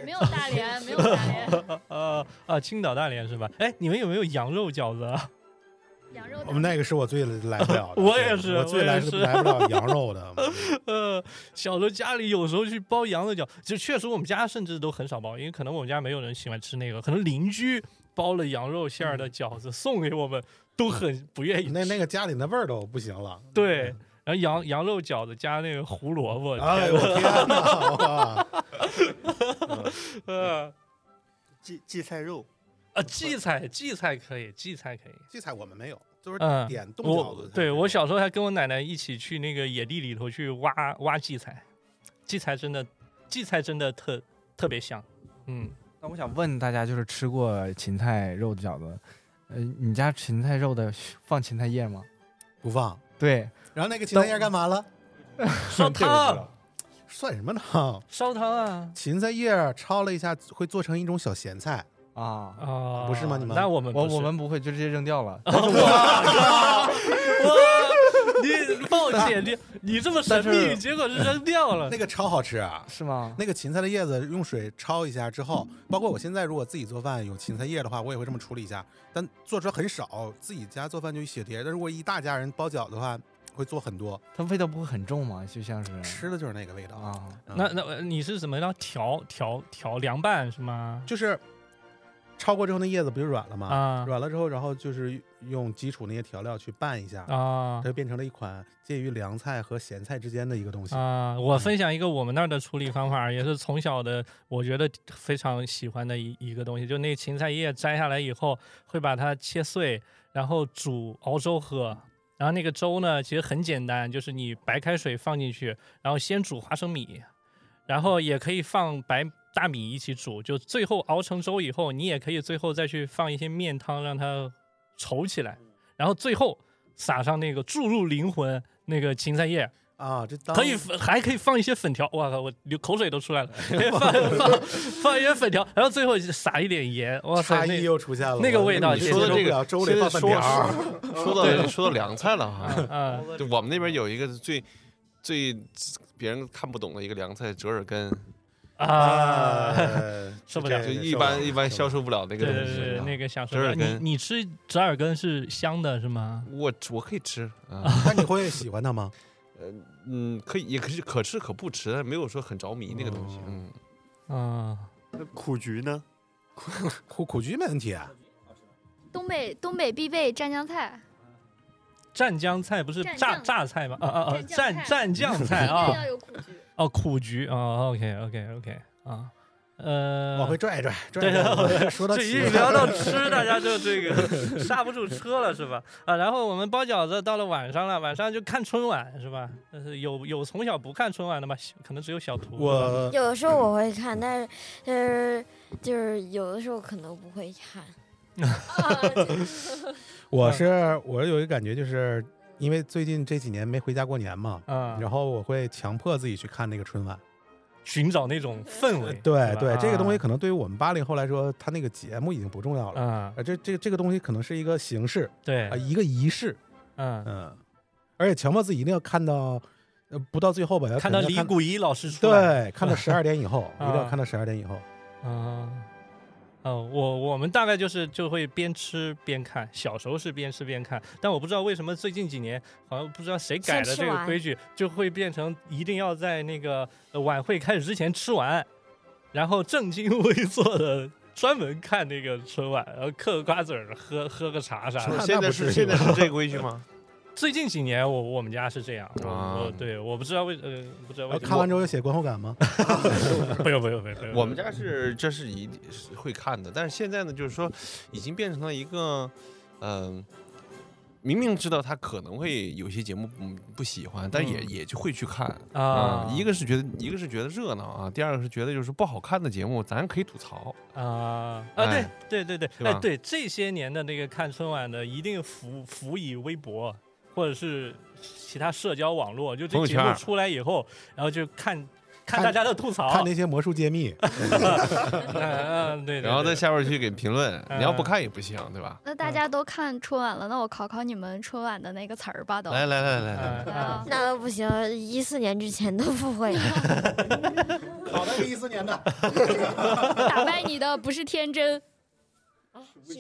S9: 没有 大连， 没有大连。
S1: 呃啊，青岛大连是吧？哎，你们有没有羊肉饺子啊？
S9: 羊肉
S4: 我们那个是我最来不了的，
S1: 我也是，
S4: 我最来
S1: 也是
S4: 来不了羊肉的。
S1: 呃，小时候家里有时候去包羊肉饺，就确实我们家甚至都很少包，因为可能我们家没有人喜欢吃那个，可能邻居包了羊肉馅儿的饺子送给我们，都很不愿意。
S4: 那那个家里那味儿都不行了。
S1: 对，然后羊羊肉饺子加那个胡萝卜，
S4: 哎呦
S1: 天
S4: 我
S1: 哪
S4: 天
S1: 啊
S4: 哪！
S1: 呃，
S6: 荠荠菜肉
S1: 啊，荠菜荠菜可以，荠菜可以。
S4: 荠菜我们没有，就是
S1: 嗯，
S4: 点冻饺
S1: 我
S4: 子。
S1: 对我小时候还跟我奶奶一起去那个野地里头去挖挖荠菜，荠菜真的荠菜真的特特别 香。嗯，
S8: 那我想问大家，就是吃过芹菜肉的饺子，呃，你家芹菜肉的放芹菜叶吗？
S4: 不放。
S8: 对，
S4: 然后那个芹菜叶干嘛了？
S1: 烧汤，
S4: 涮什么呢？
S1: 烧汤 啊
S4: 芹菜叶儿焯了一下，会做成一种小咸菜，
S8: 啊
S1: 啊
S4: 不是吗？你们
S1: 那我们
S8: 我
S1: 不是
S8: 我们不会，就直接扔掉 了。
S1: 你 抱歉，你你这么神
S4: 但
S1: 秘，
S4: 是
S1: 结果是扔掉了
S4: 那。个超好吃啊！
S8: 是吗？
S4: 那个芹菜的叶子用水焯一下之后，包括我现在如果自己做饭有芹菜叶的话，我也会这么处理一下。但做出来很少，自己家做饭就一小碟。但如果一大家人包饺子的话，会做很多，
S8: 它味道不会很重吗？就像是
S4: 吃的就是那个味道。
S8: 啊，
S4: 嗯
S1: 那那呃你是怎么让调调调凉拌是吗？
S4: 就是焯过之后，那叶子不就软了吗？
S1: 啊
S4: 软了之后，然后就是用基础那些调料去拌一下，
S1: 啊
S4: 它就变成了一款介于凉菜和咸菜之间的一个东西。嗯
S1: 啊！我分享一个我们那儿的处理方法，也是从小的我觉得非常喜欢的一一个东西，就那芹菜叶摘下来以后，会把它切碎，然后煮熬粥喝。然后那个粥呢，其实很简单，就是你白开水放进去，然后先煮花生米，然后也可以放白大米一起煮，就最后熬成粥以后，你也可以最后再去放一些面汤让它稠起
S4: 嗯
S1: 来，然后最后撒上那个注入灵魂那个芹菜叶，
S4: 啊，这当
S1: 可以粉还可以放一些粉条，哇靠，我流口水都出来 了，可以放放放一些粉条，然后最后撒一点盐，哇塞，
S4: 差异
S1: 那
S4: 又出现了。
S1: 那个
S4: 我
S1: 味道
S4: 你
S1: 也
S4: 说的
S1: 是
S4: 这
S11: 受不
S4: 个
S11: 了
S4: 粥
S11: 粥
S4: 里
S11: 里
S4: 放
S11: 放
S4: 粉
S11: 粉
S4: 条
S11: 条
S4: 儿
S11: 儿，说到说到凉菜了哈，
S1: 啊
S11: 就我们那边有一个最最别人看不懂的一个凉菜，折耳根，啊
S1: 啊， 受不了
S11: 就一般一般消受不了那
S1: 对
S11: 个
S1: 对
S11: 东
S1: 对，
S11: 西啊
S1: 对。那个享受
S11: 折耳
S1: 感。你
S11: 根
S1: 你吃折耳根是香的是吗？
S11: 我我可以吃啊，
S4: 那你会喜欢它 吗？
S11: 嗯，可以也可以可吃可不吃，但没有说很着迷那个东西。嗯，
S1: 啊，
S6: 苦菊呢？
S4: 苦苦菊没问题啊，
S9: 东北东北必备蘸酱菜，
S1: 蘸酱菜不是
S9: 蘸
S1: 榨
S9: 酱
S1: 榨菜
S4: 嗯
S1: 吗？啊啊啊，
S9: 蘸
S1: 蘸
S9: 酱
S1: 蘸酱菜
S9: 一定要
S1: 啊，
S9: 有苦菊。
S1: 哦，苦菊啊，OK OK OK 啊，呃，
S4: 往回拽一拽，拽
S1: 对
S4: 一 拽。说到
S1: 这
S4: 起
S1: 一聊到吃，大家就这个刹不住车了，是吧？啊，然后我们包饺子到了晚上了，晚上就看春晚，是吧？但是有有从小不看春晚的吗？小可能只有小图。是吧
S4: 我
S7: 有的时候我会看，但是就是就是有的时候可能不会看。
S4: 我是我有一个感觉，就是因为最近这几年没回家过年嘛，
S1: 啊，
S4: 然后我会强迫自己去看那个春晚。呃
S1: 寻找那种氛围。啊
S4: 对对，这个东西
S1: 西
S4: 可能对于我们八零后来说，它那个节目已经不重要了。
S1: 啊，
S4: 啊，这这个这个东西可能是一个形式
S1: 对
S4: 啊、，一个仪式，
S1: 嗯，
S4: 嗯，而且强迫自己一定要看到，呃，不到最后吧，要肯
S1: 看到
S4: 定要
S1: 李
S4: 看
S1: 谷一老师出来，
S4: 对， 看到十二点以后，一定要
S1: 啊
S4: 看到十二点以后。
S1: 啊。哦，我我们大概就是就会边吃边看，小时候是边吃边看，但我不知道为什么最近几年好像不知道谁改了
S7: 先吃
S1: 这个
S7: 完
S1: 规矩，就会变成一定要在那个呃晚会开始之前吃完，然后正襟危坐的专门看那个春晚，然后嗑个瓜子儿，喝喝个茶啥的。
S4: 那
S11: 现
S4: 不
S11: 在
S4: 至于
S11: 是现在是这个规矩吗？
S1: 最近几年我我们家是这样，我
S11: 啊
S1: 我对我不知道为呃不知道
S4: 然
S1: 为
S4: 后
S1: 什么
S4: 看完之后有写观后感吗？
S1: 不用不 用不用不用，
S11: 我们家是这是一定是会看的，但是现在呢，就是说已经变成了一个，嗯、明明知道他可能会有些节目嗯不喜欢，但也、
S1: 嗯
S11: 也就会去看嗯
S1: 啊
S11: 一个是觉得一个是觉得热闹啊，第二个是觉得就是不好看的节目咱可以吐槽，
S1: 啊啊，对
S11: 哎
S1: 对对对，
S11: 对
S1: 哎
S11: 吧
S1: 对，这些年的那个看春晚的，一定辅辅以微博或者是其他社交网络，就
S11: 朋
S1: 这
S11: 友
S1: 节目
S11: 圈
S1: 出来以后，然后就看看
S4: 看
S1: 大家的吐槽，
S4: 看那些魔术揭秘，
S1: 嗯 嗯对，对
S11: 然后在
S1: 对
S11: 下边去给评论，
S1: 嗯
S11: 你要不看也不行，对吧？
S9: 那大家都看春晚了，那我考考你们春晚的那个词儿吧，都。
S11: 来来来来来，
S1: 嗯嗯
S7: 那不行，一四年之前都不会。
S4: 考的是一四年的，
S9: 嗯打败你 的不是天真，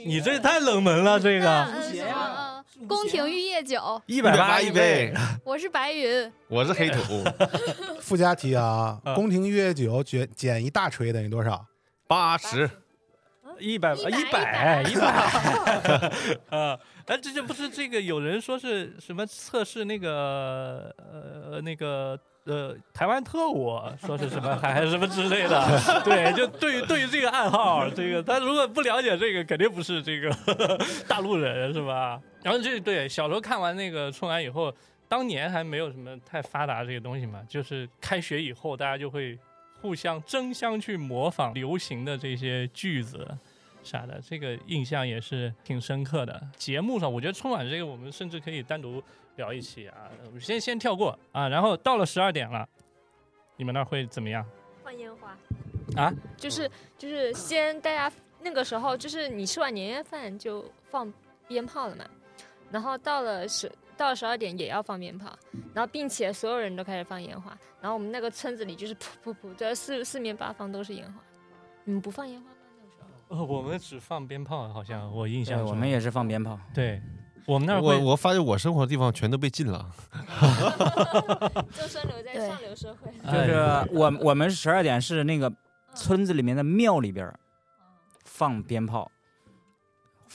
S1: 你这太冷门了，这
S9: 这
S1: 个
S9: 嗯嗯嗯宫廷玉液酒，
S11: 180一杯。
S9: 我是白云，
S11: 我是黑土，
S4: 附加题啊，
S1: 嗯
S4: 宫廷月酒减减一大锤等于多少？
S11: 八十，
S1: 一百一百 一百啊！哎，这这不是这个有人说是什么测试那个呃那个呃台湾特务， 说是什么还还是什么之类的。 对，就对于对于这个暗号，这个他如果不了解这个，肯定不是这个 大陆人是吧？然后这对小时候看完那个春晚以后，当年还没有什么太发达这个东西嘛，就是开学以后大家就会互相争相去模仿流行的这些句子啥的，这个印象也是挺深刻的。节目上，我觉得春晚这个我们甚至可以单独聊一期啊，我们先先跳过啊。然后到了十二点了，你们那儿会怎么样
S5: 放烟花，
S1: 啊？
S5: 就是就是先大家那个时候就是你吃完年夜饭就放鞭炮了嘛，然后到了十到了十二点也要放鞭炮，然后并且所有人都开始放烟花，然后我们那个村子里就是噗噗噗，这四四面八方都是烟花。你们不放烟花吗？
S1: 呃，我们只放鞭炮，好像我印象
S3: 对
S1: 中
S3: 我们也是 放鞭炮。
S1: 对， 我们那儿会
S11: 我我发现我生活的地方全都被禁了。
S5: 周深留在上流社会，
S3: 就是我我们十二点是那个村子里面的庙里边儿放鞭炮，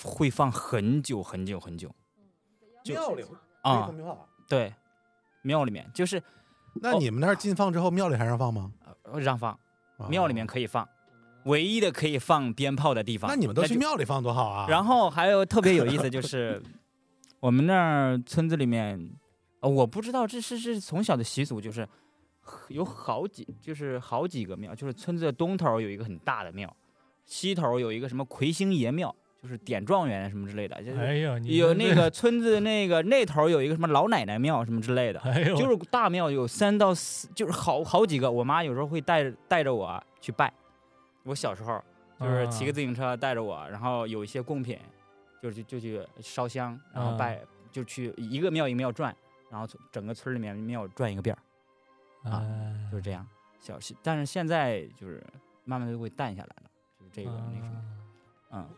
S3: 会放很久很久很久
S4: 庙里
S3: 啊、对，庙里面就是
S4: 那你们那儿禁放之后，庙里还让放吗？
S1: 哦
S3: 让放，庙里面可以放，唯一的可以放鞭炮的地方。
S4: 哦那你们都去
S3: 就
S4: 庙里放多好啊！
S3: 然后还有特别有意思就是， 我们那儿村子里面，呃，我不知道这是是从小的习俗，就是有好几就是好几个庙，就是村子的东头有一个很大的庙，西头有一个什么魁星爷庙，就是点状元什么之类的，就是
S1: 哎呦你
S3: 有
S1: 们
S3: 那
S1: 这
S3: 个村子那个那头有一个什么老奶奶庙什么之类的，
S1: 哎呦
S3: 就是大庙有三到四，就是好好几个。我妈有时候会带着带着我去拜。我小时候
S1: 啊
S3: 就是骑个自行车带着我，然后有一些贡品，就去就去烧香，然后拜，就去一个庙一个庙转，然后从整个村里面庙转一个遍儿，啊，
S1: 哎
S3: 就是这样。小，但是现在就是慢慢就会淡下来了，就是这个那什么，嗯，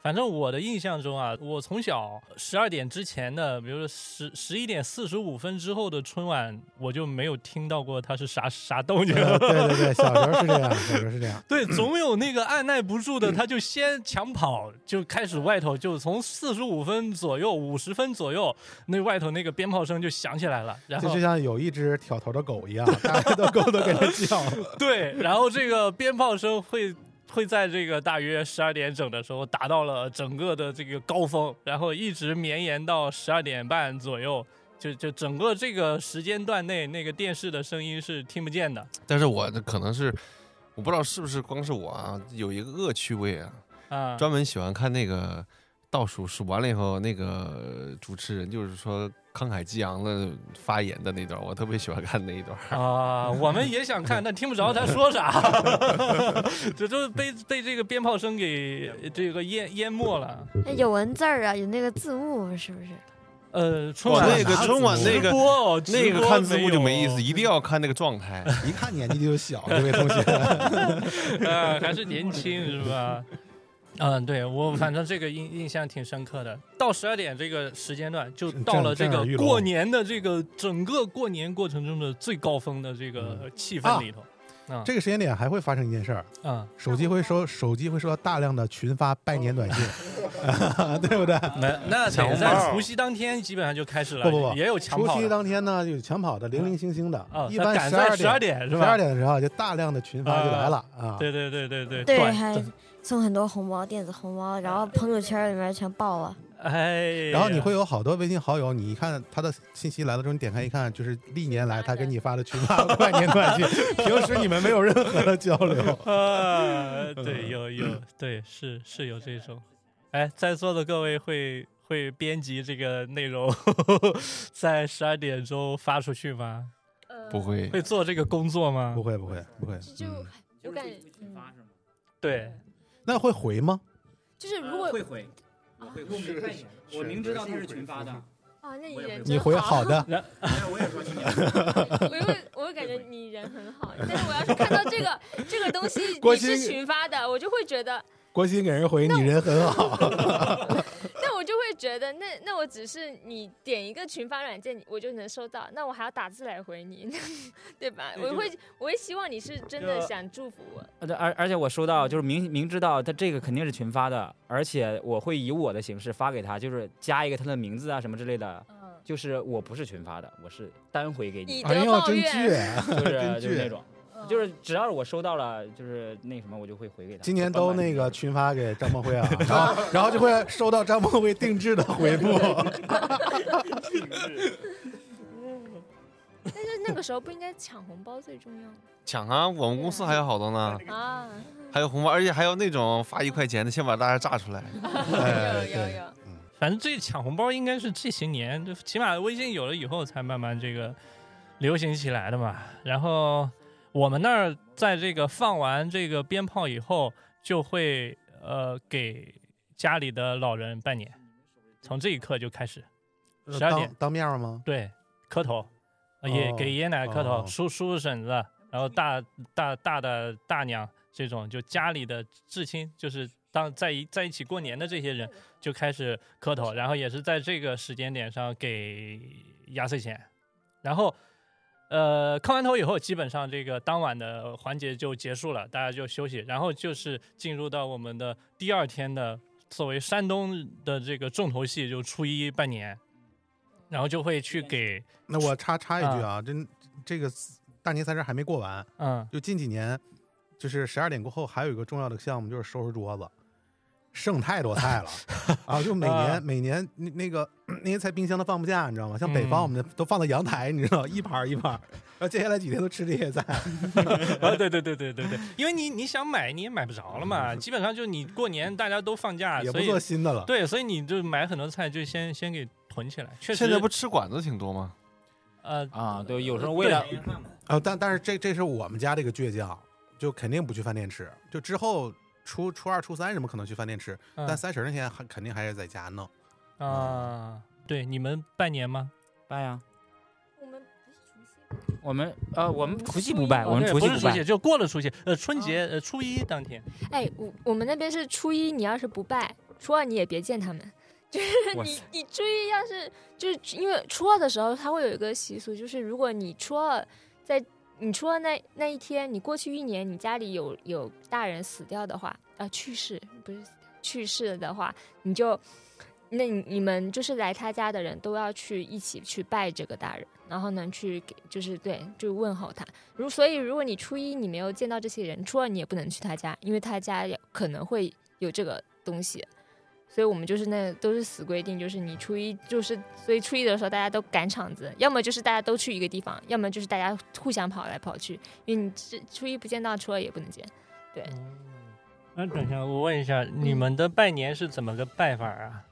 S1: 反正我的印象中啊，我从小十二点之前的，比如说十十一点四十五分之后的春晚，我就没有听到过它是啥啥动静。
S4: 呃对对 对，小时候是这样，小时候是这样。
S1: 对，总有那个按耐不住的，他就先抢跑，就开始外头就从四十五分左右、五十分左右，那外头那个鞭炮声就响起来了，然
S4: 这
S1: 后
S4: 就像有一只挑头的狗一样，大 家都狗都给它叫。
S1: 对，然后这个鞭炮声会会在这个大约十二点整的时候达到了整个的这个高峰，然后一直绵延到十二点半左右，就就整个这个时间段内，那个电视的声音是听不见的。
S11: 但是我这可能是，我不知道是不是光是我啊，有一个恶趣味啊，
S1: 啊
S11: 专门喜欢看那个倒数数完了以后，那个主持人就是说慷慨激昂的发言的那段，我特别喜欢看那一段。
S1: 啊，我们也想看，但听不着他说 啥，这都被被这个鞭炮声给这个淹淹没了。
S7: 哎有文字儿啊，有那个字幕是不是？
S1: 呃，春
S11: 我
S1: 晚
S11: 那个 春晚那个
S1: 直播哦
S11: 那个看字幕就没意。
S1: 直播
S11: 思，一定要看那个状态。
S4: 一看年纪就小，这位同学。
S1: 呃，还是年轻是吧？嗯，对我反正这个印印象挺深刻的。到十二点这个时间段，就
S8: 嗯
S1: 到了这
S4: 震
S1: 个
S4: 耳欲聋
S1: 过年的这个整个过年过程中的最高峰的这个气氛里头。嗯啊
S4: 这个时间点还会发生一件事儿，
S1: 嗯，
S4: 手机会收，手机会收到大量的群发拜年短 信， 对不对？
S1: 那那得在除夕当天基本上就开始了，
S4: 不不不，
S1: 也有抢跑
S4: 除夕
S1: 的。
S4: 当天呢，有抢跑的，零零星星的
S1: 啊，
S4: 一
S1: 他
S4: 般
S1: 赶
S4: 十
S1: 在
S4: 二
S1: 12点
S4: 点
S1: 是吧
S4: 十二点的时候就大量的群发就来了啊。
S1: 对对对对对
S7: 对，
S1: 短
S7: 还送很多红包，电子红包，然后朋友圈里面全爆了。
S1: 哎呀，
S4: 然后你会有好多微信好友，你一看他的信息来了之后，你点开一看，就是历年来他给你发的群发 拜年短 信，平时你们没有任何的交流。嗯
S1: 呃，对，有有，对，是是有这种。哎，在座的各位会会编辑这个内容， 在十二点钟发出去吗？
S11: 不会，
S1: 会做这个工作吗？
S4: 不会不会不会，
S5: 就我感觉，嗯
S1: 对，
S4: 那会回吗？
S5: 就是如果
S3: 呃回，我会
S5: 我明白你
S3: 我明知道他是群发的，
S5: 啊，那你人
S4: 你
S5: 真
S4: 回好 的。
S3: 哎我也说你
S5: 我又我又感觉你人很好，但是我要是看到这个这个东西
S4: 郭
S5: 你是
S4: 鑫
S5: 群发的，我就会觉得
S4: 国新给人回你人很好，
S5: 那我就会觉得，那那我只是你点一个群发软件，我就能收到，那我还要打字来回你， 对吧？
S3: 对
S5: 我
S3: 就
S5: 会我会希望你是真的
S3: 就
S5: 想祝福 我，
S3: 呃对而而且我收
S5: 嗯
S3: 到，就是明明知道他这个肯定是群发的，而且我会以我的形式发给他，就是加一个他的名字啊什么之类的。就是我不是群发的，我是单回给
S5: 嗯以
S3: 你。
S5: 德哎呦报真怨 嗯倔
S3: 就是
S4: 真
S3: 就是那
S4: 倔
S3: 种，就是只要是我收到了，就是那什么，我就会回给他。
S4: 今年
S3: 就
S4: 都
S3: 不管
S4: 那个群发给张梦辉啊，然后然后就会收到张梦辉定制的回复。
S5: 嗯但是那个时候不应该抢红包最重要吗？
S11: 抢啊！我们公司还有好多呢，
S5: 啊，
S11: 还有红包，而且还有那种发一块钱的，先把大家 炸出来。
S4: 哎
S5: 有有有，
S1: 反正这抢红包应该是这些年，就起码微信有了以后才慢慢这个流行起来的嘛。然后我们那儿在这个放完这个鞭炮以后，就会呃给家里的老人拜年，从这一刻就开始，十二点
S4: 呃当当面儿吗？
S1: 对磕头，呃也
S4: 哦
S1: 给爷爷奶奶磕头，
S4: 哦
S1: 叔叔叔婶子，然后大大大的大娘这种，就家里的至亲，就是当在一在一起过年的这些人，就开始磕头，然后也是在这个时间点上给压岁钱，然后。呃，磕完头以后，基本上这个当晚的环节就结束了，大家就休息，然后就是进入到我们的第二天的作为山东的这个重头戏，就初一拜年，然后就会去给
S4: 那我插插一句啊，真这个大年三十还没过完，
S1: 嗯，
S4: 就近几年，就是十二点过后还有一个重要的项目就是收拾桌子，剩太多菜了 啊！就每年、
S1: 啊
S4: 每年那那个那些菜冰箱都放不下，你知道吗？像北
S1: 嗯
S4: 方我们的都放到阳台，你知道一盘儿一盘儿，然后接下来几天都吃这 些菜，
S1: 啊，对对对对对对，因为你你想买你也买不着了嘛， 基本上就你过年大家都放假，
S4: 嗯也不
S1: 所以
S4: 做新的了
S1: 对，所以你就买很多菜就先先给囤起来。确实，
S11: 现在不吃馆子挺多吗？
S1: 呃
S3: 啊，对，有时候为了
S4: 啊，但但是这这是我们家这个倔强，就肯定不去饭店吃，就之后初初二、初三什么可能去饭店吃，
S1: 嗯
S4: 但三十那天还肯定还是在家 弄。
S1: 啊，对，你们拜年吗？
S3: 拜啊呀，
S5: 我们
S3: 我们呃，我们除夕不
S1: 哦
S3: 拜，我啊们
S1: 对
S3: 除夕
S1: 不是除
S3: 拜
S1: 夕，。就过了除夕，呃，春节呃初一当天。
S5: 哎，我我们那边是初一，你要是不拜，初二你也别见他们。 就是
S3: 哇
S5: 你
S3: 塞
S5: 你初一要是就是因为初二的时候，他会有一个习俗，就是如果你初二在你初二那那一天，你过去一年你家里有有大人死掉的话，啊、去世不是死掉去世的话，你就那你你们就是来他家的人都要去一起去拜这个大人，然后呢去给就是对就问候他。如所以如果你初一你没有见到这些人，初二你也不能去他家，因为他家也可能会有这个东西。所以我们就是那都是死规定，就是你初一就是，所以初一的时候大家都赶场子，要么就是大家都去一个地方，要么就是大家互相跑来跑去，因为你这初一不见到，初二也不能见。对，
S1: 那等一下，我问一下，你们的拜年是怎么个拜法啊？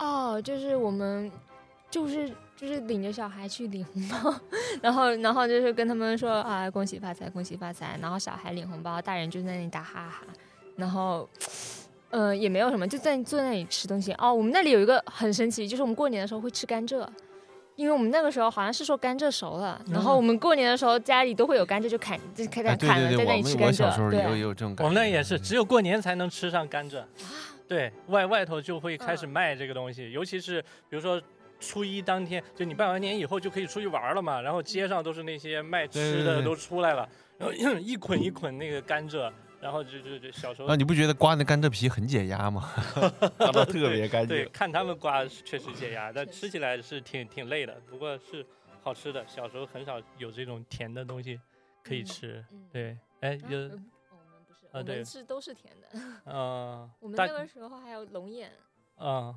S5: 哦，就是我们，就是就是领着小孩去领红包， 然后然后就是跟他们说啊，恭喜发财，恭喜发财，然后小孩领红包，大人就在那里打哈哈，然后。呃，也没有什么，就在坐在那里吃东西哦。我们那里有一个很神奇，就是我们过年的时候会吃甘蔗，因为我们那个时候好像是说甘蔗熟了，然后我们过年的时候家里都会有甘蔗，就砍就开始
S11: 哎，嗯对
S5: 砍了，
S11: 对
S5: 在
S11: 对，
S5: 那
S11: 我
S5: 里吃
S11: 们
S5: 甘
S11: 我小时
S5: 蔗。
S11: 候
S5: 对
S11: 也有也有这种
S1: 我
S11: 感
S1: 们
S11: 觉。
S1: 那也是，只有过年才能吃上甘蔗。
S5: 啊
S1: 对外外头就会开始卖这个东
S5: 嗯
S1: 西，尤其是比如说初一当天，就你拜完年以后就可以出去玩了嘛，然后街上都是那些卖吃
S11: 对对
S1: 的
S11: 对
S1: 都出来了，然后一捆一捆那个甘蔗，然后就就就小时候
S11: 啊， 你不觉得刮那甘蔗皮很解压吗？刮的特别 干
S1: 对
S11: 净。
S1: 看他们刮确实 解压，但吃起来是挺挺累的，不过是好吃的。小时候很少有这种甜的东西可以吃，对，哎有
S5: 嗯啊
S1: 啊
S5: 我
S1: 对
S5: 们，是都是甜的。
S1: 嗯，
S5: 我们
S1: 大
S5: 那个时候还有龙眼，
S1: 啊，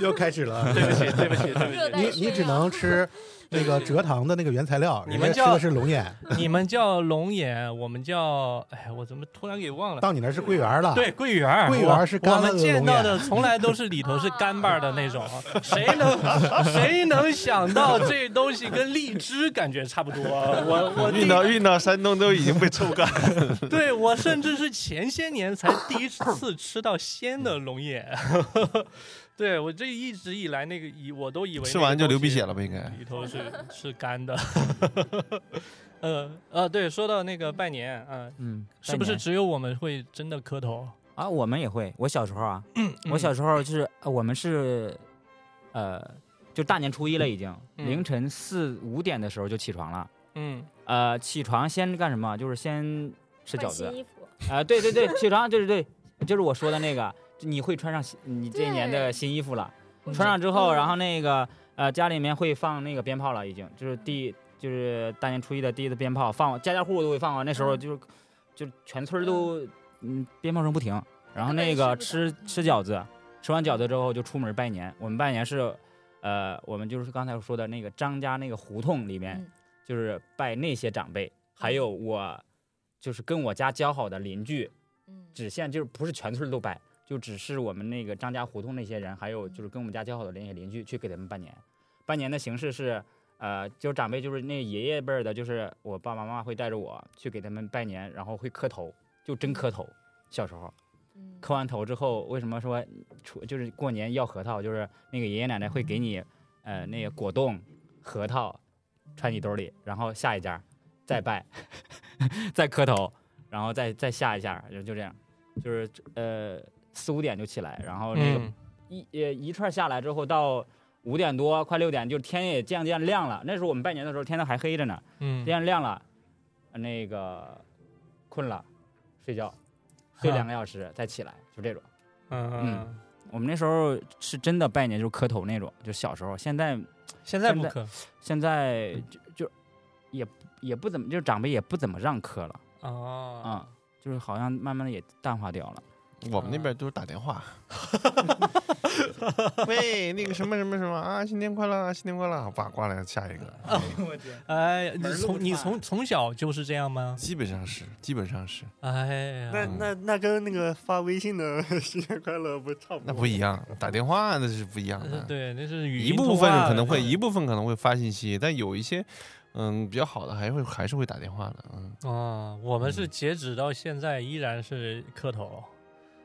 S4: 又开始 了，
S1: 对不起对不起
S5: 对不起
S4: 你你
S1: 啊
S4: 只能吃那个蔗糖的那个原材料，
S1: 你
S4: 人
S1: 们
S4: 家吃
S1: 叫
S4: 的是龙眼，
S1: 你们叫龙眼，我们叫哎，我怎么突然给忘了？
S4: 到你那是桂圆了。
S1: 对，桂圆儿，
S4: 桂圆儿是干
S1: 我
S4: 了的
S1: 们见到的
S4: 龙眼
S1: 从来都是里头是干瓣儿的那种，谁能谁能想到这东西跟荔枝感觉差不多？我 我第
S11: 运到运到山东都已经被抽干。
S1: 对我甚至是前些年才第一次吃到鲜的龙眼， 对我这一直以来那个以我都以为
S11: 吃完就流鼻血
S1: 了，
S11: 了吧？应该。
S1: 里头是是干的，呃呃，对，说到那个拜年，啊，
S3: 嗯
S1: 是不
S3: 拜
S1: 是
S3: 年
S1: 只有我们会真的磕头？
S3: 啊，我们也会。我小时候啊，我小时候就是呃我们是，呃，就大年初一了，已经、
S1: 嗯
S3: 凌晨四五点的时候就起床了。
S1: 嗯，
S3: 呃，起床先干什么？就是先吃
S5: 换
S3: 饺子
S5: 新衣服。
S3: 啊、对对对，起床对对对，就是我说的那个，你会穿上新你这一年的
S5: 对嗯
S3: 新衣服了。穿上之后，然后那个呃家里面会放那个鞭炮了，已经就是第就是大年初一的第一次鞭炮放，家家户户都会放啊。那时
S5: 嗯
S3: 候就是、就是全村儿都嗯鞭炮声不停，然后那个吃吃饺子，吃完饺子之后就出门拜年。我们拜年是呃我们就是刚才说的那个张家那个胡同里面，就是拜那些长辈，还有我就是跟我家交好的邻居，只限就是不是全村都拜，就只是我们那个张家胡同那些人，还有就是跟我们家交好的那些邻居去给他们拜年。拜年的形式是，呃，就是长辈就是那爷爷辈儿的，就是我爸爸妈妈会带着我去给他们拜年，然后会磕头，就真磕头。小时候，
S4: 嗯
S3: 磕完头之后，为什么说出就是过年要核桃，就是那个爷爷奶奶会给你，呃，那个果冻、核桃，揣你兜里，然后下一家再拜， 再磕头，然后再再下一下，就就这样，就是呃四五点就起来，然后那个
S1: 嗯
S3: 一呃一串下来之后到五点多快六点，就天也渐渐亮了。那时候我们拜年的时候天都还黑着呢，
S1: 嗯
S3: 天亮了，呃那个困了，睡觉，睡
S1: 哈
S3: 两个小时再起来，就这种。
S1: 嗯，
S3: 我们那时候是真的拜年就是磕头那种，就小时候。现在
S1: 现在不磕，
S3: 现在就就也也不怎么，就是长辈也不怎么让磕了
S1: 哦，
S3: 啊、就是好像慢慢的也淡化掉了。
S11: 我们那边都是打电话，喂，那个什么什么什么啊，新年快乐，啊，新年快乐啊，挂挂了下一个，
S1: 哎呀，你
S11: 门路
S1: 从你
S11: 串
S1: 从从小就是这样吗？
S11: 基本上是，基本上是，
S1: 哎呀，
S6: 那那那跟那个发微信的 新年快乐不差不多？
S11: 那不一样，打电话那是不一样的
S1: 呃，对，那是语
S11: 一
S1: 音
S11: 部
S1: 通
S11: 分
S1: 话
S11: 可能会
S1: 的
S11: 一部分可能会发信息，但有一些嗯比较好的还会还是会打电话的，嗯
S1: 啊，我们是截止到现在依然是磕头，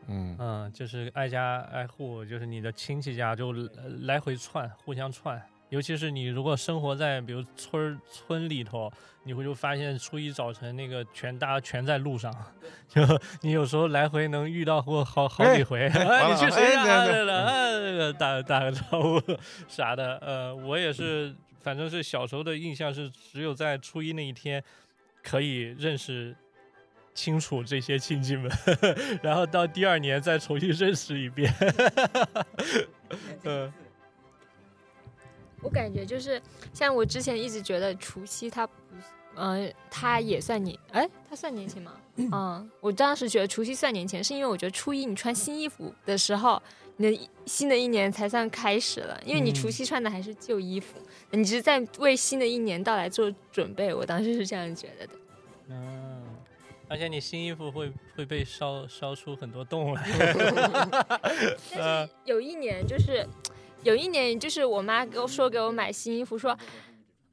S11: 嗯
S1: 嗯，就是挨家挨户，就是你的亲戚家就呃来回串，互相串。尤其是你如果生活在比如村儿村里头，你会就发现初一早晨那个全大家全在路上，就你有时候来回能遇到过好好 几回。
S11: 哎
S1: 哎，
S11: 完
S1: 你
S11: 了
S1: 去谁
S11: 哎
S1: 家啊
S11: 对对
S1: 对了？哎，这个打打个招呼啥的。呃，我也是，反正是小时候的印象是，只有在初一那一天可以认识清楚这些亲戚们， 然后到第二年再重新认识一遍。嗯
S5: 我感觉就是像我之前一直觉得除夕它不，嗯、它也算年，哎，它算年前 吗？嗯，我当时觉得除夕算年前，是因为我觉得初一你穿新衣服的时候，你的一新的一年才算开始了，因为你
S1: 嗯
S5: 除夕穿的还是旧衣服，你只是在为新的一年到来做准备。我当时是这样觉得的。
S1: 嗯，而且你新衣服会会被烧烧出很多洞来。 呃，
S5: 有一年就是，有一年就是我妈给我说给我买新衣服，说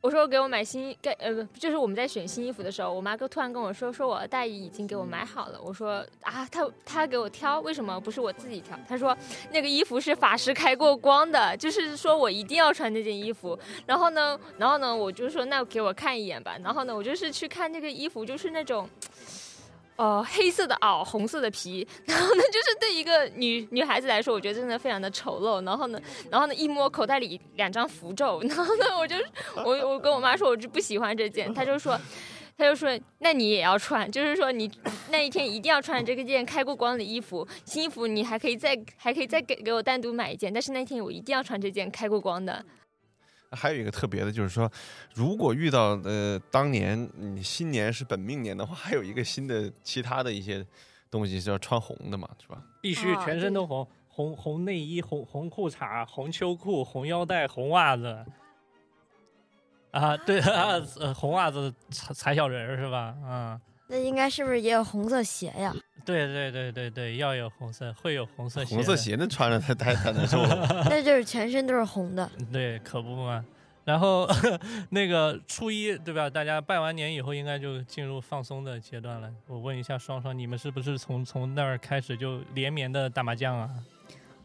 S5: 我说给我买新给呃不就是我们在选新衣服的时候，我妈跟突然跟我说说我的大姨已经给我买好了，我说啊她她给我挑，为什么不是我自己挑？她说那个衣服是法师开过光的，就是说我一定要穿这件衣服。然后呢，然后呢，我就说那给我看一眼吧。然后呢，我就是去看那个衣服，就是那种。呃，黑色的袄，红色的皮， 然后呢，就是对一个女女孩子来说，我觉得真的非常的丑陋。然后呢，然后呢，一摸口袋里两张符咒， 然后呢，我就我我跟我妈说，我就不喜欢这件，她就说。她就说：“那你也要穿，就是说你那一天一定要穿这个件开过光的衣服，新衣服你还可以再还可以再给给我单独买一件，但是那天我一定要穿这件开过光的。
S11: 还有一个特别的，就是说，如果遇到呃当年你新年是本命年的话，还有一个新的其他的一些东西是要穿红的嘛，是吧？
S1: 必须
S9: 哦
S5: 啊
S1: 全身
S5: 对
S1: 都红，红红内衣、红红裤衩、红秋裤、红腰带、红袜子。啊，对 啊，呃红袜子踩踩小人儿是吧？啊，
S7: 那应该是不是也有红色鞋呀？
S1: 对对对对对，要有红色，会有红色鞋，
S11: 红色，鞋那穿着太太太难受了。
S7: 那就是全身都是红的。
S1: 嗯对，可不嘛。然后 那个初一对吧？大家拜完年以后，应该就进入放松的阶段了。我问一下双双，你们是不是从从那儿开始就连绵的打麻将啊？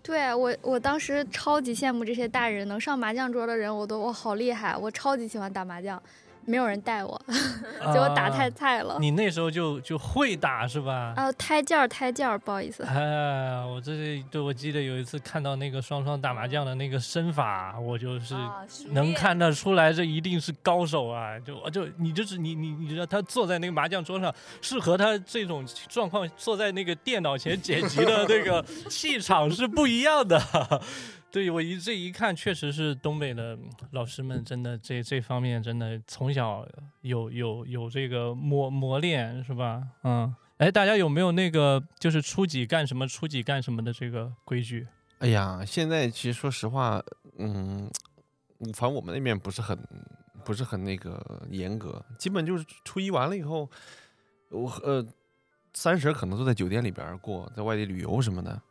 S9: 对啊我，我当时超级羡慕这些大人能上麻将桌的人，我都我好厉害，我超级喜欢打麻将。没有人带我， 结果打太菜了。
S1: 啊你那时候就就会打是吧？
S9: 啊，胎教胎教，不好意思。
S1: 哎，我这是对，我记得有一次看到那个双双打麻将的那个身法，我就是
S5: 啊熟
S1: 能
S5: 练
S1: 看得出来，这一定是高手啊！就我就你就是你你你知道，他坐在那个麻将桌上，是和他这种状况坐在那个电脑前解题的那个气场是不一样的。 对我一这一看，确实是东北的老师们，真的这这方面真的从小有有有这个磨磨练，是吧？嗯，哎，大家有没有那个就是初几干什么，初几干什么的这个规矩？
S11: 哎呀，现在其实说实话，嗯，反正我们那边不是很不是很那个严格，基本就是初一完了以后，我呃三十可能都在酒店里边儿过，在外地旅游什么的，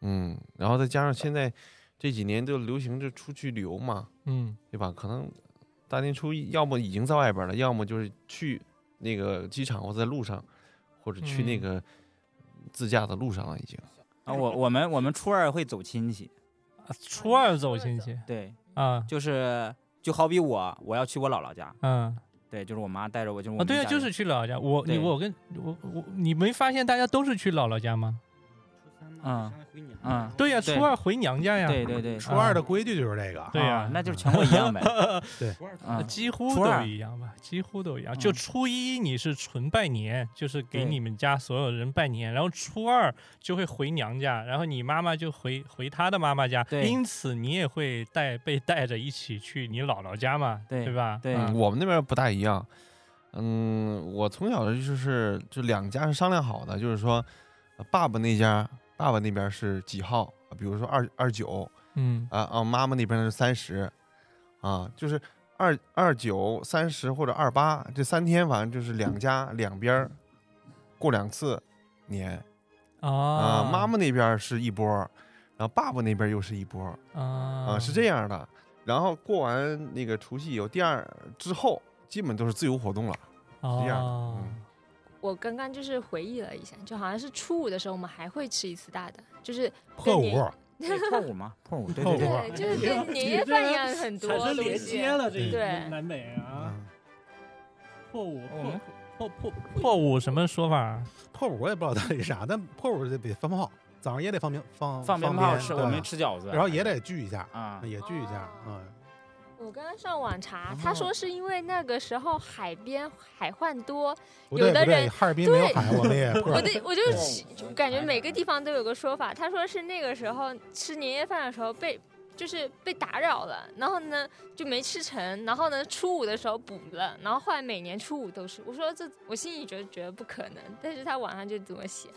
S11: 嗯，然后再加上现在这几年就流行就出去旅游嘛，
S1: 嗯，
S11: 对吧？可能大年初一要么已经在外边了，要么就是去那个机场或在路上，或者去那
S3: 嗯
S11: 个自驾的路上了已经。
S3: 啊，我我们我们初二会走亲戚，
S1: 初二走亲戚，
S3: 对，
S1: 啊，
S3: 就是就好比我我要去我姥姥家，
S1: 嗯，
S3: 对，就是我妈带着我，就是我
S1: 啊，
S3: 们
S1: 对啊，
S3: 家
S1: 就
S3: 人
S1: 是去姥姥家。我你
S3: 对
S1: 我跟我我你没发现大家都是去姥姥家吗？
S3: 嗯嗯，
S1: 对呀，初二回娘家呀。嗯
S3: 对对对，
S4: 初二的规矩就是这个，
S1: 对呀、
S3: 啊那就是全国一样呗
S4: 对，
S3: 嗯
S1: 几乎
S3: 初
S1: 都
S3: 二嗯
S1: 一样吧，几乎都一样。就初一你是纯拜年，就是给
S3: 对
S1: 你们家所有人拜年，然后初二就会回娘家，然后你妈妈就回回她的妈妈家，
S3: 对
S1: 因此你也会带被带着一起去你姥姥家嘛，对
S3: 对
S1: 吧？
S3: 对
S1: 嗯
S11: 嗯，我们那边不大一样。嗯，我从小就是就两家是商量好的，就是说，呃爸爸那家，爸爸那边是几号，啊比如说二二九，
S1: 嗯
S11: 啊啊，妈妈那边是三十，啊，就是二二九、三十或者二八这三天，反正就是两家两边儿过两次年啊
S1: 啊，
S11: 妈妈那边是一波儿，然后爸爸那边又是一波儿，
S1: 啊
S11: 啊，是这样的。然后过完那个除夕以后，第二之后基本都是自由活动了，是这样的。
S1: 哦
S11: 嗯，
S5: 我刚刚就是回忆了一下，就好像是初五的时候，我们还会吃一次大的，就是
S4: 破
S5: 跟年
S4: 五，
S3: 破五 嘛，破五对
S4: 破
S3: 对
S4: 五
S1: 啊
S3: 对，
S5: 就是跟年夜饭一样很多
S1: 产
S5: 东西。
S1: 生连接了这一
S5: 对，
S1: 南北啊，
S3: 嗯
S1: 破五
S3: 我们
S1: 破破破五什么说法？啊
S4: 破五我也不知道到底啥，但破五得得放炮，早上也得放鞭放
S3: 放鞭
S4: 鞭
S3: 炮吃，我
S4: 对
S3: 们吃饺子，
S4: 然后也得聚一下，
S3: 啊，
S4: 也聚一下，嗯，
S5: 我刚刚上网查
S4: 然，
S5: 他
S4: 后
S5: 说是因为那个时候海边海患多，
S4: 不
S5: 有
S4: 对
S5: 的
S4: 不对，
S5: 人
S4: 哈尔滨没有
S5: 对
S4: 海，我 们也破
S5: 我对我就就感觉每个地方都有个说法。他说是那个时候吃年夜饭的时候被就是被打扰了，然后呢就没吃成，然后呢初五的时候补了，然后后来每年初五都吃。我说这我心里觉得觉得不可能，但是他网上就这么写。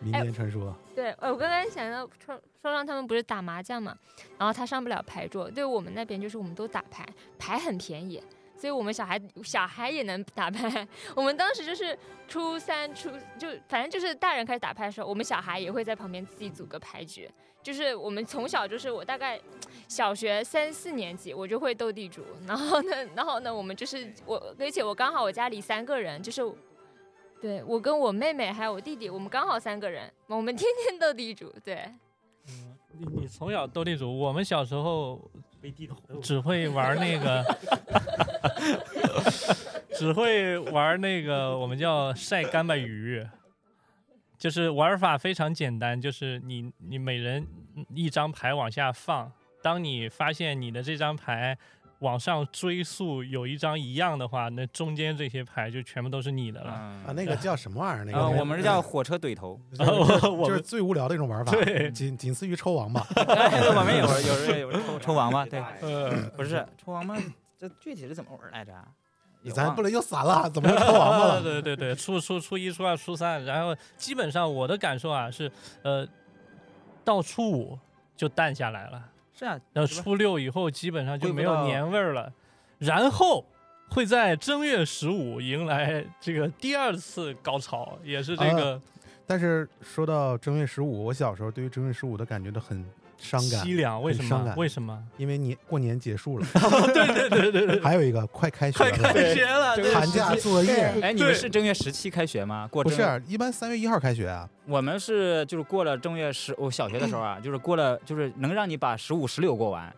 S4: 民间传
S11: 哎
S4: 说，
S5: 对，呃我刚刚想到说说让他们不是打麻将嘛，然后他上不了牌桌，对我们那边就是我们都打牌，牌很便宜，所以我们小孩小孩也能打牌。 我们当时就是初三初就反正就是大人开始打牌的时候，我们小孩也会在旁边自己组个牌局。就是我们从小就是我大概小学三四年级我就会斗地主，然后呢，然后呢，我们就是我，而且我刚好我家里三个人，就是对我跟我妹妹还有我弟弟，我们刚好三个人，我们天天斗地主。对，
S1: 你你从小斗地主，我们小时候只会玩那个，只会玩那个，我们叫晒干巴鱼，就是玩法非常简单，就是你你每人一张牌往下放，当你发现你的这张牌往上追溯有一张一样的话，那中间这些牌就全部都是你的了。
S3: 啊
S4: 啊，那个叫什么玩意儿？那
S3: 啊，
S4: 个
S3: 我们是叫火车怼头，
S4: 就是
S1: 啊我
S4: 就是
S1: 们
S4: 最无聊的一种玩法
S1: 对，
S4: 仅仅次于抽王 八。
S3: 哎我们有时候有时候有时 候抽抽王八，对，
S1: 呃，
S3: 不 是抽王八，这具体是怎么玩来着啊？也
S4: 嗯咱
S3: 忘
S4: 不
S3: 了
S4: 能又散了， 怎么又抽王八 了？
S1: 对对对，初初初一、初二、初三，然后基本上我的感受啊是，呃，到初五就淡下来了，
S3: 是啊，
S1: 然后
S3: 是吧
S1: 初六以后基本上就没
S3: 恢复
S1: 有
S3: 到
S1: 年味儿了，然后会在正月十五迎来这个第二次高潮，也是这
S4: 啊
S1: 个
S4: 呃但是说到正月十五，我小时候对于正月十五的感觉都很伤感，
S1: 凄凉，为
S4: 很
S1: 什
S4: 伤
S1: 么？
S4: 感
S1: 为什么？
S4: 因为年过年结束了，
S1: 对对对对，
S4: 还有一个快开学
S1: 快开
S4: 了，
S1: 学了，对
S4: 寒假作业
S3: 哎，你
S1: 对
S3: 们是正月十七开学吗？过
S4: 不
S3: 正月
S4: 是一般三月一号开学啊？
S3: 我们是就是过了正月十，我小学的时候啊，就是过了，就是能让你把十五、十六过完，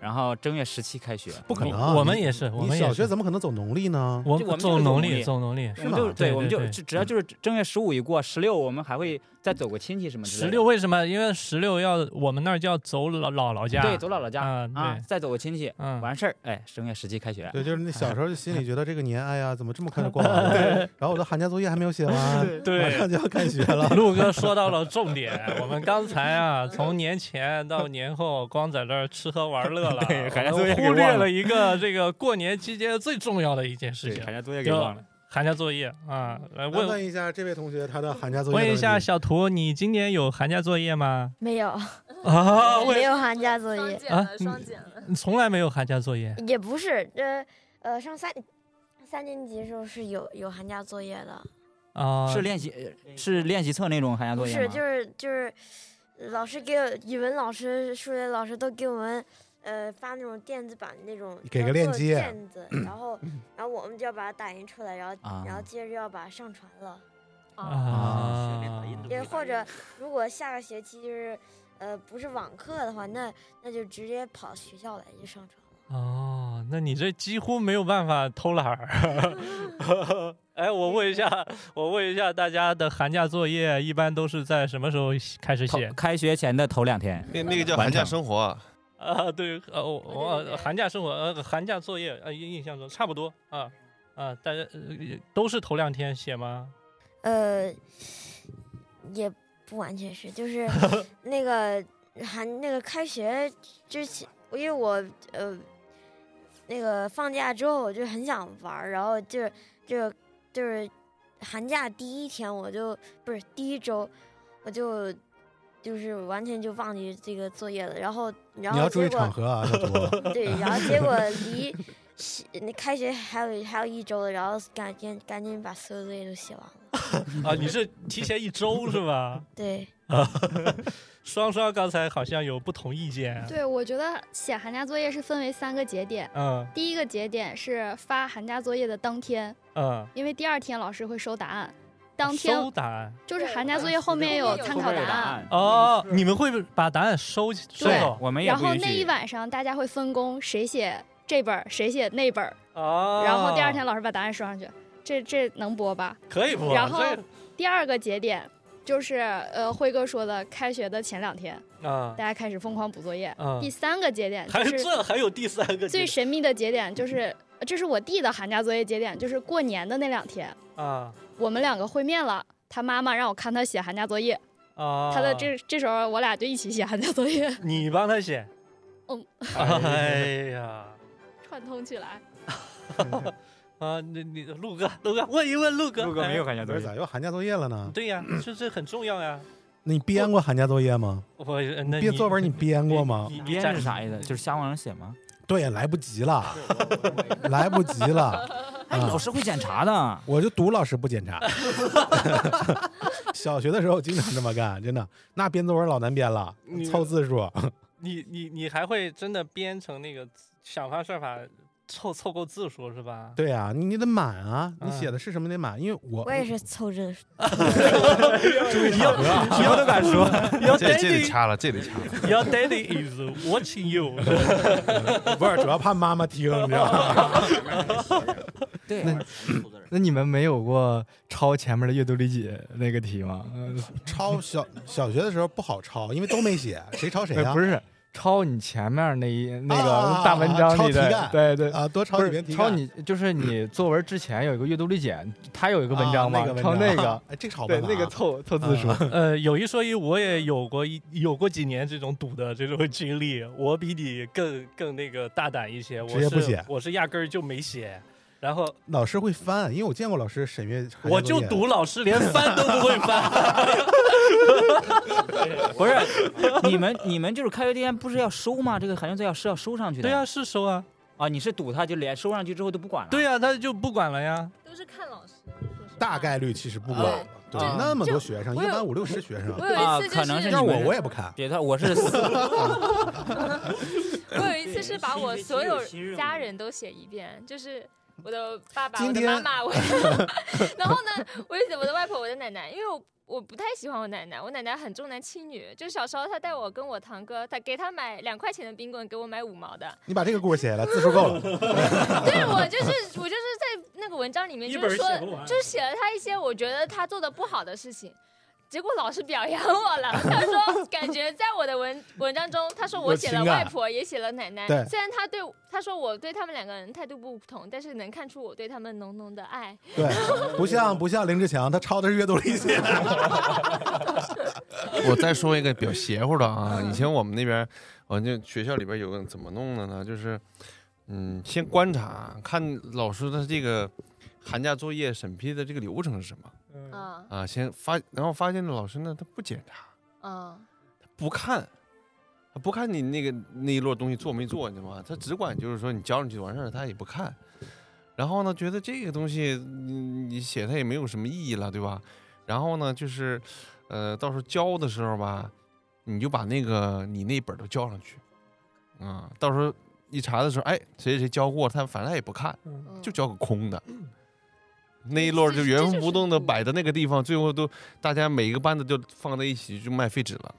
S3: 然后正月十七开学，
S4: 不可能啊，
S1: 我我们
S4: 你
S1: 也是我
S4: 你
S1: 们也
S4: 小学
S1: 是
S4: 怎么可能走农历呢？
S1: 我
S3: 就我们
S1: 走
S3: 就是
S1: 农
S3: 农
S1: 历，
S3: 历
S1: 走农历
S3: 我
S4: 是
S3: 们
S4: 吗
S3: 就
S1: 对
S3: 我们
S1: 对
S3: 就
S1: 对
S3: 只只要就是正月十五一过，十六我们还会再走个亲戚什么之类
S1: 十
S3: 的。
S1: 六为什么？因为十六要我们那儿叫走姥姥姥家，
S3: 对，走姥姥家
S1: 啊，
S3: 啊
S1: 对，，
S3: 再走个亲戚，
S1: 嗯，
S3: 完事儿，哎，正月十七开学。
S4: 对，就是那小时候就心里觉得这个年，哎呀，怎么这么快就过完了？然后我的寒假作业还没有写完，
S1: 对
S4: 马上就要开学了。
S1: 陆哥说到了重点， 我们刚才啊，从年前到年后，光在这儿吃喝玩乐了，
S3: 对寒假
S1: 我
S3: 作业
S1: 们
S3: 给
S1: 忽略
S3: 忘了
S1: 了一个这个过年期间最重要的一件事情
S3: 寒假作业
S1: 给
S3: 给
S1: 忘
S3: 忘了。
S1: ——寒假作业啊。
S4: 那
S1: 来问
S4: 问一下这位同学，他的寒假作业的
S1: 问一
S4: 问题
S1: 下小图，你今年有寒假作业吗？
S7: 没有，
S1: 啊，
S7: 没
S1: 为
S7: 有寒假作
S5: 双
S7: 业，
S5: 减
S1: 啊
S5: 了，双减了。
S4: 嗯
S1: 你从来没有寒假作业
S7: 也不是，这呃上三三年级的时候是有有寒假作业的，
S1: 啊？
S3: 是练习呃是练习册那种寒假
S7: 不
S3: 作业
S7: 是
S3: 吗？
S7: 就是就是老师给我语文老师、数学老师都给我们。呃，发那种电子版的那种
S4: 给
S7: 要
S4: 个链
S7: 做
S4: 接
S7: 卷子，然后然后我们就要把它打印出来，然后、
S3: 啊
S7: 然后接着要把它上传了。
S1: 啊，
S7: 也嗯或者如果下个学期就是呃不是网课的话，那那就直接跑学校来就上传了。
S1: 哦，那你这几乎没有办法偷 懒儿。哎，我问一下，我问一下大家的寒假作业一般都是在什么时候开始
S3: 头
S1: 写？
S3: 开学前的头两天，
S11: 那那个叫
S3: 完
S11: 寒假
S3: 成
S11: 生活啊，
S1: 啊，对，呃，我我
S5: 对对对
S1: 寒假生活，呃，寒假作业，呃，印印象中差不多啊啊，大家、呃都是头两天 写吗？
S7: 呃，也不完全是，就是 那个还那个开学之前，因为我呃那个放假之后我就很想玩儿，然后就就就是寒假第一天我就不是第一周我就。就是完全就忘记这个作业了，然后，然后
S4: 你要注
S7: 结
S4: 意
S7: 果
S4: 场合啊，小图。
S7: 对，然后结果离是那开学还有还有一周了，然后赶紧赶紧把所有作业都写完了。
S1: 啊，你是提前一周是 吧？
S7: 对，
S1: 双双刚才好像有不同意见，
S9: 对，我觉得写寒假作业是分为三个节点，
S1: 嗯
S9: 第一个节点是发寒假作业的当天，
S1: 嗯，
S9: 因为第二天老师会收答案，当
S1: 收
S9: 天
S1: 答案
S9: 就是寒假作业后面
S5: 后面
S9: 有
S5: 有
S9: 参
S5: 后
S9: 考
S5: 面有
S9: 答
S5: 答
S9: 案。
S3: 案，
S1: 哦，你们会把答案收起收
S9: 对
S1: 走
S3: 我们也
S9: 然
S3: 不
S9: 后
S3: 允
S9: 那一
S3: 许。
S9: 晚上大家会分工，谁写这本儿，谁写那本儿，
S1: 哦，
S9: 然后第二天老师把答案收上去，这这能播吧？
S1: 可以不？
S9: 然后
S1: 这
S9: 第二个节点就是呃辉哥说的，开学的前两天，
S1: 啊
S9: 大家开始疯狂补作业。
S1: 啊，
S9: 第三个节点
S1: 还
S9: 就
S1: 有
S9: 是
S1: 这还有第三个
S9: 最
S1: 节
S9: 神秘的节点，就是呃这是我弟的寒假作业节点，就是过年的那两天，
S1: 啊
S9: 我们两个会面了。他妈妈让我看他写寒假作业，
S1: 啊，
S9: 他的这这时候我俩就一起写寒假作业，
S1: 你帮他写，
S9: 嗯，
S1: 哎呀。
S9: 串通起来。
S1: 啊，你你陆哥，陆哥问一问陆哥，
S3: 陆哥
S1: 哎
S3: 没有寒假
S4: 不
S3: 作
S4: 是
S3: 业，
S4: 咋又寒假作业了呢？
S1: 对呀，这这很重要呀。
S4: 那你编过寒假作业吗？
S1: 我呃那
S4: 编作文你编过吗？
S1: 你
S3: 编是啥意思？就是瞎往上写吗？
S4: 对，来不及了，来不及了。
S3: 哎，
S4: 啊
S3: 老师会检查的。
S4: 我就赌老师不检查。 小学的时候经常这么干，真的。那编作文老难编了
S1: 你，
S4: 凑字数。
S1: 你你你还会真的编成那个想方设法凑凑够字数是吧？
S4: 对啊，你你得满啊，你
S1: 嗯
S4: 写的是什么你得满，因为我
S7: 我也是凑字数。
S4: 注意场合啊。
S3: 什么都敢说，
S1: Your
S11: 这这得
S1: daddy,
S11: 掐了，这得掐了。
S1: your daddy is watching you
S4: 不是，主要怕妈妈听，你知道 吗？啊
S3: 对，
S8: 那你们没有过抄前面的阅读理解那个题吗？
S4: 啊
S8: 呃
S4: 抄小小学的时候不好抄，因为都没写，谁抄谁啊
S8: 对，
S4: 呀？
S8: 呃哎不是抄你前面那一那
S4: 啊
S8: 个大文章
S4: 抄
S8: 里
S4: 题
S8: 的
S4: 干，
S8: 对对，
S4: 啊，多抄
S8: 不
S4: 几遍
S8: 是
S4: 题
S8: 抄
S4: 干。
S8: 你就是你作文之前有一个阅读理解，它有一个
S4: 个
S8: 文章嘛
S4: 啊那个，文
S8: 抄
S4: 章
S8: 那个，，
S4: 哎，这个好
S8: 对
S4: 办法
S8: 那个
S4: 啊
S8: 凑凑字数。
S1: 呃，有一说一，我也有过一有过几年这种赌的这种经历。我比你更更那个大胆一些，我
S4: 直接
S1: 是
S4: 不写
S1: 我是压根儿就没写。然后
S4: 老师会翻，因为我见过老师审阅寒假作业。
S1: 我就赌老师连翻都不 会翻，
S3: 不是你们你们就是开学第一天不是要收吗？这个寒假作业是要收上去的。
S1: 对呀、是收啊，
S3: 啊，你是堵他，就连收上去之后都不管了。
S1: 对呀、他就不管了呀。
S5: 都是看老师。说实话
S4: 大概率其实不管了，对
S3: 啊
S4: 那么多学生，一
S5: 我有
S4: 般五六十学生
S5: 我，有
S3: 啊
S5: 一次就
S3: 可能是
S4: 让
S3: 你
S4: 我
S3: 们
S4: 我也不看。
S3: 别他，我 是四
S5: 我有一次是把我所有
S3: 新日新日
S5: 家人都写一遍，就是我的爸爸、我
S4: 今
S5: 的
S4: 天
S5: 妈妈，我的 然后呢，我也我的外婆、我的奶奶，因为我我不太喜欢我奶奶，我奶奶很重男轻女，就小时候她带我跟我堂哥，她给她买两块钱的冰棍，给我买五毛的，
S4: 你把这个故事写下来，字数够了。
S5: 对我就是我就是在那个文章里面
S4: 一
S5: 就
S4: 本
S5: 是说
S4: 写不完，
S5: 就是写了他一些我觉得他做的不好的事情。结果老师表扬我了，他 说感觉在我的文文章中，他说我
S15: 有
S5: 写
S15: 情
S5: 了
S15: 感
S5: 外婆，也写了奶奶
S15: 对。
S5: 虽然他对他说我对他们两个人态度不同，但是能看出我对他们浓浓的爱。
S4: 对，不像不像林志强，他抄的是阅读理解。
S11: 我再说一个比较邪乎的啊，以前我们那边，我就学校里边有个怎么弄的呢？就是，嗯，先观察看老师的这个寒假作业审批的这个流程是什么
S5: 嗯
S11: 啊，先发，然后发现老师呢他不检查，
S4: 啊
S5: 嗯
S11: 不看，他不看你那个那一摞东西做没做，你知道吗？他只管就是说你交上去就完事儿，他也不看。然后呢，觉得这个东西你你写它也没有什么意义了，对吧？然后呢，就是，呃，到时候交的时候吧，你就把那个你那本儿都交上去，啊、到时候一查的时候，哎，谁谁谁交过，他反正他也不看，就交个空的。那一摞就原封不动的摆在那个地方，最后都大家每一个班的就放在一起就卖废纸了。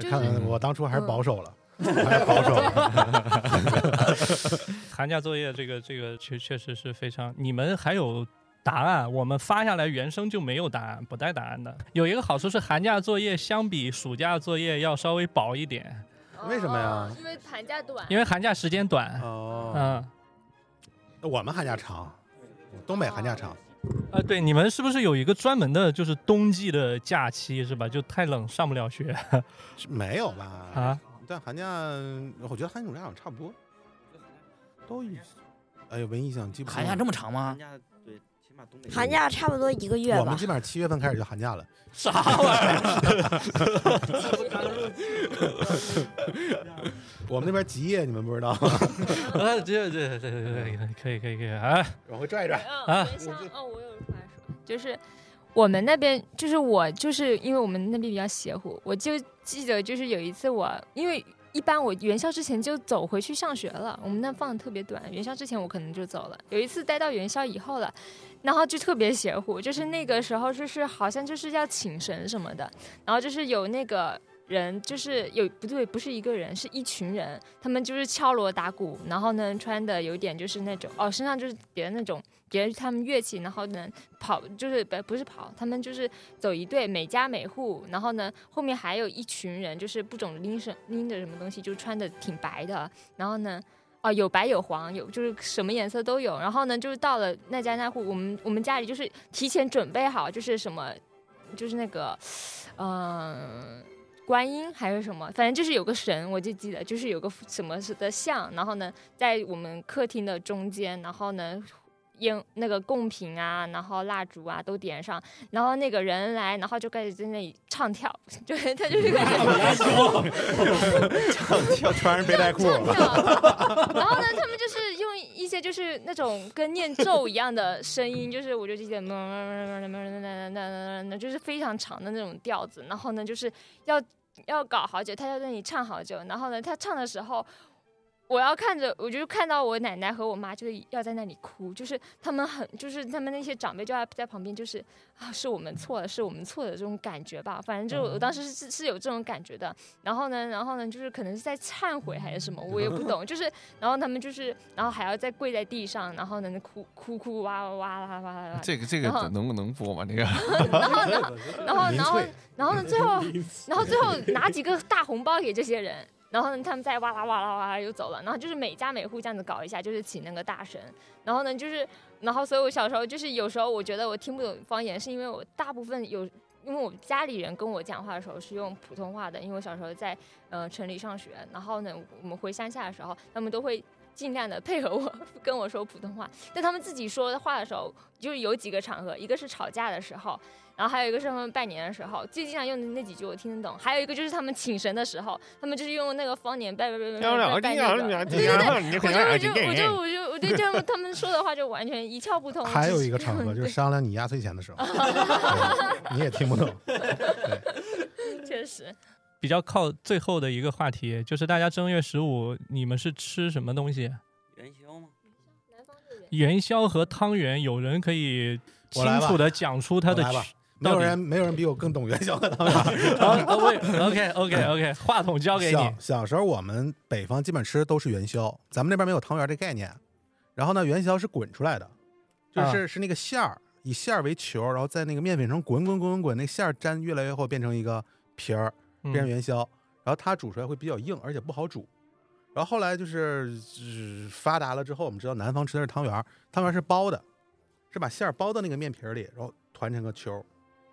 S4: 看来我当初还是保守了，
S5: 嗯
S4: 还是保守 了。
S1: 寒假作业这个这个确确实是非常，你们还有答案，我们发下来原生就没有答案，不带答案的。有一个好处是寒假作业相比暑假作业要稍微薄一点，
S4: 为什么呀？
S15: 啊
S5: 因为寒假短，
S1: 因为寒假时间短。
S4: 哦，嗯， 我们寒假长，东北寒假长。
S1: 啊，对，你们是不是有一个专门的，就是冬季的假期是吧？就太冷上不了学。
S4: 没有吧？
S1: 啊，
S4: 但寒假我觉得寒暑假好像差不多，都一。哎呦，没印象，记不清
S3: 寒假
S4: 了
S3: 这么长吗寒
S2: 假对，起码东北
S7: 寒假差不多一个月
S4: 我们
S7: 吧
S4: 基。本上七月份开始就寒假了。
S1: 啥玩
S4: 意儿？我们那边极夜，你们不知道吗？
S1: 啊，这这这这可以可以可以啊！
S4: 往回拽一拽
S1: 啊！
S5: 像哦，我有话说，就是我们那边，就是我，就是因为我们那边比较邪乎，我就记得就是有一次我，因为一般我元宵之前就走回去上学了，我们那放的特别短，元宵之前我可能就走了。有一次待到元宵以后了，然后就特别邪乎，就是那个时候就是好像就是要请神什么的，然后就是有那个。人就是有不对，不是一个人，是一群人。他们就是敲锣打鼓，然后呢穿的有点就是那种哦，身上就是别的那种别他们乐器，然后呢跑就是不不是跑，他们就是走一队，每家每户，然后呢后面还有一群人，就是不懂拎什拎着什么东西，就穿的挺白的，然后呢。哦，有白有黄，有就是什么颜色都有。然后呢，就是到了那家那户，我们我们家里就是提前准备好，就是什么，就是那个，嗯、观音还是什么，反正就是有个神，我就记得就是有个什么的像，然后呢，在我们客厅的中间，然后呢，烟那个贡品啊，然后蜡烛啊都点上，然后那个人来，然后就开始在那里唱跳， 就是他就是开始
S4: 跳穿上背带裤，
S5: 然后呢，他们就是用一些就是那种跟念咒一样的声音，就是我就记得，就是非常长的那种调子。然后呢，就是要要搞好久，他要在那里唱好久。然后呢，他唱的时候，我要看着，我就看到我奶奶和我妈就是要在那里哭，就是他们很，就是他们那些长辈就要在旁边，就是啊，是我们错了，是我们错了这种感觉吧。反正就
S11: 嗯
S5: 我当时是是有这种感觉的。然后呢，然后呢，就是可能是在忏悔还是什么，我也不懂。就是，然后他们就是，然后还要再跪在地上，然后呢哭哭哭哇哇哇啦哇啦哇。
S11: 这个这个
S5: 然后
S11: 怎能能播吗？这个
S5: 然后，然后，然后，
S11: 民
S5: 然后
S11: 粹，
S5: 然后呢？最后，然后最后拿几个大红包给这些人，然后呢，他们再哇啦哇啦哇啦又走了。然后就是每家每户这样子搞一下，就是请那个大神。然后呢，就是，然后所以我小时候就是有时候我觉得我听不懂方言，是因为我大部分有。因为我家里人跟我讲话的时候是用普通话的，因为我小时候在呃城里上学，然后呢，我们回乡下的时候，他们都会尽量的配合我跟我说普通话。但他们自己说话的时候，就是有几个场合，一个是吵架的时候，然后还有一个是他们拜年的时候，最经常用的那几句我听得懂。还有一个就是他们请神的时候，他们就是用那个方言拜拜拜拜拜拜那个。对对对，
S4: 哎
S5: 我就我就我就我对他们他们说的话就完全一窍不通。
S4: 还有一个场合 就是商量你压岁钱的时候，对你也听不懂。
S5: 确实，
S1: 比较靠最后的一个话题，就是大家正月十五你们是吃什么东西？
S16: 元宵吗？
S1: 啊元宵和汤圆，有人可以
S4: 我
S1: 清
S4: 来吧
S1: 楚的讲出它的
S4: 我来吧
S1: 区
S4: 没
S1: 到
S4: 有
S1: 底
S4: 人没有人比我更懂元宵和汤圆。
S1: 啊喂，OK
S4: 嗯
S1: OK OK，话筒交给
S4: 小
S1: 你。
S4: 小时候我们北方基本吃的都是元宵，咱们那边没有汤圆这概念。然后呢，元宵是滚出来的，
S1: 啊
S4: 就是、是那个馅儿，以馅儿为球，然后在那个面粉上滚滚滚滚滚，那馅儿粘越来越厚，变成一个皮儿，变
S1: 嗯
S4: 成元宵。然后它煮出来会比较硬，而且不好煮。然后后来就是、呃发达了之后，我们知道南方吃的是汤圆儿，汤圆儿是包的，是把馅儿包到那个面皮儿里，然后团成个球儿。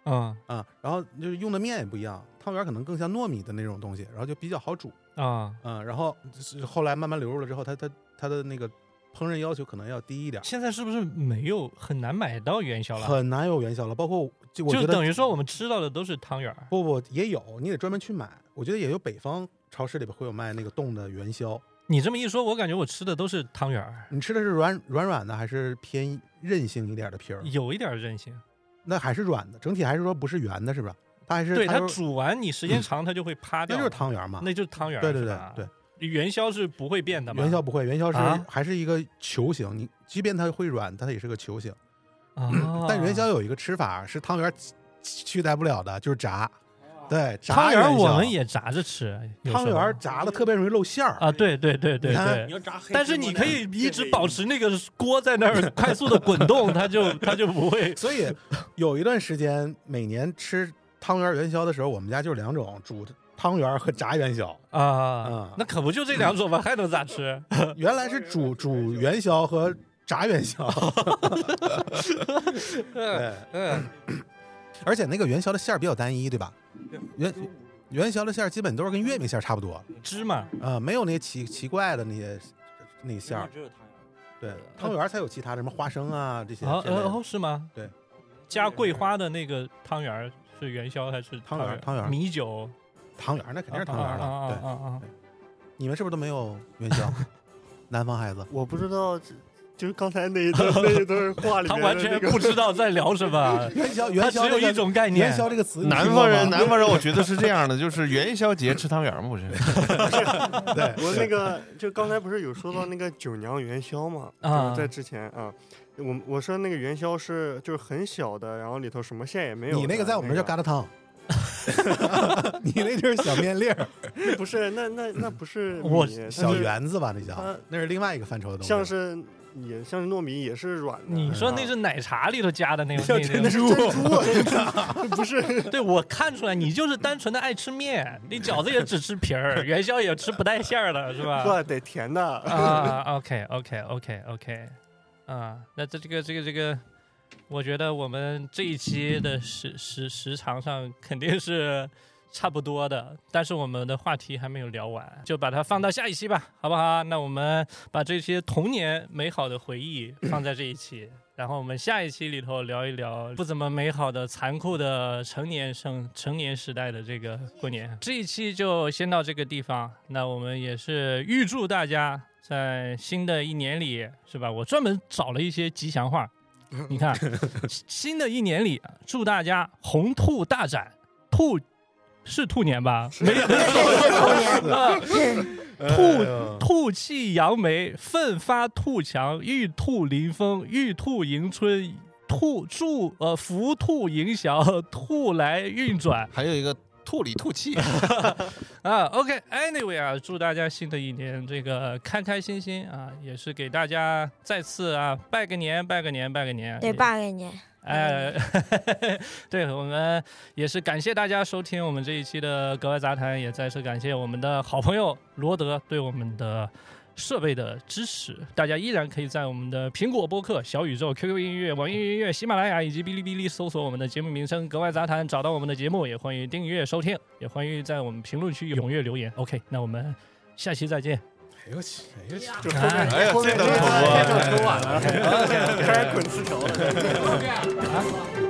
S1: 嗯
S4: 啊，然后就是用的面也不一样，汤圆儿可能更像糯米的那种东西，然后就比较好煮。
S1: 啊，
S4: 嗯，然后就是后来慢慢流入了之后，它它它的那个烹饪要求可能要低一点儿，
S1: 现在是不是没有很难买到元宵了？
S4: 很难有元宵了。包括就我觉
S1: 就
S4: 得
S1: 等于说我们吃到的都是汤圆儿。
S4: 不不也有，你得专门去买。我觉得也有北方超市里边会有卖那个冻的元宵。
S1: 你这么一说，我感觉我吃的都是汤圆儿，
S4: 你吃的是软软软的，还是偏韧性一点的皮儿？
S1: 有一点韧性。
S4: 那还是软的，整体还是说不是圆的，是吧？它还是
S1: 对，它
S4: 它就是
S1: 煮完你时间长，它就会趴掉。
S4: 那就是汤圆嘛
S1: 那就是汤圆儿。
S4: 对对对
S1: 是吧
S4: 对，
S1: 元宵是不会变的嘛？
S4: 元宵不会，元宵是、
S1: 啊
S4: 还是一个球形，你即便它会软，它也是个球形。
S1: 啊
S4: 但元宵有一个吃法是汤圆儿取取代不了的，就是炸。对，炸
S1: 哦汤圆儿
S4: 元宵啊
S1: 我们也炸着吃，有时候
S4: 汤圆儿炸了特别容易露馅儿。
S1: 啊，对对对对
S4: 你看
S1: 对。
S6: 炸黑
S1: 但是你可以一直保持那个锅在那 儿快速的滚动，它就 它就不会。
S4: 所以有一段时间，每年吃汤圆儿元宵的时候，我们家就是两种煮汤圆儿和炸元宵。
S1: 啊
S4: 嗯，
S1: 那可不就这两种吗？还能咋吃？
S4: 原来是煮煮元宵和炸元 宵，对，
S1: 嗯，
S4: 而且那个元宵的馅儿比较单一，对吧？元元宵的馅儿基本都是跟月饼馅儿差不多，啊、
S1: 芝麻
S4: 没有那些奇奇怪的那些那馅儿。
S6: 只有汤
S4: 对，汤圆儿才有其他的什么花生啊这些
S1: 啊
S4: 之类的。
S1: 哦是吗？
S4: 对，
S1: 加桂花的那个汤圆儿是元宵还是
S4: 汤圆儿
S1: 汤
S4: 汤圆儿
S1: 米酒
S4: 汤圆儿那肯定是汤圆儿
S1: 啊啊
S4: 了。
S1: 啊
S4: 对，
S1: 啊啊！
S4: 你们是不是都没有元宵？ 南方孩子，
S6: 我不知道，这就是刚才那一段那一段话里
S1: 啊他
S6: 面
S1: 完
S6: 的那
S1: 全
S6: 个
S1: 不知道在聊什么，
S4: 元宵
S1: 他
S4: 元
S1: 啊只
S4: 宵
S1: 有
S4: 这个
S1: 一种概念
S4: 元。宵这个词，你
S11: 南
S4: 听过
S11: 方人，
S4: 吗
S11: 南方人，我觉得是这样的，就是元宵节吃汤圆儿嘛，不是？
S4: 对，
S6: 我 那个就刚才不是有说到那个九娘元宵嘛？
S1: 啊
S6: 就是在之前啊，我我说那个元宵是就是很小的，然后里头什么馅也没有的。
S4: 你那个在我们这儿
S6: 那
S4: 疙瘩 汤， 你那就是小面粒儿、
S6: 那不是那那那不是米
S1: 我
S6: 它是
S4: 小圆子吧？那 叫
S6: 它
S4: 那是另外一个范畴的东西。
S6: 像是也像是糯米，也是软的。啊
S1: 你说那是奶茶里头加的那种，那种
S6: 猪，这 不是
S1: 对我看出来，你就是单纯的爱吃面，你饺子也只吃皮 儿，元宵也吃不带馅儿的，是吧？
S6: 不得甜的。
S1: 啊，OK OK OK OK，啊，那这这个这个这个，我觉得我们这一期的时时时长上肯定是差不多的，但是我们的话题还没有聊完，就把它放到下一期吧，好不好？那我们把这些童年美好的回忆放在这一期。然后我们下一期里头聊一聊不怎么美好的、残酷的成年生成年时代的这个过年。这一期就先到这个地方。那我们也是预祝大家在新的一年里，是吧？我专门找了一些吉祥话，你看，新的一年里，祝大家红兔大展，兔是兔年吧？没有。啊吐吐气扬眉，奋发图强，玉兔临风，玉兔迎春，兔祝呃福兔迎祥，兔来运转
S11: 还有一个吐里吐气，
S1: 啊。OK，Anyway、啊，祝大家新的一年这个开开心心啊，也是给大家再次啊拜个年，拜个年，拜个年，啊
S7: 得
S1: 也
S7: 八给你。
S1: 哎， 对我们也是感谢大家收听我们这一期的格外杂谈，也再次感谢我们的好朋友罗德对我们的设备的支持。大家依然可以在我们的苹果播客、小宇宙、QQ 音乐、网易云音乐、喜马拉雅以及哔哩哔哩搜索我们的节目名称“格外杂谈”，找到我们的节目，也欢迎订阅收听，也欢迎在我们评论区踊跃留言。OK，那我们下期再见。
S4: 哎呦我去，哎呦我去。
S6: 就后面
S11: 哎呀
S6: 后面
S11: 这都
S6: 这
S11: 多
S6: 个开始春晚了，开始滚丝绸了。
S1: 啊